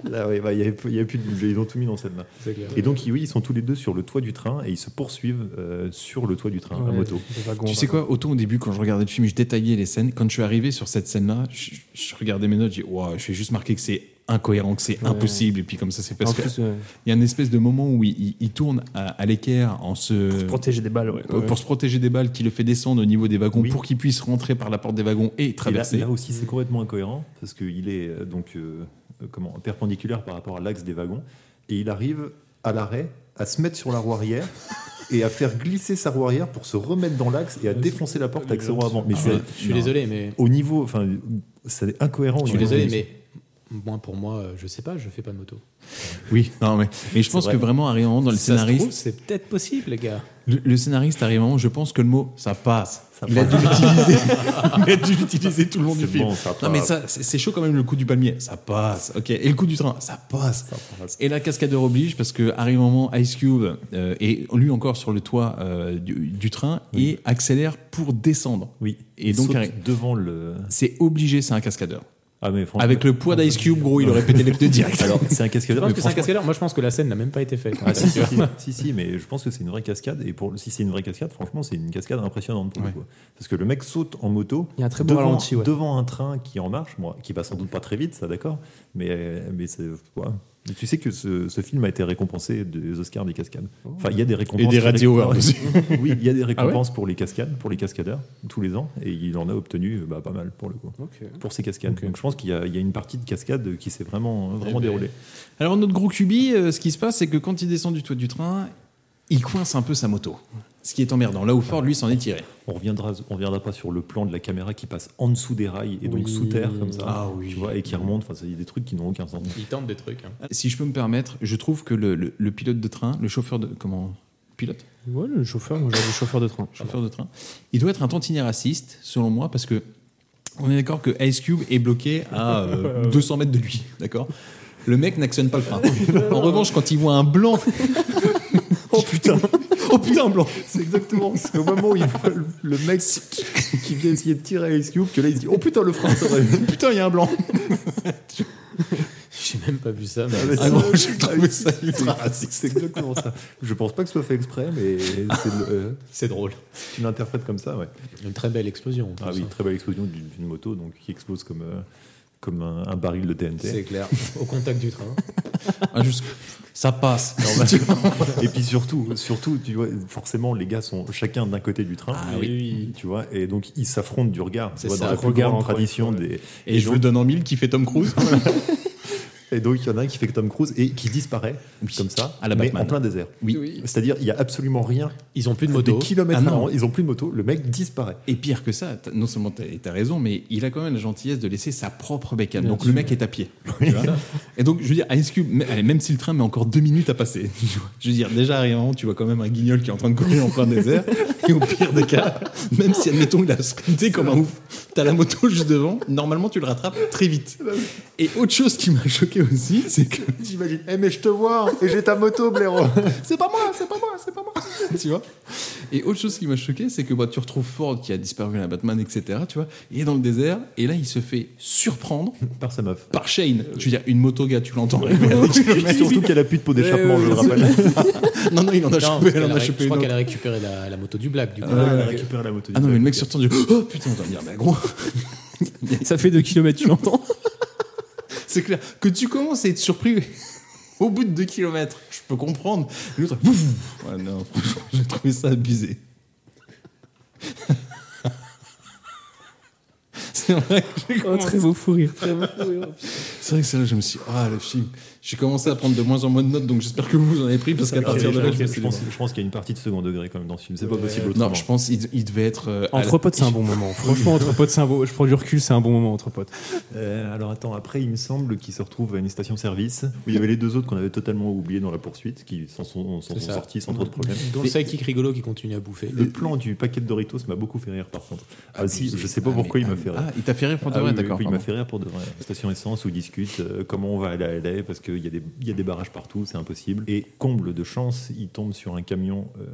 Speaker 10: des- Là, ouais, bah, il n'y avait, il y avait plus de budget, ils ont tout mis dans celle-là.
Speaker 9: C'est clair.
Speaker 10: Et donc, ils- oui, ils sont tous les deux sur le toit du train et ils se poursuivent euh, sur le toit du train à moto.
Speaker 2: tu sais quoi, autant au début, quand je regardais le film, je détaillais les scènes. Quand je suis arrivé sur cette scène-là, je, je regardais mes notes, j'ai dit, Ouah, je vais juste marquer que c'est incohérent, que c'est
Speaker 11: Ouais.
Speaker 2: impossible. Et puis comme ça, c'est parce
Speaker 11: En
Speaker 2: que
Speaker 11: plus, euh,
Speaker 2: il
Speaker 11: ouais.
Speaker 2: y a une espèce de moment où il, il- il tourne à, à l'équerre en se. Pour se
Speaker 11: protéger des balles, ouais.
Speaker 2: Pour se protéger des balles qui le fait descendre au niveau des wagons pour qu'il puisse rentrer par la porte des wagons et
Speaker 10: Et là,
Speaker 2: traverser.
Speaker 10: là aussi, c'est complètement incohérent parce qu'il est euh, donc euh, euh, comment perpendiculaire par rapport à l'axe des wagons et il arrive à l'arrêt à se mettre sur la roue arrière et à faire glisser sa roue arrière pour se remettre dans l'axe et à défoncer la porte avec ses roues avant. Mais
Speaker 9: Ah
Speaker 10: c'est-
Speaker 9: ouais, je suis
Speaker 10: non.
Speaker 9: désolé, mais-
Speaker 10: au niveau, enfin, c'est incohérent. au
Speaker 9: Je suis
Speaker 10: niveau
Speaker 9: désolé,
Speaker 10: du-
Speaker 9: mais moi, pour moi, euh, je sais pas, je fais pas de moto.
Speaker 2: Oui, non, mais, mais je pense
Speaker 9: vrai.
Speaker 2: que vraiment, arrivant dans le
Speaker 9: Si ça se
Speaker 2: scénariste.
Speaker 9: trouve, C'est peut-être possible, les gars.
Speaker 2: Le, le scénariste arrive à un moment, je pense que le mot ça passe. il,
Speaker 9: passe.
Speaker 2: A dû l'utiliser, il a dû l'utiliser tout le long du
Speaker 10: C'est
Speaker 2: film.
Speaker 10: bon, ça
Speaker 2: non, mais
Speaker 10: passe.
Speaker 2: ça, c'est c'est chaud quand même le coup du palmier. Ça passe. Ok. Et le coup du train, ça passe. Et la cascadeur oblige parce que arrive un moment, Ice Cube euh, est lui encore sur le toit euh, du, du train et accélère pour descendre.
Speaker 10: Oui.
Speaker 2: Et
Speaker 10: Il
Speaker 2: donc
Speaker 10: saute
Speaker 2: arri-
Speaker 10: devant le.
Speaker 2: c'est obligé, c'est un cascadeur.
Speaker 10: Ah, mais franchement-
Speaker 2: Avec le poids d'Ice Cube, gros, il aurait pété les pneus direct.
Speaker 10: Alors, c'est un
Speaker 9: Je
Speaker 10: cascadeur. Ah,
Speaker 9: pense que
Speaker 10: mais
Speaker 9: c'est un
Speaker 10: franchement-
Speaker 9: cascadeur. Moi, je pense que la scène n'a même pas été faite. hein.
Speaker 11: bah,
Speaker 10: Ah, si, si, si, si, si, mais je pense que c'est une vraie cascade. Et pour, si c'est une vraie cascade, franchement, c'est une cascade impressionnante pour le coup. Parce que le mec saute en moto
Speaker 11: Il y a un très beau
Speaker 10: devant,
Speaker 11: ralenti, ouais.
Speaker 10: devant un train qui est en marche, moi, qui va sans doute pas très vite, ça d'accord, mais, mais c'est. ouais. Et Tu sais que ce, ce film a été récompensé des Oscars des cascades. Enfin, il y a des récompenses.
Speaker 2: des Radio
Speaker 10: pour les-
Speaker 2: Awards aussi.
Speaker 10: Oui, il y a des
Speaker 2: Ah ouais
Speaker 10: récompenses pour les cascades, pour les cascadeurs, tous les ans, et il en a obtenu bah, pas mal pour le coup. Pour ces cascades. Donc je pense qu'il y, a- il y a une partie de cascade qui s'est vraiment, vraiment
Speaker 2: Eh ben.
Speaker 10: déroulée.
Speaker 2: Alors notre gros cubi, euh, ce qui se passe, c'est que quand il descend du toit du train, il coince un peu sa moto. Ce qui est emmerdant. Là où Ford, lui, s'en est tiré.
Speaker 10: On reviendra, on reviendra pas sur le plan de la caméra qui passe en dessous des rails et donc
Speaker 2: Oui.
Speaker 10: sous terre comme ça,
Speaker 2: Ah oui.
Speaker 10: tu vois, et qui remonte. Enfin, il y a des trucs qui n'ont aucun sens.
Speaker 9: Il tente des trucs. hein.
Speaker 2: Si je peux me permettre, je trouve que le, le- le pilote de train, le chauffeur de... Comment Pilote
Speaker 11: Ouais, le chauffeur, moi j'avais chauffeur de train.
Speaker 2: Chauffeur de train. Il doit être un tantinet raciste, selon moi, parce que on est d'accord que Ice Cube est bloqué à euh, 200 mètres de lui, d'accord Le mec n'actionne pas le frein. En revanche, quand il voit un blanc... oh putain Oh putain, un blanc
Speaker 10: C'est exactement. C'est au moment où il voit le, le mec qui vient essayer de tirer Ice Cube que là il se dit oh putain le frein ça va.
Speaker 2: Putain, il y a un blanc
Speaker 9: J'ai même pas vu ça. mais-
Speaker 10: Ah, mais
Speaker 9: Ah
Speaker 10: c'est-
Speaker 9: non,
Speaker 10: j'ai trouvé
Speaker 2: ça
Speaker 10: ultra raciste. Ah, C'est exactement ça. Je pense pas que ce soit fait exprès, mais c'est le- euh,
Speaker 9: C'est drôle.
Speaker 10: tu l'interprètes comme ça, ouais.
Speaker 9: Une très belle explosion. en
Speaker 10: Ah
Speaker 9: plus,
Speaker 10: oui,
Speaker 9: hein.
Speaker 10: très belle explosion d'une d'une moto donc qui explose comme euh, comme un, un baril de TNT.
Speaker 9: C'est clair. Au contact du train.
Speaker 2: Ah, juste, ça passe.
Speaker 10: Tu vois. et puis surtout, surtout, tu vois, forcément, les gars sont chacun d'un côté du train.
Speaker 2: Ah
Speaker 10: Tu vois, et donc ils s'affrontent du regard. tu
Speaker 2: C'est
Speaker 10: vois,
Speaker 2: ça,
Speaker 10: dans la
Speaker 2: le
Speaker 10: plus
Speaker 2: regard,
Speaker 10: grande
Speaker 2: encore
Speaker 10: tradition
Speaker 2: une fois,
Speaker 10: des.
Speaker 2: Et, je vous le donne en mille qui fait Tom Cruise.
Speaker 10: Et donc il y en a un qui fait que Tom Cruise et qui disparaît comme ça,
Speaker 2: à la
Speaker 10: mais
Speaker 2: Batman.
Speaker 10: en plein désert.
Speaker 2: Oui.
Speaker 10: C'est-à-dire il y a absolument rien.
Speaker 9: Ils ont plus de
Speaker 10: Des
Speaker 9: moto.
Speaker 10: kilomètres
Speaker 2: Ah non.
Speaker 10: avant, ils ont plus de moto. Le mec disparaît.
Speaker 2: Et pire que ça, t'as- non seulement t'as t'as raison, mais il a quand même la gentillesse de laisser sa propre bécane.
Speaker 10: Bien
Speaker 2: donc
Speaker 10: sûr.
Speaker 2: le mec est à pied. tu vois. Et donc je veux dire, Ice Cube, mais- allez, même si le train met encore deux minutes à passer, tu vois. je veux dire, déjà rien, tu vois quand même un guignol qui est en train de courir en plein désert. Et au pire des cas, même si admettons il a sprinté comme un ouf, t'as la moto juste devant, normalement tu le rattrapes très vite. Et autre chose qui m'a choqué aussi, c'est que
Speaker 10: J'imagine. Eh mais je te vois et j'ai ta moto, blaireau.
Speaker 2: c'est pas moi, c'est pas moi, c'est pas moi. tu vois Et autre chose qui m'a choqué, c'est que bah, tu retrouves Ford qui a disparu dans la Batman, etc. Tu vois, il est dans le désert et là il se fait surprendre
Speaker 10: Par sa meuf.
Speaker 2: par Shane. Je veux dire, une moto, gars, tu l'entends arriver à des kilomètres.
Speaker 10: Surtout qu'elle a plus de peau d'échappement, je le rappelle.
Speaker 2: Non, non, il en a
Speaker 9: Non,
Speaker 2: chopé, elle
Speaker 9: elle
Speaker 2: en
Speaker 9: a
Speaker 2: a
Speaker 9: ré-
Speaker 2: chopé
Speaker 9: Je crois
Speaker 2: une
Speaker 9: qu'elle a
Speaker 2: autre.
Speaker 9: récupéré la, la moto du black, du coup.
Speaker 10: Ah, elle récupère la moto.
Speaker 2: Ah non, mais le mec surtout dit Oh putain, on va dire, mais gros.
Speaker 11: Ça fait 2 km, tu l'entends
Speaker 2: C'est clair. Que tu commences à être surpris au bout de 2 km, je peux comprendre. L'autre, Vouf Ouais, non, franchement, j'ai trouvé ça abusé. C'est vrai que j'ai
Speaker 11: Oh,
Speaker 2: commencé-
Speaker 11: Très beau fou rire, très beau fou rire.
Speaker 2: C'est vrai que c'est là je me suis dit, ah, le film. J'ai commencé à prendre de moins en moins de notes, donc j'espère que vous, vous en avez pris, parce qu'à
Speaker 10: Ah oui,
Speaker 2: partir de là,
Speaker 10: je,
Speaker 2: je me
Speaker 10: pense-
Speaker 2: suis
Speaker 10: je
Speaker 2: dit,
Speaker 10: pense, je pense qu'il y a une partie de second degré quand même dans ce film. C'est pas possible autrement.
Speaker 2: Non, je pense qu'il il devait être. euh, à
Speaker 11: Entre
Speaker 2: la-
Speaker 11: potes, c'est un bon moment. Franchement, entre potes, c'est un bon. Je prends du recul, c'est un bon moment entre potes.
Speaker 10: Euh, alors attends, après il me semble qu'ils se retrouvent à une station-service où il y avait les deux autres qu'on avait totalement oubliés dans la poursuite, qui s'en sont, s'en
Speaker 9: C'est
Speaker 10: sont
Speaker 9: ça.
Speaker 10: sortis sans trop de problèmes.
Speaker 9: Dont le sidekick rigolo qui continue à bouffer.
Speaker 10: Le plan du paquet de Doritos m'a beaucoup fait rire par contre. Ah, si, je sais pas
Speaker 2: Ah,
Speaker 10: pourquoi
Speaker 2: mais-
Speaker 10: il m'a
Speaker 2: ah,
Speaker 10: fait rire.
Speaker 2: ah, il t'a fait rire pour de
Speaker 10: Ah
Speaker 2: vrai,
Speaker 10: oui, oui,
Speaker 2: d'accord,
Speaker 10: oui, Il m'a
Speaker 2: pardon.
Speaker 10: fait rire pour de vrai. Station essence où discute euh, comment on va aller à LA parce qu'il y, a des- il y a des barrages partout, c'est impossible. Et comble de chance, il tombe sur un camion. euh,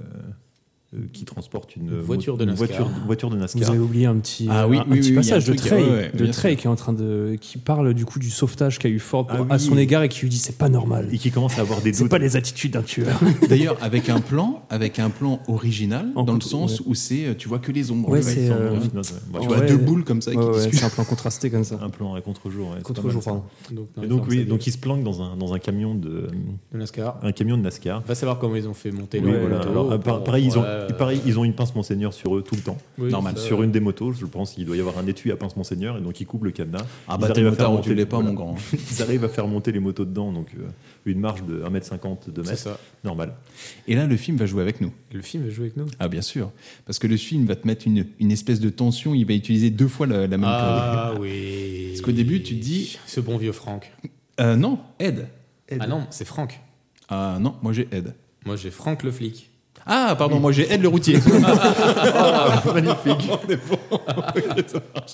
Speaker 10: euh, qui transporte une,
Speaker 9: Une voiture de
Speaker 10: une
Speaker 9: NASCAR.
Speaker 10: voiture, voiture de NASCAR.
Speaker 11: Vous avez oublié un petit,
Speaker 10: Ah
Speaker 11: un- un petit passage de Trey, de Trey qui est en train de, qui parle du coup du sauvetage qu'a eu Ford pour-
Speaker 10: Ah oui.
Speaker 11: à son égard et qui lui dit c'est pas normal.
Speaker 10: Et qui commence à avoir des
Speaker 11: C'est pas les attitudes d'un tueur.
Speaker 2: D'ailleurs, avec un plan, avec un plan original, dans le
Speaker 11: contre-
Speaker 2: sens
Speaker 11: ouais.
Speaker 2: où c'est, euh, tu vois que les ombres.
Speaker 11: Ouais,
Speaker 2: le
Speaker 11: c'est,
Speaker 2: reste,
Speaker 11: euh,
Speaker 2: hein.
Speaker 11: original,
Speaker 10: ouais.
Speaker 2: Tu
Speaker 10: Ouais,
Speaker 2: vois deux boules comme ça
Speaker 11: ouais,
Speaker 2: qui
Speaker 11: ouais,
Speaker 2: discutent.
Speaker 11: c'est un plan contrasté comme ça.
Speaker 10: Un plan à contre-jour. ouais, c'est pas
Speaker 11: Contre-jour,
Speaker 10: mal, ça.
Speaker 11: pardon.
Speaker 9: Donc, non,
Speaker 10: Et
Speaker 9: il
Speaker 10: donc,
Speaker 9: ferme sa
Speaker 10: oui,
Speaker 9: gueule.
Speaker 10: donc il se planque dans un, dans un camion de,
Speaker 9: De NASCAR.
Speaker 10: Un camion de NASCAR.
Speaker 9: Va savoir comment ils ont fait monter
Speaker 10: Oui,
Speaker 9: le
Speaker 10: voilà.
Speaker 9: l'auto.
Speaker 10: Alors, euh, par- pareil, ils ont,
Speaker 9: Ouais.
Speaker 10: pareil, ils ont une pince Monseigneur sur eux tout le temps.
Speaker 9: Oui,
Speaker 10: Normal.
Speaker 9: ça-
Speaker 10: Sur une des motos, je pense qu'il doit y avoir un étui à pince Monseigneur et donc ils coupent le cadenas.
Speaker 2: Ah
Speaker 10: Ils
Speaker 2: bah, t'es
Speaker 10: arrivent à faire
Speaker 2: motard,
Speaker 10: monter-
Speaker 2: tu l'es pas,
Speaker 10: voilà.
Speaker 2: mon grand.
Speaker 10: Ils arrivent à faire monter les motos dedans, donc euh, une marge de 1m50, 2
Speaker 9: C'est
Speaker 10: mètres.
Speaker 9: ça.
Speaker 10: Normal.
Speaker 2: Et là, le film va jouer avec nous.
Speaker 9: Le film joue avec nous.
Speaker 2: Ah bien sûr, parce que le film va te mettre une, une espèce de tension, il va utiliser deux fois la, la même
Speaker 9: Ah
Speaker 2: chose.
Speaker 9: oui.
Speaker 2: Parce qu'au début, tu te dis...
Speaker 9: Ce bon vieux Franck.
Speaker 2: Euh, non, Ed.
Speaker 10: Eh ben.
Speaker 9: Ah non, c'est Franck.
Speaker 2: Ah non, moi j'ai Ed.
Speaker 9: Moi j'ai Franck le flic.
Speaker 2: Ah pardon, moi j'ai Ed le routier.
Speaker 11: Ah,
Speaker 9: magnifique.
Speaker 2: On est bon. Ok, ça marche.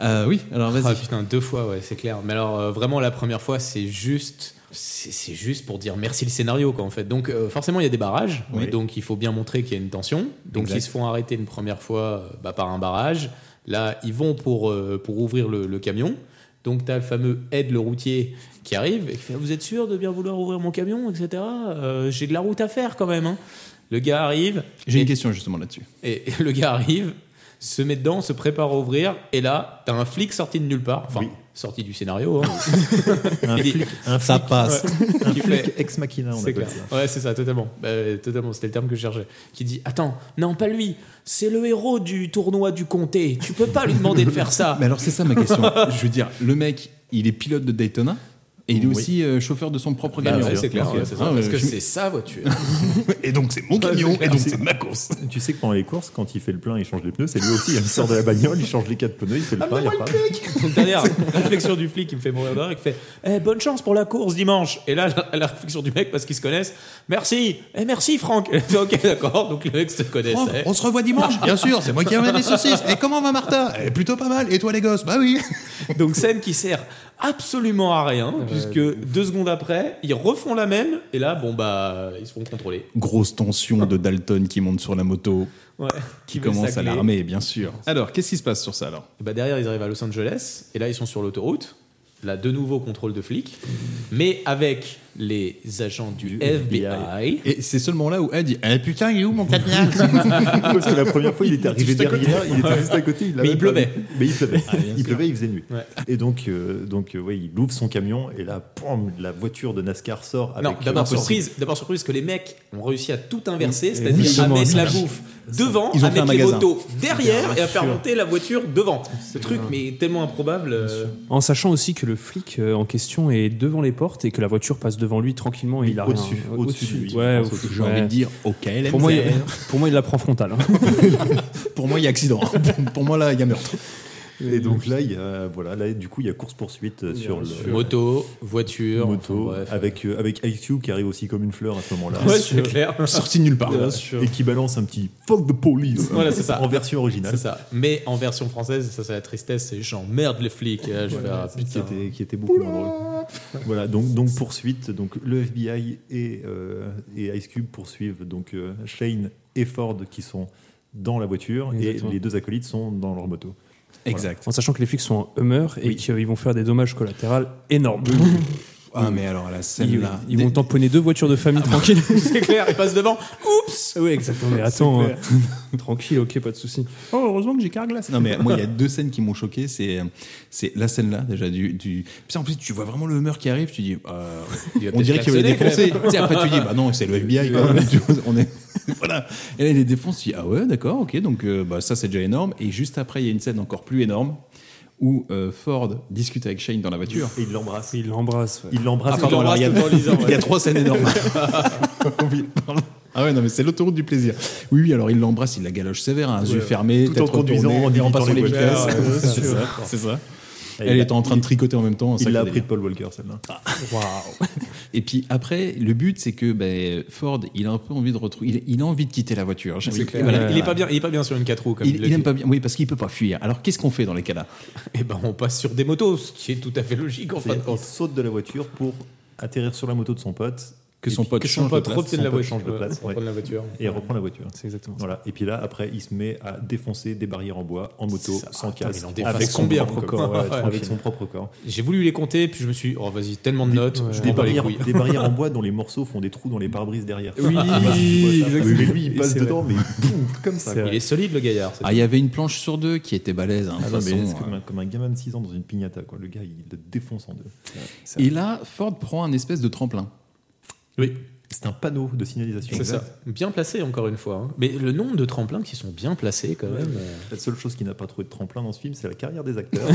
Speaker 2: Euh, oui, alors vas-y.
Speaker 9: Ah putain, deux fois, ouais, c'est clair. Mais alors, euh, vraiment, la première fois, c'est juste. C'est c'est juste pour dire merci le scénario, quoi, en fait. Donc, euh, forcément, il y a des barrages.
Speaker 2: Oui.
Speaker 9: Donc, il faut bien montrer qu'il y a une tension. Donc,
Speaker 2: Exact.
Speaker 9: ils se font arrêter une première fois euh, bah, par un barrage. Là, ils vont pour, euh, pour ouvrir le, le camion. Donc, t'as le fameux aide le routier qui arrive et qui fait Vous êtes sûr de bien vouloir ouvrir mon camion, etc. Euh, J'ai de la route à faire quand même. hein. Le gars arrive.
Speaker 2: J'ai
Speaker 9: et-
Speaker 2: une question justement là-dessus.
Speaker 9: et le gars arrive, se met dedans, se prépare à ouvrir, et là, t'as un flic sorti de nulle part, enfin, sorti du scénario. hein.
Speaker 10: Un
Speaker 9: Il dit-
Speaker 10: flic- un
Speaker 2: Ça passe.
Speaker 9: Ouais.
Speaker 10: Un
Speaker 9: Qui
Speaker 10: flic
Speaker 9: fait-
Speaker 10: ex machina, on
Speaker 9: C'est
Speaker 10: appelle
Speaker 9: clair. Ouais, c'est ça, totalement. Euh, totalement, c'était le terme que je cherchais. Qui dit Attends, non, pas lui, c'est le héros du tournoi du comté, tu peux pas lui demander de faire ça.
Speaker 2: Mais alors c'est ça ma question. Je veux dire, le mec, il est pilote de Daytona et il est
Speaker 9: Oui.
Speaker 2: aussi euh, chauffeur de son propre
Speaker 9: Bah,
Speaker 2: camion.
Speaker 9: ouais, c'est clair,
Speaker 2: Ok.
Speaker 9: ouais, c'est ça.
Speaker 2: Ah,
Speaker 9: parce
Speaker 2: euh,
Speaker 9: que
Speaker 2: je-
Speaker 9: c'est sa voiture.
Speaker 2: Et donc c'est mon camion et donc c'est ma course.
Speaker 10: ça. Tu sais que pendant les courses, quand il fait le plein, il change les pneus. C'est lui aussi, il sort de la bagnole, il change les quatre pneus, il fait
Speaker 9: Ah,
Speaker 10: le plein, il repart.
Speaker 9: Donc derrière, la réflexion du flic qui me fait mourir de rire, qui fait Eh, bonne chance pour la course dimanche. Et là, la, la réflexion du mec, parce qu'ils se connaissent, merci, eh, merci Franck. Et elle fait, ok, d'accord, donc le mec se
Speaker 2: Franck,
Speaker 9: connaissait.
Speaker 2: on se revoit dimanche, bien sûr, c'est moi qui amène les saucisses. Et comment va Martha Eh, Plutôt pas mal. Et toi les gosses Bah oui.
Speaker 9: Donc scène qui sert absolument à rien, puisque deux secondes après, ils refont la même, et là, bon, bah, ils se font contrôler.
Speaker 2: Grosse tension de Dalton qui monte sur la moto,
Speaker 9: Ouais,
Speaker 2: qui,
Speaker 9: veut
Speaker 2: commence à
Speaker 9: sacler.
Speaker 2: l'armer, bien sûr. Alors, qu'est-ce qui se passe sur ça alors
Speaker 9: Et bah derrière, ils arrivent à Los Angeles, et là, ils sont sur l'autoroute. Là, de nouveau, contrôle de flics, mais avec les agents du, FBI.
Speaker 2: Et c'est seulement là où elle dit Eh putain, il est où mon capillaire
Speaker 10: Parce que la première fois, il était arrivé
Speaker 2: Juste à côté.
Speaker 10: derrière, il était juste à côté. l'avait
Speaker 9: Mais il
Speaker 10: pas
Speaker 9: pleuvait. Ah,
Speaker 10: vu. Mais il pleuvait.
Speaker 2: bien
Speaker 10: il
Speaker 2: sûr.
Speaker 10: pleuvait, il faisait nuit.
Speaker 9: Ouais.
Speaker 10: Et donc, euh, donc euh, ouais, il ouvre son camion et là, pom, la voiture de NASCAR sort. Avec
Speaker 9: Non, d'abord
Speaker 10: euh,
Speaker 9: surprise, d'abord surprise que les mecs ont réussi à tout inverser, c'est-à-dire à
Speaker 2: Exactement.
Speaker 9: mettre la bouffe devant,
Speaker 2: Ils ont
Speaker 9: à
Speaker 2: fait un
Speaker 9: mettre les
Speaker 2: magasin.
Speaker 9: motos derrière et à faire
Speaker 11: sûr.
Speaker 9: monter la voiture devant. Ce truc, mais tellement improbable. euh,
Speaker 11: En sachant aussi que le flic euh, en question est devant les portes et que la voiture passe devant lui tranquillement et il a rien.
Speaker 10: au-dessus,
Speaker 11: Ouais,
Speaker 10: au-dessus de lui,
Speaker 11: Ouais,
Speaker 10: je
Speaker 11: au-
Speaker 10: pense, au-dessus.
Speaker 2: J'ai
Speaker 11: ouais.
Speaker 2: envie de dire Ok,
Speaker 11: Pour moi, il, pour moi, il la prend frontale. hein.
Speaker 2: pour moi, il y a accident. Pour- Pour moi, là, il y a meurtre.
Speaker 10: Et donc là, il y a, voilà, là, du coup, il y a course poursuite sur le
Speaker 9: Moto, voiture,
Speaker 10: moto
Speaker 9: enfin, bref.
Speaker 10: avec euh, avec Ice Cube qui arrive aussi comme une fleur à ce moment-là.
Speaker 9: Ouais, c'est clair.
Speaker 2: Sorti de nulle part.
Speaker 10: Voilà. Et qui balance un petit fuck the police
Speaker 9: Voilà, c'est ça.
Speaker 10: en version originale
Speaker 9: C'est ça. Mais en version française, ça c'est la tristesse, c'est j'emmerde les flics. Et là, je fais, ah,
Speaker 10: qui
Speaker 9: putain.
Speaker 10: était, qui était beaucoup moins drôle. Voilà, donc, donc poursuite, donc le FBI et, euh, et Ice Cube poursuivent donc euh, Shane et Ford qui sont dans la voiture
Speaker 11: Exactement.
Speaker 10: et les deux acolytes sont dans leur moto.
Speaker 2: Exact.
Speaker 11: En sachant que les flics sont en Hummer et qu'ils euh, vont faire des dommages collatéraux énormes.
Speaker 2: Ah, mais alors, la
Speaker 11: Ils,
Speaker 2: scène là.
Speaker 11: ils vont tamponner deux voitures de famille
Speaker 2: Ah,
Speaker 11: tranquille.
Speaker 9: C'est clair, il passe devant. Oups
Speaker 11: oui, exactement. Mais attends, euh, tranquille, ok, pas de souci.
Speaker 2: Oh, heureusement que j'ai carglass. Non, mais moi, il y a deux scènes qui m'ont choqué. C'est, euh, c'est la scène là, déjà, du. du... Puis ça, en plus, tu vois vraiment le humeur qui arrive, tu dis. euh,
Speaker 9: Il va
Speaker 2: on
Speaker 9: peut-être
Speaker 2: dirait qu'il va les
Speaker 9: klaxonner,
Speaker 2: défoncer. Tu sais, après, tu dis, bah non, c'est le FBI quand même. Tu vois, on est... voilà. Et là, il les défonce, tu dis, ah ouais, d'accord, ok, donc euh, bah, ça, c'est déjà énorme. Et juste après, il y a une scène encore plus énorme où euh, Ford discute avec Shane dans la voiture.
Speaker 10: Et il l'embrasse.
Speaker 11: Il l'embrasse.
Speaker 2: Il l'embrasse.
Speaker 11: Ah, pardon,
Speaker 2: il, y a,
Speaker 11: alors, il y a-
Speaker 2: il y a trois scènes énormes. Oui, pardon. Ah ouais, non, mais c'est l'autoroute du plaisir. Oui, oui, alors il l'embrasse, il la galoche sévère, un
Speaker 10: Ouais.
Speaker 2: yeux fermé,
Speaker 10: Tout
Speaker 2: tête
Speaker 10: en conduisant,
Speaker 2: retournée,
Speaker 10: en
Speaker 2: et
Speaker 10: évitant
Speaker 2: passant
Speaker 10: les
Speaker 2: les
Speaker 10: voitures.
Speaker 2: vitesses.
Speaker 10: Ouais, ouais,
Speaker 2: C'est
Speaker 10: ouais.
Speaker 2: ça,
Speaker 10: D'accord.
Speaker 2: c'est ça.
Speaker 10: Et
Speaker 2: Elle
Speaker 10: il
Speaker 2: est en
Speaker 10: l'a-
Speaker 2: train de tricoter en même temps.
Speaker 10: Il
Speaker 2: ça fait
Speaker 10: l'a appris de
Speaker 2: délire.
Speaker 10: Paul Walker, celle-là.
Speaker 2: Et puis après, le but, c'est que ben, Ford, il a un peu envie de retrouver, il, il a envie de quitter la voiture. J'ai envie de- voilà.
Speaker 9: Il, il est pas bien, il est pas bien sur une 4 roues. Comme
Speaker 2: Il-
Speaker 9: il, le
Speaker 2: il aime
Speaker 9: dit.
Speaker 2: pas bien, oui, parce qu'il peut pas fuir. Alors qu'est-ce qu'on fait dans les cas-là
Speaker 9: Eh ben, on passe sur des motos, ce qui est tout à fait logique en fin de
Speaker 10: Il
Speaker 9: compte.
Speaker 10: saute de la voiture pour atterrir sur la moto de son pote.
Speaker 2: Que
Speaker 10: Et
Speaker 2: son
Speaker 10: puis-
Speaker 2: pote
Speaker 10: que
Speaker 2: change de
Speaker 10: pote
Speaker 2: place.
Speaker 10: reprenne
Speaker 2: Son
Speaker 10: la
Speaker 2: pote
Speaker 10: voiture.
Speaker 2: change de place,
Speaker 10: ouais.
Speaker 9: reprend la voiture.
Speaker 10: Et reprend la voiture.
Speaker 11: C'est exactement
Speaker 10: Voilà. Et puis là, après, il se met à défoncer des barrières en bois, en moto, sans
Speaker 9: Putain, mais
Speaker 10: casque,
Speaker 9: il en défonce
Speaker 10: avec son
Speaker 9: combien,
Speaker 10: propre
Speaker 9: quoi.
Speaker 10: corps. ouais,
Speaker 9: Ouais.
Speaker 10: Avec son propre corps.
Speaker 9: J'ai voulu les compter, puis je me suis dit, oh vas-y, tellement de notes, je
Speaker 10: Des
Speaker 9: m'en bats les
Speaker 10: barrières,
Speaker 9: couilles.
Speaker 10: des barrières en bois dont les morceaux font des trous dans les pare-brises derrière.
Speaker 9: Oui,
Speaker 10: Ah, bah, tu vois ça.
Speaker 9: exactement.
Speaker 10: Mais lui, il passe
Speaker 9: C'est vrai.
Speaker 10: dedans, mais boum, comme ça.
Speaker 9: Il est solide le gaillard. c'est
Speaker 2: Ah, il y avait une planche sur deux qui était balèze. hein, de
Speaker 10: Ah
Speaker 2: toute
Speaker 10: non, mais
Speaker 2: façon,
Speaker 10: c'est
Speaker 2: hein.
Speaker 10: comme, un, comme un gamin de 6 ans dans une piñata. Quoi. Le gars, il le défonce en deux.
Speaker 2: Et là, Ford prend un espèce de tremplin.
Speaker 9: Oui.
Speaker 10: C'est un panneau de signalisation.
Speaker 9: C'est ça. Bien placé encore une fois. hein. Mais le nombre de tremplins qui sont bien placés quand même. euh,
Speaker 10: La seule chose qui n'a pas trouvé de tremplin dans ce film, c'est la carrière des acteurs.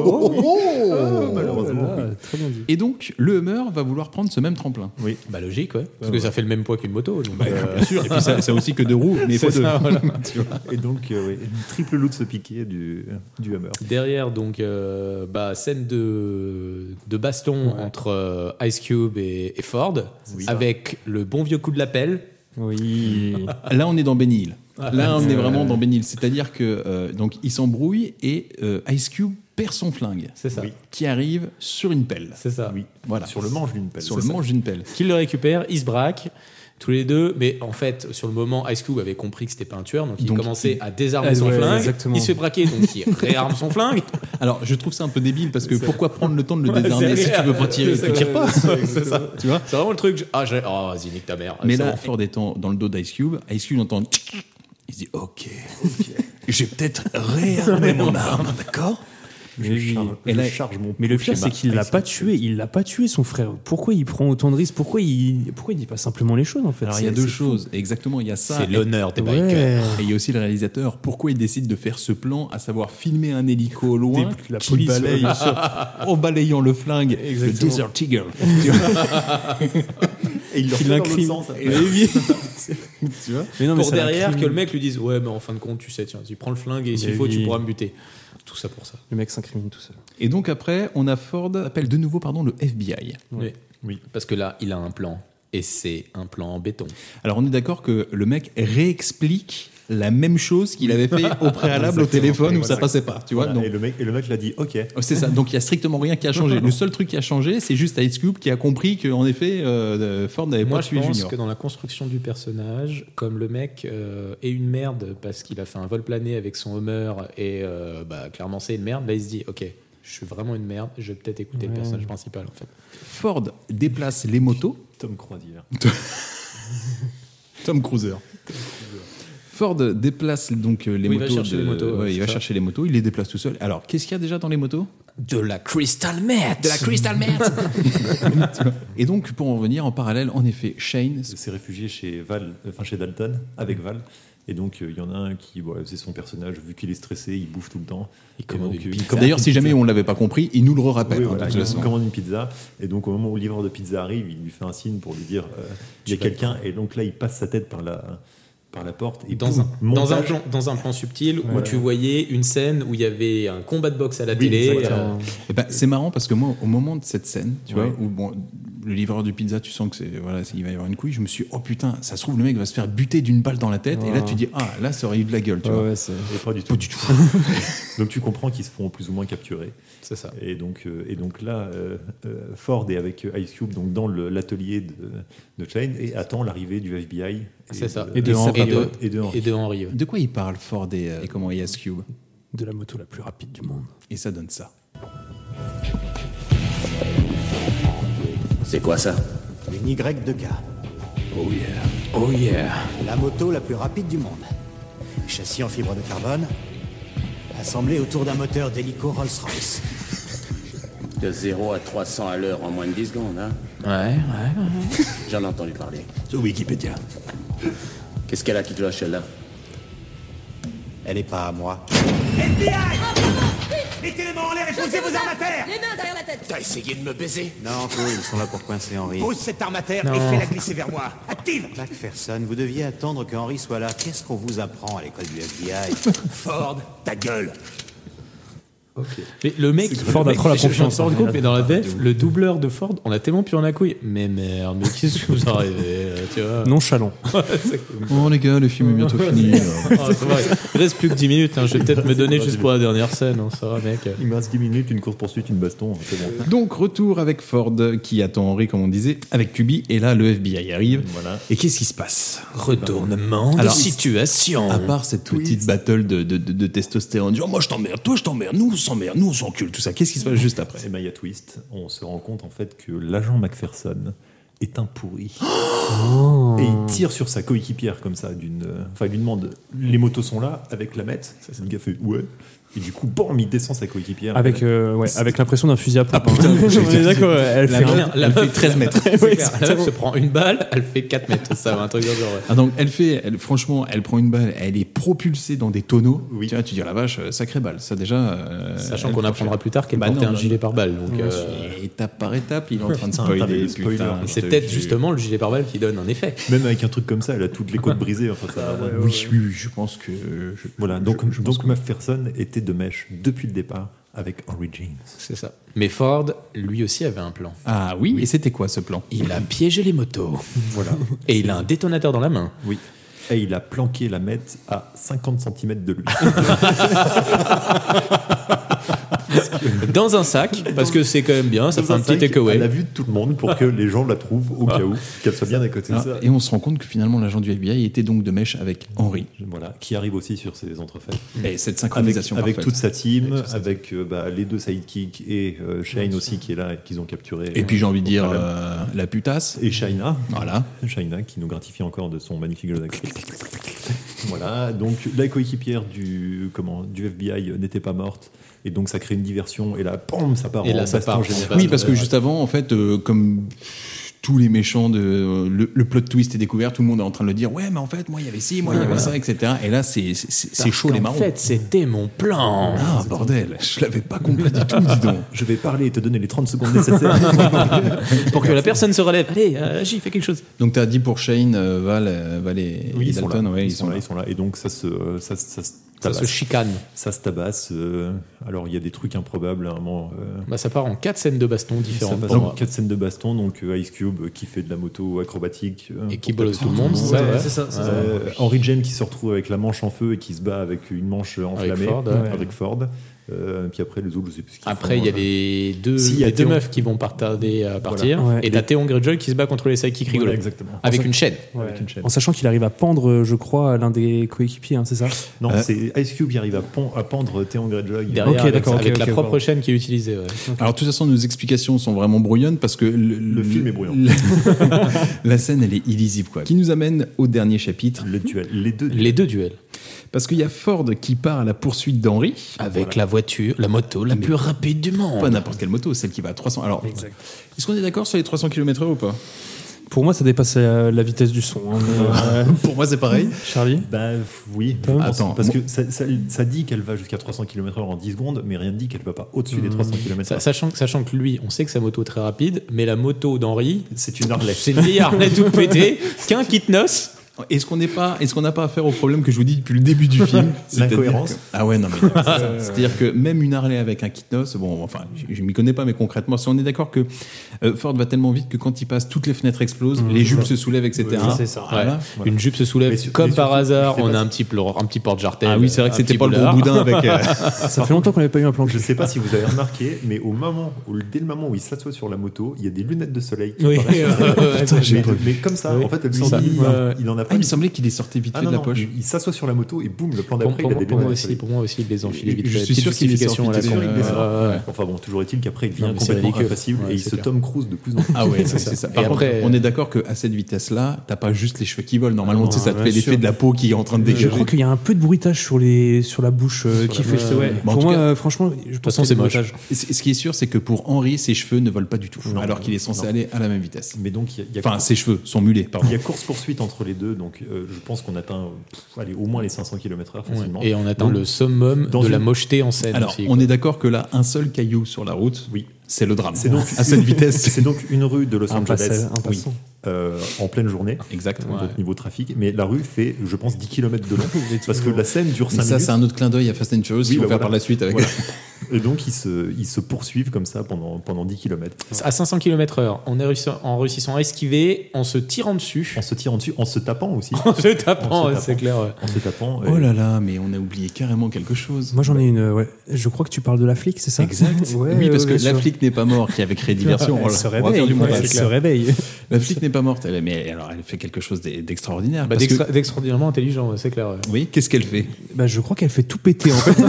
Speaker 10: Ah,
Speaker 2: oh,
Speaker 10: malheureusement.
Speaker 2: oh là là,
Speaker 10: oui.
Speaker 2: Et donc, le Hummer va vouloir prendre ce même tremplin.
Speaker 10: Oui.
Speaker 9: Bah logique, ouais. Parce
Speaker 2: Ouais,
Speaker 9: que
Speaker 2: ouais.
Speaker 9: ça fait le même poids qu'une moto. donc, euh,
Speaker 2: Bien sûr. Et puis, ça, ça a aussi que deux roues, mais fois
Speaker 9: C'est
Speaker 2: deux.
Speaker 9: ça, voilà.
Speaker 2: Ah, Tu vois.
Speaker 10: Et donc, euh, ouais, une triple loup de se piquer du, du Hummer.
Speaker 9: Derrière, donc, euh, bah, scène de, de baston entre euh, Ice Cube et, et Ford,
Speaker 10: Oui.
Speaker 9: avec le bon vieux coup de la pelle.
Speaker 11: Oui.
Speaker 2: Là, on est dans Benny Hill.
Speaker 9: Ah,
Speaker 2: Là, on
Speaker 9: c'est-
Speaker 2: est vraiment dans Benny Hill. C'est-à-dire que euh, donc il s'embrouille et euh, Ice Cube perd son flingue.
Speaker 9: C'est ça.
Speaker 10: Oui.
Speaker 2: Qui arrive sur une pelle.
Speaker 9: C'est ça.
Speaker 10: Oui.
Speaker 2: Ah, Voilà.
Speaker 10: Sur le manche d'une pelle.
Speaker 2: Sur
Speaker 10: c'est
Speaker 2: le
Speaker 10: ça.
Speaker 2: manche d'une pelle.
Speaker 9: Qu'il le récupère, ils se braquent. Tous les deux, mais en fait, sur le moment, Ice Cube avait compris que c'était pas un tueur, donc il
Speaker 2: Donc, il-
Speaker 9: commençait à désarmer
Speaker 11: Ah,
Speaker 9: son
Speaker 11: ouais,
Speaker 9: flingue.
Speaker 11: exactement.
Speaker 9: Il se fait braquer, donc il réarme son flingue.
Speaker 2: Alors, je trouve ça un peu débile parce que
Speaker 9: C'est-
Speaker 2: pourquoi prendre le temps de le
Speaker 9: Ouais,
Speaker 2: désarmer
Speaker 9: c'est-
Speaker 2: si tu veux pas tirer,
Speaker 9: c'est-
Speaker 2: tu tires pas.
Speaker 9: c'est- c'est ça.
Speaker 2: Tu vois
Speaker 9: C'est vraiment le truc. je- Ah, j'ai- oh, vas-y, nique ta mère.
Speaker 2: Mais
Speaker 9: C'est
Speaker 2: là,
Speaker 9: bon.
Speaker 2: Ford étant dans le dos d'Ice Cube, Ice Cube entend. tchic, tchic. Il se dit Ok, j'ai peut-être réarmé mon arme, d'accord
Speaker 10: Je, charge,
Speaker 2: Et là-
Speaker 10: je charge mon
Speaker 11: Mais le pire,
Speaker 10: schéma
Speaker 11: c'est qu'il l'a
Speaker 10: Ice
Speaker 11: pas
Speaker 10: Cube.
Speaker 11: tué. Il l'a pas tué, son frère. Pourquoi il prend autant de risques Pourquoi il, pourquoi il dit pas simplement les choses en fait
Speaker 2: Alors, il y a
Speaker 11: C'est-
Speaker 2: deux
Speaker 11: c'est
Speaker 2: choses. Exactement, il y a ça.
Speaker 9: C'est l'honneur des
Speaker 11: Ouais.
Speaker 9: bikers.
Speaker 2: Et il y a aussi le réalisateur. Pourquoi il décide de faire ce plan, à savoir filmer un hélico au loin,
Speaker 10: Des- la
Speaker 2: qui
Speaker 10: police,
Speaker 2: balaye
Speaker 10: ouais.
Speaker 2: sur- en balayant le flingue, le
Speaker 11: Exactement.
Speaker 2: Desert Eagle.
Speaker 10: Et il
Speaker 11: Qui
Speaker 10: le refait dans l'autre
Speaker 11: l'incrime.
Speaker 10: sens après.
Speaker 9: Et oui.
Speaker 2: tu vois
Speaker 11: Mais non, mais
Speaker 9: pour
Speaker 11: ça l'a
Speaker 9: derrière
Speaker 11: crié.
Speaker 9: que le mec lui dise ouais mais en fin de compte tu sais tiens tu prends le flingue et s'il
Speaker 11: Mais
Speaker 9: faut tu
Speaker 11: oui.
Speaker 9: pourras me buter tout ça pour ça
Speaker 11: Le mec s'incrimine tout seul.
Speaker 2: Et donc après, on a Ford appelle de nouveau pardon le FBI.
Speaker 9: Mais-
Speaker 10: Oui.
Speaker 9: parce que là il a un plan et c'est un plan en béton
Speaker 2: Alors on est d'accord que le mec réexplique la même chose qu'il avait fait au préalable au
Speaker 10: Exactement.
Speaker 2: téléphone
Speaker 10: Et
Speaker 2: où ça
Speaker 10: voilà.
Speaker 2: passait pas, tu vois.
Speaker 10: Voilà,
Speaker 2: donc-
Speaker 10: et, le mec, et le mec l'a dit Ok.
Speaker 2: Oh, C'est ça. Donc il y a strictement rien qui a changé. Le seul truc qui a changé, c'est juste Ice Cube qui a compris qu'en effet, euh, Ford n'avait
Speaker 9: moi
Speaker 2: pas
Speaker 9: je
Speaker 2: tué
Speaker 9: pense
Speaker 2: Junior.
Speaker 9: que dans la construction du personnage comme le mec euh, est une merde parce qu'il a fait un vol plané avec son Homer et euh, bah, clairement c'est une merde là il se dit ok je suis vraiment une merde je vais peut-être écouter le
Speaker 11: Ouais.
Speaker 9: personnage principal en fait
Speaker 2: Ford déplace les motos.
Speaker 10: Tom hein, Croisière.
Speaker 2: Tom Cruiser. Ford déplace donc euh, les
Speaker 9: Oui, il va
Speaker 2: motos.
Speaker 9: chercher les motos,
Speaker 2: ouais,
Speaker 9: ouais,
Speaker 2: il
Speaker 9: c'est
Speaker 2: va
Speaker 9: ça.
Speaker 2: chercher les motos, il les déplace tout seul. Alors, qu'est-ce qu'il y a déjà dans les motos
Speaker 9: de la crystal meth de la crystal meth
Speaker 2: Et donc, pour en venir en parallèle, en effet, Shane.
Speaker 10: Il s'est réfugié chez Val, euh, enfin chez Dalton, avec Val. Et donc, euh, il y en a un qui, voilà, c'est son personnage, vu qu'il est stressé, il bouffe tout le temps.
Speaker 9: Il
Speaker 10: Et
Speaker 9: commande
Speaker 10: donc,
Speaker 9: une
Speaker 10: euh,
Speaker 9: pizza.
Speaker 10: commande
Speaker 2: D'ailleurs,
Speaker 10: une
Speaker 2: si jamais
Speaker 10: pizza.
Speaker 2: on l'avait pas compris, il nous le
Speaker 10: Oui,
Speaker 2: rappelle. hein,
Speaker 10: voilà,
Speaker 2: de toute
Speaker 10: il
Speaker 2: façon.
Speaker 10: commande une pizza. Et donc, au moment où le livreur de pizza arrive, il lui fait un signe pour lui dire euh, il y a
Speaker 9: vas le
Speaker 10: quelqu'un. Et donc, là, il passe sa tête par la, par la porte. Et
Speaker 9: dans
Speaker 10: boum,
Speaker 9: un, dans, un
Speaker 10: montage.
Speaker 9: plan, dans un plan subtil où
Speaker 10: Voilà.
Speaker 9: tu voyais une scène où il y avait un combat de boxe à la
Speaker 10: Oui,
Speaker 9: télé. euh,
Speaker 10: exactement.
Speaker 2: Eh ben, c'est marrant parce que moi, au moment de cette scène, tu
Speaker 10: Ouais.
Speaker 2: vois, où bon, le livreur de pizza, tu sens que c'est voilà, c'est- il va y avoir une couille. Je me suis, oh putain, ça se trouve le mec va se faire buter d'une balle dans la tête. Et là,
Speaker 11: Ouais.
Speaker 2: tu dis, ah, là, ça aurait eu de la gueule, tu vois.
Speaker 11: ouais, c'est.
Speaker 10: euh, Et pas du tout. donc, tu comprends qu'ils se font plus ou moins capturer.
Speaker 9: C'est ça.
Speaker 10: Et donc, euh, et donc là, euh, euh, Ford est avec Ice Cube donc dans le- l'atelier de, de Shane et attend l'arrivée du FBI. et
Speaker 9: C'est ça.
Speaker 10: de-
Speaker 11: Et de Henry.
Speaker 9: Et de,
Speaker 10: Et de Henry.
Speaker 9: et de Henry, ouais.
Speaker 2: De quoi il parle Ford et, euh, et comment Ice Cube
Speaker 11: De la moto la plus rapide du monde.
Speaker 2: Et ça donne ça.
Speaker 7: C'est quoi ça
Speaker 13: Une Y de gars.
Speaker 7: Oh yeah.
Speaker 9: Oh yeah.
Speaker 13: La moto la plus rapide du monde. Châssis en fibre de carbone, assemblé autour d'un moteur d'hélico Rolls-Royce.
Speaker 7: De 0 à 300 à l'heure en moins de 10 secondes, hein
Speaker 9: Ouais, ouais.
Speaker 7: J'en ai entendu parler.
Speaker 13: Sur Wikipédia.
Speaker 7: Qu'est-ce qu'elle a qui cloche, celle-là
Speaker 14: Ah,
Speaker 13: Elle est pas à moi.
Speaker 5: Mettez les mains en l'air et posez vos armes à terre
Speaker 14: Les mains derrière la tête
Speaker 5: T'as essayé de me baiser
Speaker 13: Non, Flo, ils sont là pour coincer Henri.
Speaker 5: Pose cette arme à terre et
Speaker 13: Non.
Speaker 5: fais-la glisser vers moi. Active
Speaker 13: Macpherson, vous deviez attendre que Henri soit là. Qu'est-ce qu'on vous apprend à l'école du FBI
Speaker 5: Ford, ta gueule
Speaker 9: Mais le mec,
Speaker 13: Ford
Speaker 9: le
Speaker 13: a
Speaker 9: mec,
Speaker 13: trop la
Speaker 9: je- je me
Speaker 13: confiance,
Speaker 9: suis rendu
Speaker 13: hein.
Speaker 9: compte, mais dans la VF, le doubleur de Ford, on a tellement plus en a couille. Mais merde, mais qu'est-ce que vous arrivez, là, tu vois
Speaker 11: Euh, Nonchalant.
Speaker 2: Oh les gars, le film est bientôt fini.
Speaker 9: Ah, c'est vrai. Il reste plus que 10 minutes, hein. je vais peut-être me donner juste pour la dernière scène. hein. Ça va, mec.
Speaker 10: Il me reste 10 minutes, une course-poursuite, une baston, hein, c'est bon.
Speaker 2: Donc retour avec Ford qui attend Henry comme on disait avec Kubi et là le FBI arrive et qu'est-ce qui se passe
Speaker 9: Retournement de situation.
Speaker 2: à part cette petite battle de, de, de- de testostérone du genre, moi je t'emmerde toi je t'emmerde nous on s'emmerde nous on s'encule tout ça qu'est-ce qui se passe juste après
Speaker 10: Et ben, Maya Twist, on se rend compte en fait que l'agent Macpherson est un pourri.
Speaker 9: Oh
Speaker 10: Et il tire sur sa coéquipière comme ça, d'une, euh, enfin il lui demande les motos sont là avec la mette. Ça, c'est le gars fait ouais. Et du coup, bam, il descend sa coéquipière.
Speaker 11: Avec, euh, ouais, avec l'impression d'un fusil à pompe. hein.
Speaker 9: On est d'accord, elle
Speaker 11: La
Speaker 9: fait
Speaker 11: main,
Speaker 9: rien.
Speaker 11: elle
Speaker 9: La
Speaker 11: fait
Speaker 9: meuf-
Speaker 11: 13 mètres.
Speaker 9: Ouais,
Speaker 11: C'est
Speaker 9: c'est-
Speaker 11: clair.
Speaker 9: La meuf se prend une balle, elle fait 4 mètres. Ça va, un truc dans le genre, ouais.
Speaker 2: Ah, donc elle fait, elle, franchement, elle prend une balle, elle est propulsée dans des tonneaux. Tu, vois, tu dis la vache, euh, sacrée balle, ça déjà. euh,
Speaker 9: Sachant
Speaker 2: elle
Speaker 9: qu'on
Speaker 2: franchit.
Speaker 9: apprendra plus tard qu'elle
Speaker 2: Bah
Speaker 9: portait
Speaker 2: non,
Speaker 9: un
Speaker 2: bah-
Speaker 9: gilet par balle. Donc,
Speaker 2: Ouais,
Speaker 9: euh,
Speaker 2: c'est Étape par étape, il est en train de
Speaker 10: Putain, t'as
Speaker 2: spoiler.
Speaker 10: des spoilers.
Speaker 2: putain,
Speaker 10: Et
Speaker 9: c'est
Speaker 2: je te
Speaker 9: peut-être
Speaker 2: jure.
Speaker 9: justement le gilet par balle qui donne un effet.
Speaker 10: Même avec un truc comme ça, elle a toutes les côtes brisées. Enfin, ça-
Speaker 2: Oui, oui, oui, je pense que. euh, je-
Speaker 10: Voilà, donc, donc Macpherson était de mèche depuis le départ avec Henry James.
Speaker 9: C'est ça. Mais Ford, lui aussi, avait un plan.
Speaker 2: Ah oui, et c'était quoi ce plan
Speaker 9: Il a piégé les motos. Voilà. Et il a un détonateur dans la main.
Speaker 10: Oui. Et il a planqué la mette à 50 cm de lui.
Speaker 9: Dans un sac, parce que c'est quand même bien, ça fait un petit takeaway.
Speaker 10: Elle a vu de tout le monde pour que les gens la trouvent au cas où, qu'elle soit bien à côté de
Speaker 2: Ah,
Speaker 10: ça.
Speaker 2: et on se rend compte que finalement l'agent du FBI était donc de mèche avec Henry.
Speaker 10: Voilà, qui arrive aussi sur ces entrefaites.
Speaker 2: Et cette synchronisation
Speaker 10: Mm. avec, avec
Speaker 2: parfaite.
Speaker 10: toute sa team, avec, euh, bah, les deux sidekicks et euh, Shane aussi qui est là et qu'ils ont capturé.
Speaker 2: Et puis j'ai envie de dire
Speaker 10: Au problème.
Speaker 2: euh, la putasse.
Speaker 10: Et Shaina.
Speaker 2: Voilà.
Speaker 10: Shaina qui nous gratifie encore de son magnifique jeu d'actrice. voilà, donc la coéquipière du, comment, du FBI n'était pas morte. Et donc ça crée une diversion. Et là, pam, ça part
Speaker 9: Et
Speaker 10: en
Speaker 9: là, ça
Speaker 10: baston
Speaker 9: part en
Speaker 10: général.
Speaker 2: Oui, parce que juste avant, en fait, euh, comme tous les méchants de euh, le, le plot twist est découvert, tout le monde est en train de le dire. Ouais, mais en fait, moi, il y avait ci, moi, il y avait ça, etc. Et là, c'est c'est- c'est- c'est
Speaker 9: Parce
Speaker 2: chaud les
Speaker 9: qu'en
Speaker 2: marrons.
Speaker 9: fait, c'était mon plan.
Speaker 2: Ah bordel, je l'avais pas compris du tout, dis donc.
Speaker 10: Je vais parler et te donner les 30 secondes nécessaires.
Speaker 9: Pour que la personne se relève. Allez, euh, agis, fais quelque chose.
Speaker 2: Donc t'as dit pour Shane, euh, Val, euh, Val et,
Speaker 10: Oui,
Speaker 2: et
Speaker 10: ils sont là.
Speaker 2: Dalton, ouais,
Speaker 10: ils, sont là, ils sont là. Et donc, ça se, euh, ça, ça, se
Speaker 9: Ça se
Speaker 10: tabasse.
Speaker 9: chicane.
Speaker 10: Ça se tabasse. euh, alors, il y a des trucs improbables à un moment. euh,
Speaker 9: Bah, ça part en quatre scènes de baston
Speaker 10: ça
Speaker 9: différentes
Speaker 10: passe
Speaker 9: pour
Speaker 10: en
Speaker 9: moi.
Speaker 10: quatre scènes de baston. Donc, euh, Ice Cube euh, qui fait de la moto acrobatique. euh,
Speaker 9: Et qui
Speaker 10: pour
Speaker 9: bolosse
Speaker 10: taper
Speaker 9: tout le monde, c'est ça,
Speaker 10: Ouais,
Speaker 9: ouais.
Speaker 10: c'est ça, c'est ça.
Speaker 9: Ouais.
Speaker 10: Euh, Henry James qui se retrouve avec la manche en feu et qui se bat avec une manche enflammée.
Speaker 9: Ford, ouais.
Speaker 10: Avec Ford. Euh, puis après, les autres, je sais plus ce qu'ils
Speaker 9: Après, il y a les deux,
Speaker 10: Si, il y a
Speaker 9: les deux
Speaker 10: Théon.
Speaker 9: meufs qui vont partader à partir.
Speaker 11: Ouais.
Speaker 9: Et t'as Théon Greyjoy qui se bat contre les sidekicks
Speaker 10: Voilà,
Speaker 9: rigolos.
Speaker 10: exactement.
Speaker 9: Avec
Speaker 11: En
Speaker 9: une chaîne.
Speaker 11: Ouais.
Speaker 10: Avec une chaîne.
Speaker 11: En sachant qu'il arrive à pendre, euh, je crois, l'un des coéquipiers, hein, c'est ça
Speaker 10: Non,
Speaker 2: Euh.
Speaker 10: c'est Ice Cube qui arrive à, pon- à pendre Théon Greyjoy.
Speaker 9: Derrière,
Speaker 11: Ok,
Speaker 9: avec,
Speaker 11: d'accord,
Speaker 9: avec
Speaker 11: ok,
Speaker 9: la
Speaker 11: ok,
Speaker 9: propre
Speaker 11: pardon.
Speaker 9: chaîne qui est utilisée. ouais.
Speaker 2: Alors de toute façon, nos explications sont vraiment brouillonnes parce que le,
Speaker 10: Le film est brouillon.
Speaker 2: la- la scène, elle est illisible quoi. Qui nous amène au dernier chapitre
Speaker 10: Le duel. Les deux.
Speaker 9: Les deux duels.
Speaker 2: parce qu'il y a Ford qui part à la poursuite d'Henry.
Speaker 9: Avec la voiture, la moto la plus rapide du monde.
Speaker 2: Pas n'importe quelle moto, celle qui va à 300. Alors, est-ce qu'on est d'accord sur les 300 km/h ou pas
Speaker 11: Pour moi, ça dépasse euh, la vitesse du son. hein, mais, euh,
Speaker 2: Pour moi, c'est pareil.
Speaker 11: Charlie
Speaker 10: Bah f- oui, je
Speaker 11: Attends,
Speaker 10: pense,
Speaker 2: attends,
Speaker 10: parce
Speaker 2: moi-
Speaker 10: que ça, ça- ça dit qu'elle va jusqu'à 300 km/h en 10 secondes, mais rien ne dit qu'elle va pas au-dessus
Speaker 9: Hmm.
Speaker 10: des 300 km/h.
Speaker 9: Sa- Sachant, que- sachant que lui, on sait que sa moto est très rapide, mais la moto d'Henri,
Speaker 10: C'est une arlette.
Speaker 9: c'est une vieille Harley toute pétée, qu'un kit noce.
Speaker 2: Est-ce qu'on n'est pas, est-ce qu'on n'a pas affaire au problème que je vous dis depuis le début du film C'est-à-dire
Speaker 10: L'incohérence.
Speaker 2: que- Ah ouais, non mais c'est ça. c'est-à-dire que même une Harley avec un kitnos, bon, enfin, je, je m'y connais pas, mais concrètement, si on est d'accord que euh, Ford va tellement vite que quand il passe, toutes les fenêtres explosent, les jupes se soulèvent, etc.
Speaker 10: Mmh. Ouais, c'est ça.
Speaker 2: Voilà.
Speaker 9: Hein Ouais. Une jupe se soulève
Speaker 10: Mais sur-
Speaker 9: comme
Speaker 10: mais
Speaker 9: par
Speaker 10: surtout,
Speaker 9: hasard.
Speaker 10: je sais
Speaker 9: On
Speaker 10: pas
Speaker 9: a un petit, pleur- un petit porte-jartel.
Speaker 2: Ah oui, c'est vrai que
Speaker 9: un
Speaker 2: c'était
Speaker 9: petit
Speaker 2: pas le bon
Speaker 9: boulard.
Speaker 2: boudin avec. euh,
Speaker 11: Ça fait longtemps qu'on n'avait pas eu un plan
Speaker 10: Je
Speaker 11: cul.
Speaker 10: sais pas si vous avez remarqué, mais au moment, où, dès le moment où il s'assoit sur la moto, il y a des lunettes de soleil. Qui
Speaker 9: Oui,
Speaker 10: apparaissent.
Speaker 9: euh,
Speaker 10: Putain, j'ai
Speaker 9: mais-
Speaker 10: pas vu. mais, comme ça,
Speaker 9: Oui.
Speaker 10: en fait, elle
Speaker 9: Oui,
Speaker 10: s'en
Speaker 9: ça.
Speaker 10: dit,
Speaker 9: Ouais, ouais.
Speaker 10: il en a
Speaker 2: Ah,
Speaker 10: pas
Speaker 2: il me
Speaker 10: mis.
Speaker 2: semblait qu'il est sorti vite
Speaker 10: Ah
Speaker 2: fait
Speaker 10: non,
Speaker 2: de
Speaker 10: non,
Speaker 2: la poche.
Speaker 10: il il s'assoit sur la moto et boum, le plan
Speaker 9: Pour,
Speaker 10: d'après,
Speaker 9: pour
Speaker 10: il a
Speaker 9: moi-
Speaker 10: des
Speaker 9: pour moi
Speaker 10: lunettes de
Speaker 9: aussi,
Speaker 10: soleil.
Speaker 9: pour moi aussi, il les enfile
Speaker 10: Je-
Speaker 9: vite
Speaker 10: je
Speaker 9: fait.
Speaker 10: suis sûr qu'il les
Speaker 9: Justification
Speaker 10: enfile
Speaker 9: à la
Speaker 10: vite
Speaker 9: con.
Speaker 10: fait, il les sort.
Speaker 9: Ouais, ouais, ouais.
Speaker 10: Enfin bon, toujours est-il qu'après, il devient
Speaker 9: Non, mais c'est
Speaker 10: complètement
Speaker 9: ridicule.
Speaker 10: impassible
Speaker 9: Ouais,
Speaker 10: et il
Speaker 9: c'est
Speaker 10: se
Speaker 9: clair.
Speaker 10: Tom Cruise de plus en plus.
Speaker 2: Ah ouais, c'est
Speaker 9: c'est ça.
Speaker 2: ça.
Speaker 9: Et
Speaker 2: Par contre,
Speaker 9: après-
Speaker 2: on est d'accord qu'à cette vitesse-là, t'as pas juste les cheveux qui volent. Normalement, tu sais, ça te
Speaker 11: bien
Speaker 2: fait l'effet
Speaker 11: sûr.
Speaker 2: de la peau qui est en train de
Speaker 11: Je
Speaker 2: déchirer.
Speaker 11: crois qu'il y a un peu de bruitage sur, les, sur la bouche euh, qui fait.
Speaker 9: bouche, ouais.
Speaker 2: Bah, en
Speaker 11: Pour
Speaker 2: tout
Speaker 11: moi,
Speaker 2: cas-
Speaker 11: euh, franchement, je pense
Speaker 9: façon,
Speaker 11: que
Speaker 9: c'est
Speaker 11: le
Speaker 9: moche.
Speaker 11: bruitage.
Speaker 2: Ce ce qui est sûr, c'est que pour Henri, ses cheveux ne volent pas du tout,
Speaker 10: Non.
Speaker 2: alors qu'il est censé
Speaker 10: Non.
Speaker 2: aller à la même vitesse.
Speaker 10: Mais donc, il y a- il y a
Speaker 2: Enfin, ses cheveux sont mulés, pardon.
Speaker 10: Il y a course-poursuite entre les deux, donc euh, je pense qu'on atteint pff, allez, au moins les 500 km/h facilement.
Speaker 9: Et on atteint
Speaker 10: Donc,
Speaker 9: le summum
Speaker 10: dans
Speaker 9: de
Speaker 10: une-
Speaker 9: la mocheté en scène.
Speaker 2: Alors,
Speaker 9: aussi,
Speaker 2: on
Speaker 9: quoi.
Speaker 2: est d'accord que là, un seul caillou sur la route,
Speaker 10: oui,
Speaker 2: c'est le drame.
Speaker 10: C'est donc
Speaker 2: à cette vitesse,
Speaker 10: c'est donc une rue de Los
Speaker 2: Un
Speaker 10: Angeles,
Speaker 2: passage- un
Speaker 10: oui,
Speaker 2: passant.
Speaker 10: euh, en pleine journée,
Speaker 2: exactement.
Speaker 10: Donc niveau trafic, mais la rue fait, je pense, 10 km de long parce que la scène dure 5
Speaker 2: Mais ça,
Speaker 10: minutes.
Speaker 2: c'est un autre clin d'œil à Fast and Furious
Speaker 10: Oui,
Speaker 2: qu'ils vont
Speaker 10: bah
Speaker 2: faire
Speaker 10: voilà.
Speaker 2: par la suite avec.
Speaker 10: Voilà. Et donc ils se, ils se poursuivent comme ça pendant, pendant 10 km.
Speaker 9: À 500 km/h, on est réussi- en réussissant à esquiver, en se tirant dessus.
Speaker 10: En se tirant dessus, en se tapant aussi.
Speaker 9: en se tapant, ouais, c'est clair. ouais.
Speaker 10: En se tapant.
Speaker 2: Oh là là, mais on a oublié carrément quelque chose.
Speaker 11: Moi j'en ai une, euh, ouais. Je crois que tu parles de la flic, c'est ça
Speaker 2: Exact.
Speaker 11: Ouais,
Speaker 2: oui, parce
Speaker 11: ouais,
Speaker 2: que
Speaker 11: bien
Speaker 2: la
Speaker 11: sûr.
Speaker 2: flic n'est pas morte qui avait créé Diversion.
Speaker 11: Elle
Speaker 2: Voilà.
Speaker 11: se
Speaker 2: On va faire
Speaker 11: réveille,
Speaker 2: du montage.
Speaker 11: ouais, elle se réveille.
Speaker 2: La flic n'est pas morte, elle, mais alors elle fait quelque chose d'e- d'extraordinaire.
Speaker 9: Bah,
Speaker 2: parce que-
Speaker 9: d'extra- D'extraordinairement intelligent, ouais, c'est clair. ouais.
Speaker 2: Oui, qu'est-ce qu'elle fait
Speaker 11: Bah, je crois qu'elle fait tout péter en fait.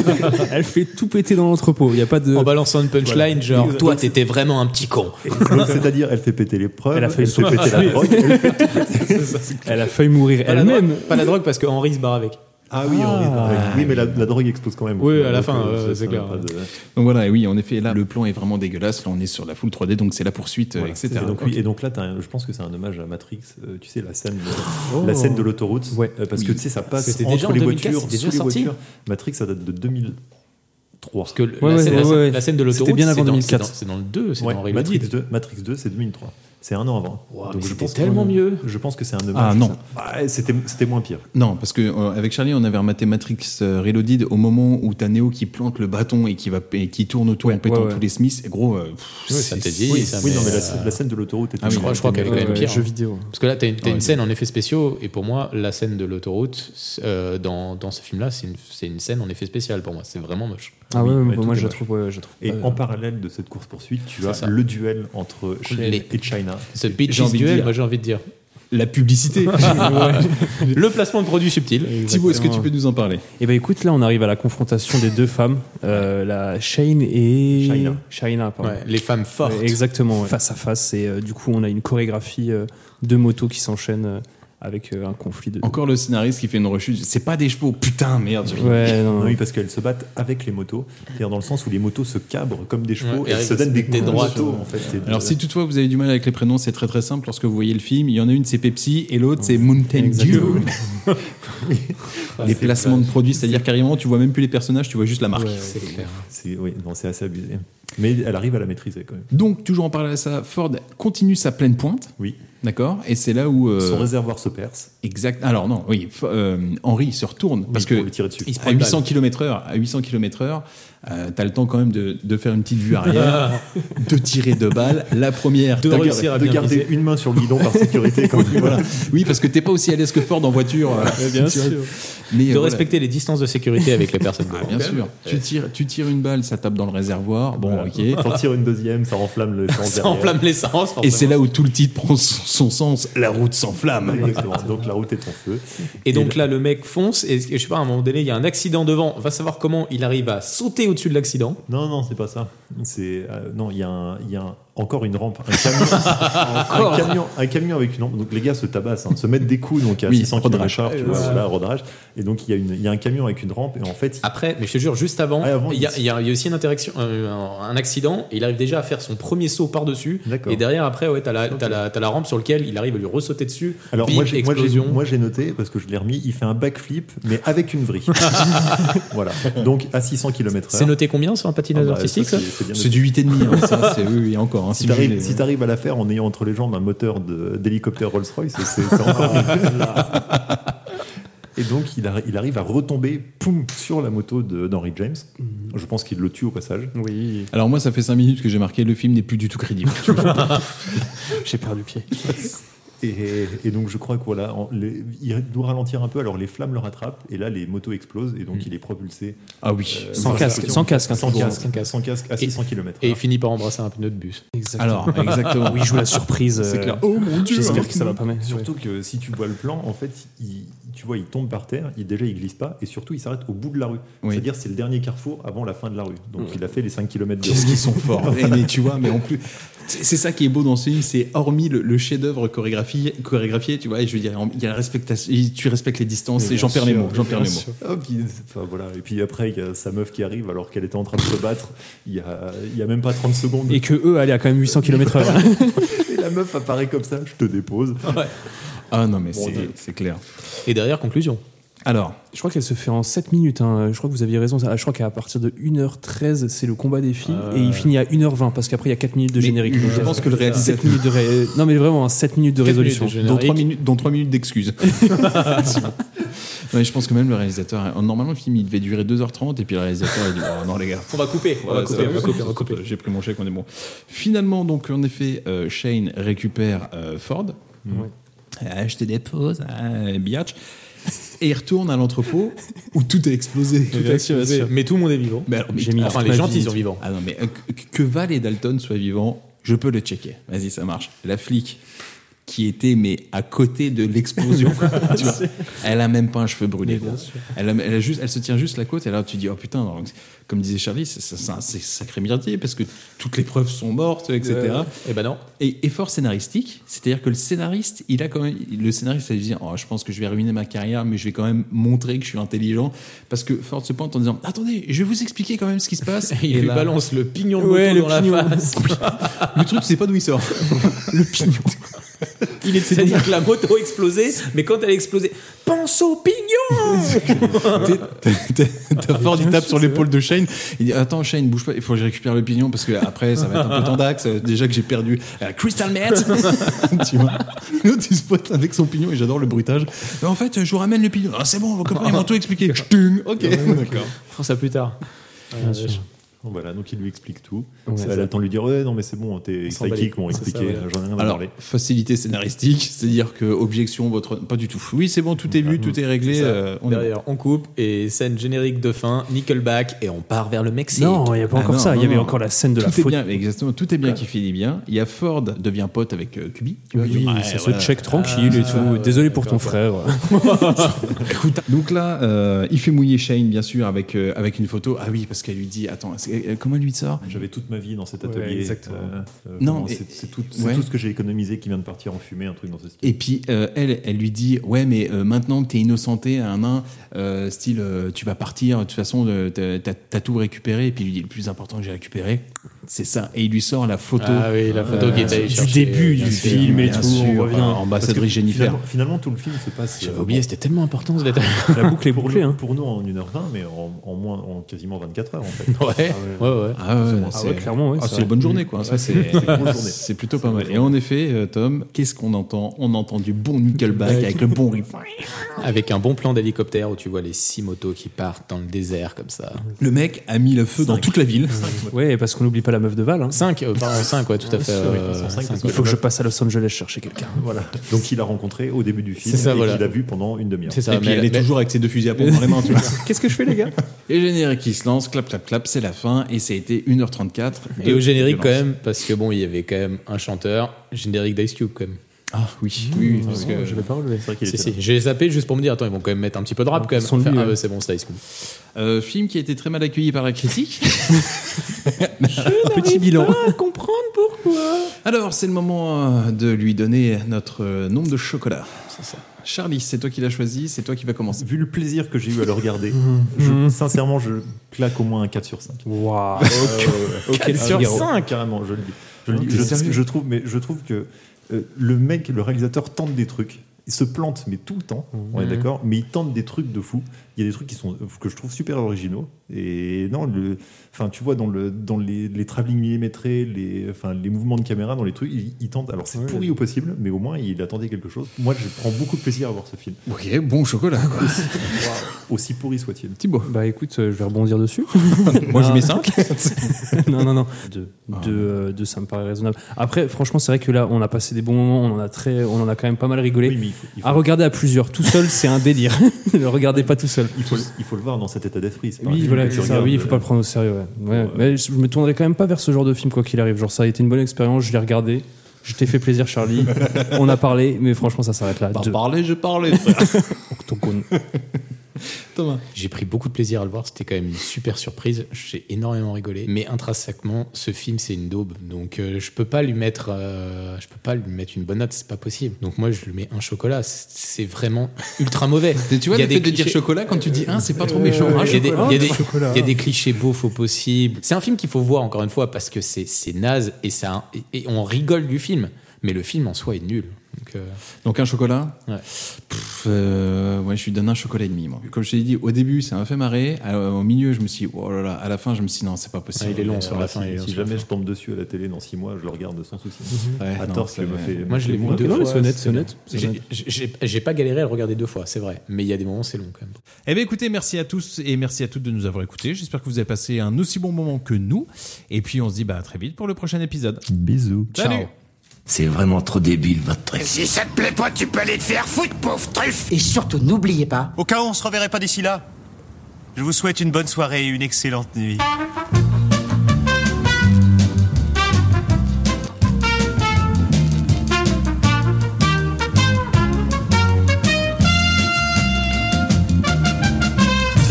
Speaker 11: elle fait tout péter dans l'entrepôt. Il y a pas de.
Speaker 9: En balançant une punchline,
Speaker 11: Voilà.
Speaker 9: genre,
Speaker 11: Donc,
Speaker 9: toi, t'étais vraiment un petit con.
Speaker 10: Donc, C'est-à-dire, elle fait péter les preuves,
Speaker 11: Elle a
Speaker 10: elle,
Speaker 11: fait-
Speaker 10: fait péter la drogue. elle fait-
Speaker 11: Elle a failli mourir
Speaker 9: Pas la
Speaker 11: elle-même.
Speaker 9: drogue- Pas la drogue, parce que Henri se barre avec.
Speaker 10: Ah oui, Henri, Henri. oui mais la, la drogue explose quand même. au
Speaker 9: Oui,
Speaker 10: final,
Speaker 9: à la
Speaker 10: donc,
Speaker 9: fin,
Speaker 10: euh,
Speaker 9: euh,
Speaker 10: ça-
Speaker 9: c'est
Speaker 10: ça
Speaker 9: clair.
Speaker 10: n'a pas de-
Speaker 2: Donc voilà, et oui, en effet, là, le plan est vraiment dégueulasse. Là, on est sur la full 3D, donc c'est la poursuite, euh,
Speaker 10: Voilà,
Speaker 2: etc.
Speaker 10: Et donc,
Speaker 2: Ok.
Speaker 10: oui, et donc là, t'as un- je pense que c'est un hommage à Matrix, euh, tu sais, la scène de,
Speaker 11: Oh.
Speaker 10: la scène de l'autoroute.
Speaker 11: Ouais.
Speaker 10: euh, parce que
Speaker 11: Oui.
Speaker 10: tu sais, ça passe
Speaker 9: C'était
Speaker 10: entre
Speaker 9: déjà en
Speaker 10: les
Speaker 9: 2004,
Speaker 10: voitures,
Speaker 9: c'était
Speaker 10: sous
Speaker 9: déjà
Speaker 10: les
Speaker 9: sorti.
Speaker 10: voitures. Matrix, ça date de 2003. Parce
Speaker 9: que le- Ouais, la ouais, scène- la ouais, scène- ouais. la scène de l'autoroute,
Speaker 10: C'était
Speaker 9: c'est dans- c'est dans- c'est dans le 2, c'est dans Reloaded.
Speaker 10: Matrix 2, Matrix 2, c'est 2003. C'est un an avant.
Speaker 9: Wow,
Speaker 10: Donc
Speaker 9: mais
Speaker 10: je
Speaker 9: c'était
Speaker 10: pense que-
Speaker 9: tellement mieux.
Speaker 10: Je pense que c'est un hommage.
Speaker 2: Ah,
Speaker 10: à
Speaker 2: non.
Speaker 10: ça. Ah, c'était c'était moins pire.
Speaker 2: Non, parce que euh, avec Charlie, on avait rematé Matrix euh, Reloaded au moment où t'as Neo qui plante le bâton et qui va et qui tourne autour en pétant
Speaker 11: ouais, ouais.
Speaker 2: tous les Smiths. Et gros, euh, pff,
Speaker 9: Ouais,
Speaker 2: c'est-
Speaker 9: ça t'a dit,
Speaker 10: Oui,
Speaker 9: ça,
Speaker 10: oui,
Speaker 9: mais,
Speaker 10: non, mais la,
Speaker 9: euh,
Speaker 10: la scène de l'autoroute était.
Speaker 2: Ah oui,
Speaker 9: je crois, je crois qu'elle est quand
Speaker 11: Ouais,
Speaker 9: même
Speaker 11: ouais,
Speaker 9: pire.
Speaker 11: jeux
Speaker 9: hein.
Speaker 11: Euh, vidéo.
Speaker 9: Parce que là, t'as une, t'as une
Speaker 2: Ouais.
Speaker 9: scène en effets spéciaux, et pour moi, la scène de l'autoroute, c'est- euh, dans, dans ce film-là, c'est une, c'est une scène en effet spécial pour moi. C'est vraiment moche.
Speaker 11: Ah ouais,
Speaker 10: Oui,
Speaker 11: ouais,
Speaker 10: ouais,
Speaker 11: bah,
Speaker 10: tout
Speaker 11: moi
Speaker 10: est
Speaker 11: je la
Speaker 10: moche.
Speaker 11: trouve. ouais, je la trouve
Speaker 10: Et
Speaker 11: pas-
Speaker 10: en parallèle de cette course-poursuite, tu
Speaker 9: C'est
Speaker 10: as
Speaker 9: ça.
Speaker 10: le duel entre Shane
Speaker 9: Les-
Speaker 10: et China.
Speaker 9: Ce
Speaker 2: j'ai
Speaker 9: bitch
Speaker 2: envie de
Speaker 9: duel,
Speaker 2: dire-
Speaker 9: moi j'ai envie de dire.
Speaker 2: la publicité.
Speaker 9: Le placement de produits subtil.
Speaker 2: Thibaut, est-ce que tu
Speaker 11: Exactement.
Speaker 2: peux nous en parler
Speaker 11: Et bah écoute, là on arrive à la confrontation des deux femmes, euh, la Shane et
Speaker 10: Shaina.
Speaker 11: Shaina, pardon.
Speaker 9: Ouais, les femmes fortes.
Speaker 11: Ouais, Exactement, ouais. face à face. Et euh, du coup, on a une chorégraphie euh, de motos qui s'enchaîne euh, avec euh, un conflit de.
Speaker 2: Encore le scénariste qui fait une rechute. C'est pas des chevaux, putain, merde. j'ai-
Speaker 11: Ouais, non,
Speaker 10: Non,
Speaker 11: non.
Speaker 10: oui, parce qu'elles se battent avec les motos, c'est-à-dire dans le sens où les motos se cabrent comme des chevaux
Speaker 9: Ouais,
Speaker 10: et
Speaker 9: et
Speaker 10: elles se
Speaker 9: elles
Speaker 10: donnent des
Speaker 9: se mettent
Speaker 10: coups de
Speaker 9: droits
Speaker 10: moto.
Speaker 9: sur-
Speaker 10: En fait, C'est-
Speaker 2: Alors si toutefois vous avez du mal avec les prénoms, c'est très très simple. Lorsque vous voyez le film, il y en a une c'est Pepsi et l'autre c'est Mountain Dew.
Speaker 11: Exactement.
Speaker 2: les placements de produits, c'est-à-dire carrément tu vois même plus les personnages, tu vois juste la marque.
Speaker 9: C'est clair.
Speaker 10: c'est oui, non, c'est assez abusé. Mais elle arrive à la maîtriser quand même.
Speaker 2: Donc toujours en parallèle à ça, Ford continue sa pleine pointe,
Speaker 10: Oui,
Speaker 2: d'accord Et c'est là où euh,
Speaker 10: son réservoir se perce.
Speaker 2: exact. Alors non, oui, f- euh, Henry se retourne parce
Speaker 10: pour
Speaker 2: que
Speaker 10: lui tirer dessus.
Speaker 9: il se
Speaker 2: à
Speaker 9: prend une
Speaker 2: 800
Speaker 9: balle.
Speaker 2: km/h, à 800 km/h, euh, t'as le temps quand même de, de faire une petite vue arrière, de tirer deux balles. La première,
Speaker 9: De
Speaker 2: t'as-
Speaker 9: réussir à
Speaker 10: de
Speaker 9: bien
Speaker 10: garder
Speaker 9: viser.
Speaker 10: une main sur le guidon par sécurité. quand même.
Speaker 2: voilà. Oui, parce que t'es pas aussi à l'aise que Ford en voiture. euh, tu vois. Mais, euh,
Speaker 9: De
Speaker 2: voilà.
Speaker 9: respecter les distances de sécurité avec les personnes.
Speaker 2: Ah, bien sûr. Tu tires, tu tires une balle, ça tape dans le réservoir. Bon,
Speaker 10: Voilà.
Speaker 2: ok.
Speaker 10: T'en tires une deuxième, ça renflamme le sens
Speaker 9: Ça
Speaker 10: derrière.
Speaker 9: enflamme l'essence.
Speaker 2: Et
Speaker 9: forcément.
Speaker 2: c'est là où tout le titre prend son, son sens. La route s'enflamme.
Speaker 10: Exactement. Donc la route est en feu.
Speaker 9: Et donc là, le mec fonce, et je sais pas, à un moment donné, il y a un accident devant. On va savoir comment il arrive à sauter au-dessus de l'accident.
Speaker 10: Non, non, c'est pas ça. C'est euh, non, il y a, un- il y a un- encore une rampe, un camion, un, camion, un camion avec une rampe. Donc les gars se tabassent, hein, se mettent des coups donc à
Speaker 2: Oui,
Speaker 10: 600
Speaker 2: rodrage.
Speaker 10: km/h, tu vois, voilà, rodrage. Et donc il y, a une- il y a un camion avec une rampe et en fait,
Speaker 9: Après, mais je te jure, juste avant,
Speaker 10: Ah, avant,
Speaker 9: il y, a-
Speaker 10: il-
Speaker 9: il y a il y a aussi une interaction, euh, un, un accident, et il arrive déjà à faire son premier saut par-dessus.
Speaker 10: D'accord.
Speaker 9: Et derrière, après, ouais, t'as la, t'as la, t'as la rampe sur laquelle il arrive à lui ressauter dessus.
Speaker 10: alors
Speaker 9: Bim,
Speaker 10: moi j'ai, moi, j'ai-
Speaker 9: explosion.
Speaker 10: moi, j'ai noté parce que je l'ai remis, il fait un backflip mais avec une vrille. voilà. Donc à 600 km/h.
Speaker 9: c'est noté combien sur un
Speaker 10: Ah
Speaker 9: patinage
Speaker 10: bah,
Speaker 9: artistique, ça
Speaker 2: C'est du 8,5. Hein, ça, c'est oui, oui, encore. hein,
Speaker 10: Si
Speaker 2: si le
Speaker 10: t'arrives
Speaker 2: gilet-
Speaker 10: si t'arrives à la faire en ayant entre les jambes un moteur de- d'hélicoptère Rolls-Royce, c'est c'est encore Et donc, il, arri- il arrive à retomber poum, sur la moto de- d'Henry James.
Speaker 9: Mhm.
Speaker 10: Je pense qu'il le tue au passage.
Speaker 11: Oui,
Speaker 2: Alors moi, ça fait 5 minutes que j'ai marqué le film n'est plus du tout crédible. Tu vois.
Speaker 11: j'ai perdu pied.
Speaker 10: Et, et donc, je crois que voilà, en- les- il doit ralentir un peu. Alors, les flammes le rattrapent. Et là, les motos explosent. Et donc,
Speaker 9: Mhm.
Speaker 10: il est propulsé.
Speaker 2: ah oui.
Speaker 10: euh,
Speaker 11: Sans
Speaker 10: voilà.
Speaker 11: casque, sans casque, hein,
Speaker 10: sans,
Speaker 11: toujours.
Speaker 10: casque, sans casque, à
Speaker 9: Et-
Speaker 10: 600 km.
Speaker 9: Et il finit par embrasser un pneu de bus.
Speaker 2: Alors, exactement.
Speaker 11: Oui, je joue la surprise.
Speaker 2: C'est
Speaker 11: euh,
Speaker 2: clair. Oh mon dieu.
Speaker 11: J'espère que ça va pas mal.
Speaker 10: Surtout que si tu vois le plan, en fait, il, tu vois, il tombe par terre, il, déjà il glisse pas, et surtout il s'arrête au bout de la rue.
Speaker 2: Oui.
Speaker 10: C'est-à-dire c'est le dernier carrefour avant la fin de la rue. Donc il a fait les 5 km de
Speaker 2: Qu'est-ce
Speaker 10: rue.
Speaker 2: qu'ils sont forts. Et, mais tu vois, mais en plus, c'est c'est ça qui est beau dans ce film, c'est hormis le, le chef-d'œuvre chorégraphié, chorégraphié, tu vois, et je veux dire, il y a la respectation, il- tu respectes les distances, et j'en perds mes mots, j'en perds mes mots.
Speaker 10: Hop, il- enfin, voilà. Et puis après, il y a sa meuf qui arrive alors qu'elle était en train de se battre. Il y a, il y a même pas 30 secondes.
Speaker 11: Et que eux allaient à quand même 800 km/h.
Speaker 10: Et la meuf apparaît comme ça, je te dépose.
Speaker 2: Ah non, mais
Speaker 10: Bon
Speaker 2: c'est-
Speaker 10: Dieu.
Speaker 2: c'est clair.
Speaker 9: Et derrière, conclusion.
Speaker 2: Alors,
Speaker 11: Je crois qu'elle se fait en 7 minutes. hein. Je crois que vous aviez raison. Ah, Je crois qu'à partir de 1h13, c'est le combat des filles.
Speaker 2: Euh.
Speaker 11: Et il finit à 1h20 parce qu'après, il y a 4 minutes de générique.
Speaker 2: je pense que le réalisateur-
Speaker 11: 7 minutes de ré- euh, Non, mais vraiment, 7 minutes de
Speaker 2: Quatre
Speaker 11: résolution.
Speaker 2: minutes de générique. Dont trois minutes- dont 3 minutes d'excuses. Non, mais je pense que même le réalisateur, euh, normalement le film il devait durer 2h30 et puis le réalisateur il dit oh, non les gars.
Speaker 9: On va couper, on va
Speaker 2: Ouais, ça
Speaker 9: couper,
Speaker 2: va,
Speaker 9: on va
Speaker 2: c'est
Speaker 9: couper,
Speaker 2: bon,
Speaker 9: on va couper.
Speaker 2: J'ai pris mon chèque, on est bon. Finalement donc en effet euh, Shane récupère euh, Ford.
Speaker 11: Ouais.
Speaker 2: Ah, je te dépose, ah, biatch. Et il retourne à l'entrepôt où tout est explosé.
Speaker 9: Tout est explosé. Mais tout le monde est vivant.
Speaker 2: Mais alors, mais-
Speaker 9: J'ai mis
Speaker 2: alors,
Speaker 9: toute
Speaker 2: les
Speaker 9: ma
Speaker 2: gentils
Speaker 9: vie.
Speaker 2: sont vivants. Ah non, mais euh, que- que Val et Dalton soient vivants, je peux le checker. Vas-y, ça marche. La flic qui était mais à côté de l'explosion, tu vois, elle a même pas un cheveu brûlé.
Speaker 9: Mais bien sûr.
Speaker 2: Elle, a- elle a juste, elle se tient juste la côte. Et là, tu dis oh putain, non, comme disait Charlie, c'est- c'est c'est un c'est sacré merdier parce que toutes les preuves sont mortes, etc.
Speaker 9: Ouais, ouais.
Speaker 2: Et ben non. Et effort scénaristique, c'est-à-dire que le scénariste, il a quand même, le scénariste, il se dit, oh, je pense que je vais ruiner ma carrière, mais je vais quand même montrer que je suis intelligent, parce que Ford se pointe en disant, attendez, je vais vous expliquer quand même ce qui se passe.
Speaker 9: Il lui
Speaker 2: là-
Speaker 9: balance le pignon de
Speaker 2: Ouais,
Speaker 9: moto dans
Speaker 2: pignon.
Speaker 9: la face.
Speaker 2: le truc, tu sais pas d'où il sort. le pignon.
Speaker 9: Il est c'est-à-dire que la moto a explosé, mais quand elle a explosé, pense au pignon.
Speaker 2: T'as Ford, il tape sur l'épaule de Shane. Il dit Attends, Shane, bouge pas, il faut que je récupère le pignon parce que après, ça va être un peu tendax. euh, Déjà que j'ai perdu euh, Crystal Meth. tu vois L'autre, il se pointe avec son pignon et j'adore le bruitage. Mais en fait, je vous ramène le pignon. Ah, c'est bon, vos copains, ils m'ont tout expliqué. Ch'tung. ok, d'accord.
Speaker 9: On fera ça plus tard.
Speaker 10: Bien sûr. Bon, voilà, donc il lui explique tout.
Speaker 2: Ouais,
Speaker 10: Ça,
Speaker 2: c'est
Speaker 10: elle
Speaker 2: ça.
Speaker 10: a le temps de lui dire Ouais, non, mais c'est bon, t'es
Speaker 2: s'en bat les-
Speaker 10: psychique, on
Speaker 2: c'est ça,
Speaker 10: expliqué,
Speaker 2: ouais.
Speaker 10: j'en ai rien à
Speaker 2: Alors,
Speaker 10: parler.
Speaker 2: facilité scénaristique, c'est-à-dire que objection, votre. Pas du tout. Oui, c'est bon, tout est vu, tout est réglé.
Speaker 9: Ça,
Speaker 2: euh, on est bon.
Speaker 9: Derrière, on coupe et scène générique de fin, Nickelback et on part vers le Mexique.
Speaker 11: Non, il n'y a pas
Speaker 2: Ah,
Speaker 11: encore ça. Il y avait encore la scène de la
Speaker 2: Tout est
Speaker 11: faute.
Speaker 2: bien, exactement, tout est bien qui finit bien. Il y a Ford devient pote avec euh, Kubi.
Speaker 11: Oui,
Speaker 2: Ouais,
Speaker 11: ça
Speaker 2: voilà. Ah,
Speaker 11: se check tranquille et tout. Désolé pour ton frère.
Speaker 2: Écoute, donc là, euh, il fait mouiller Shane, bien sûr, avec, euh, avec une photo. Ah oui, parce qu'elle lui dit Attends, c'est- euh, comment elle lui dit ça
Speaker 10: J'avais toute ma vie dans cet
Speaker 2: Ouais,
Speaker 10: atelier.
Speaker 2: exactement. Non,
Speaker 10: non,
Speaker 2: mais-
Speaker 10: c'est c'est tout, c'est
Speaker 2: ouais.
Speaker 10: tout ce que j'ai économisé qui vient de partir en fumée, un truc dans ce style.
Speaker 2: Et puis, euh, elle, elle lui dit Ouais, mais euh, maintenant que t'es innocenté à un nain, euh, style, euh, tu vas partir, de toute façon, euh, t'as- t'as t'as tout récupéré. Et puis, il lui dit Le plus important que j'ai récupéré, c'est ça. Et il lui sort la photo, Euh,
Speaker 9: Ah oui, la photo qu'il était allé
Speaker 2: du
Speaker 9: chercher,
Speaker 2: début
Speaker 9: bien
Speaker 2: du
Speaker 9: sûr,
Speaker 2: film et
Speaker 9: bien
Speaker 2: tout.
Speaker 9: sûr.
Speaker 2: on revient.
Speaker 9: Enfin,
Speaker 10: Parce
Speaker 2: ambassadrice
Speaker 10: que
Speaker 2: Jennifer.
Speaker 10: Finalement, finalement, tout le film se passe.
Speaker 9: Bah, J'avais
Speaker 10: euh,
Speaker 9: oublié,
Speaker 10: bon,
Speaker 9: c'était tellement important ce détail.
Speaker 10: pour,
Speaker 9: hein.
Speaker 10: Nous, pour nous, en 1h20, mais en, en moins, en quasiment 24 heures, en fait.
Speaker 9: Ouais, ouais, ouais.
Speaker 2: Ah ouais,
Speaker 10: Ah
Speaker 2: c'est-
Speaker 10: ouais, clairement, ouais,
Speaker 2: ah,
Speaker 10: ça
Speaker 2: c'est
Speaker 10: va.
Speaker 2: une bonne journée, quoi. Ça,
Speaker 10: Ouais,
Speaker 2: c'est
Speaker 10: c'est une bonne journée.
Speaker 2: c'est plutôt pas mal. Et en effet, euh, Tom, qu'est-ce qu'on entend On entend du bon Nickelback
Speaker 9: Ouais.
Speaker 2: avec le bon riff.
Speaker 9: Avec un bon plan d'hélicoptère où tu vois les six motos qui partent dans le désert comme ça.
Speaker 2: Le mec a mis le feu dans toute la ville.
Speaker 11: Ouais, parce qu'on n'oublie pas la meuf de Val.
Speaker 9: 5, euh, pardon, 5, ouais, tout à fait. euh, cinq,
Speaker 11: Il
Speaker 9: ouais.
Speaker 11: faut que je passe à Los Angeles chercher quelqu'un.
Speaker 10: Voilà. Donc il l'a rencontré au début du film
Speaker 9: C'est ça,
Speaker 10: et
Speaker 9: voilà.
Speaker 10: qu'il a vu pendant une demi-heure.
Speaker 9: C'est ça,
Speaker 2: Et puis elle est toujours avec ses deux fusils à pompe dans les mains, tu vois.
Speaker 11: Qu'est-ce que je fais, les gars
Speaker 2: Et le générique qui se lance, clap, clap, clap, c'est la fin. Et ça a été 1h34.
Speaker 9: Et
Speaker 2: de
Speaker 9: au générique quand
Speaker 2: violence.
Speaker 9: même, parce que bon, il y avait quand même un chanteur, générique d'Ice Cube quand même.
Speaker 2: Ah oui, oui, oui, parce que.
Speaker 9: pas relevé.
Speaker 10: C'est vrai qu'il
Speaker 9: Si,
Speaker 10: était
Speaker 9: si, j'ai zappé juste pour me dire, attends, ils vont quand même mettre un petit peu de rap quand même.
Speaker 2: son
Speaker 9: Enfin,
Speaker 2: lui,
Speaker 9: ah,
Speaker 2: ouais.
Speaker 9: ouais, c'est bon, c'est Ice Cube.
Speaker 2: Euh, film qui a été très mal accueilli par la critique.
Speaker 9: Petit
Speaker 2: bilan.
Speaker 9: comprendre pourquoi.
Speaker 2: Alors, c'est le moment euh, de lui donner notre euh, nombre de chocolats. Charlie, c'est toi qui l'as choisi, c'est toi qui vas commencer.
Speaker 10: Vu le plaisir que j'ai eu à le regarder, je-
Speaker 9: Mhm.
Speaker 10: sincèrement, je claque au moins un 4 sur 5.
Speaker 11: Waouh
Speaker 10: Quatre
Speaker 11: Ah,
Speaker 10: sur
Speaker 11: Figaro.
Speaker 10: 5 carrément, je le dis. Je, le
Speaker 2: Non,
Speaker 10: dis.
Speaker 2: t'es
Speaker 10: Je-
Speaker 2: sérieux
Speaker 10: je trouve, mais je trouve que euh, le mec, le réalisateur tente des trucs. Il se plante, mais tout le temps. On est
Speaker 9: Mhm.
Speaker 10: d'accord. Mais il tente des trucs de fou. Il y a des trucs qui sont que je trouve super originaux. Et non, le, enfin, tu vois dans le dans les, les travelling millimétrés, les enfin les mouvements de caméra, dans les trucs, il, il tente. Alors c'est pourri au possible, mais au moins il attendait quelque chose. Moi, je prends beaucoup de plaisir à voir ce film.
Speaker 2: Ok, bon chocolat. quoi.
Speaker 10: Aussi pourri soit-il.
Speaker 2: Thibaut.
Speaker 11: Bah écoute, euh, je vais rebondir dessus.
Speaker 2: Moi, je mets
Speaker 11: 5.
Speaker 2: 5.
Speaker 11: non, non, non. Deux. Deux, euh, deux, ça me paraît raisonnable. Après, franchement, c'est vrai que là, on a passé des bons moments, on en a, très, on en a quand même pas mal rigolé.
Speaker 10: Oui, mais il faut- il faut-
Speaker 11: À regarder à plusieurs, tout seul, c'est un délire. ne regardez pas tout seul.
Speaker 10: Il faut, il faut le voir dans cet état d'esprit. c'est pas un
Speaker 11: Oui,
Speaker 10: film
Speaker 11: voilà,
Speaker 10: que tu
Speaker 11: c'est ça.
Speaker 10: regardes,
Speaker 11: Oui, il faut
Speaker 10: euh,
Speaker 11: pas le prendre au sérieux. ouais. Ouais, mais je je me tournerai quand même pas vers ce genre de film, quoi qu'il arrive. Genre, ça a été une bonne expérience, je l'ai regardé. Je t'ai fait plaisir, Charlie. on a parlé, mais franchement, ça s'arrête là.
Speaker 2: Par
Speaker 11: Deux.
Speaker 2: parler, je parlais. frère.
Speaker 11: Octogone.
Speaker 2: Thomas.
Speaker 9: J'ai pris beaucoup de plaisir à le voir, c'était quand même une super surprise, j'ai énormément rigolé, mais intrinsèquement, ce film c'est une daube, donc euh, je peux pas lui mettre, euh, je peux pas lui mettre une bonne note, c'est pas possible. Donc moi je lui mets un chocolat, c'est- c'est vraiment ultra mauvais.
Speaker 2: Et tu vois,
Speaker 9: Il y
Speaker 2: le
Speaker 9: a
Speaker 2: fait
Speaker 9: des
Speaker 2: de dire
Speaker 9: clichés- Euh,
Speaker 2: chocolat, quand tu dis un, c'est pas trop méchant. Un
Speaker 9: il y a des-
Speaker 2: chocolat,
Speaker 9: il y a
Speaker 2: un
Speaker 9: des-
Speaker 2: chocolat.
Speaker 9: il y a des clichés beaux, faux possibles. C'est un film qu'il faut voir encore une fois parce que c'est c'est naze et ça et- et on rigole du film. Mais le film en soi est nul. Donc, euh,
Speaker 2: Donc un chocolat
Speaker 9: Ouais.
Speaker 2: Pff, euh, ouais, je lui donne un chocolat et demi, moi. Comme je t'ai dit, au début, ça m'a fait marrer. À- au milieu, je me suis dit, oh là là, à la fin, je me suis dit, non, c'est pas possible. Euh,
Speaker 10: Ah, si- Si, jamais je tombe dessus à la télé dans 6 mois, je le regarde sans souci.
Speaker 2: Ouais,
Speaker 10: à
Speaker 2: non,
Speaker 10: tort, ça
Speaker 2: c'est-
Speaker 10: me fait.
Speaker 9: Mhm. Moi, je l'ai vu
Speaker 10: Ouais,
Speaker 9: deux
Speaker 10: non,
Speaker 9: fois.
Speaker 10: mais c'est honnête,
Speaker 9: c'est
Speaker 10: c'est
Speaker 9: bien.
Speaker 10: honnête, c'est
Speaker 9: J'ai-
Speaker 10: honnête.
Speaker 9: J'ai j'ai pas galéré à le regarder deux fois, c'est vrai. Mais il y a des moments, c'est long quand même.
Speaker 14: Eh bien écoutez, merci à tous et merci à toutes de nous avoir écoutés. J'espère que vous avez passé un aussi bon moment que nous. Et puis on se dit bah, à très vite pour le prochain épisode. Bisous. Salut.
Speaker 15: C'est vraiment trop débile, votre truc.
Speaker 3: Si ça te plaît pas, tu peux aller te faire foutre, pauvre truffe
Speaker 15: Et surtout, n'oubliez pas.
Speaker 16: Au cas où on se reverrait pas d'ici là, je vous souhaite une bonne soirée et une excellente nuit.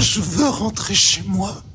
Speaker 6: Je veux rentrer chez moi.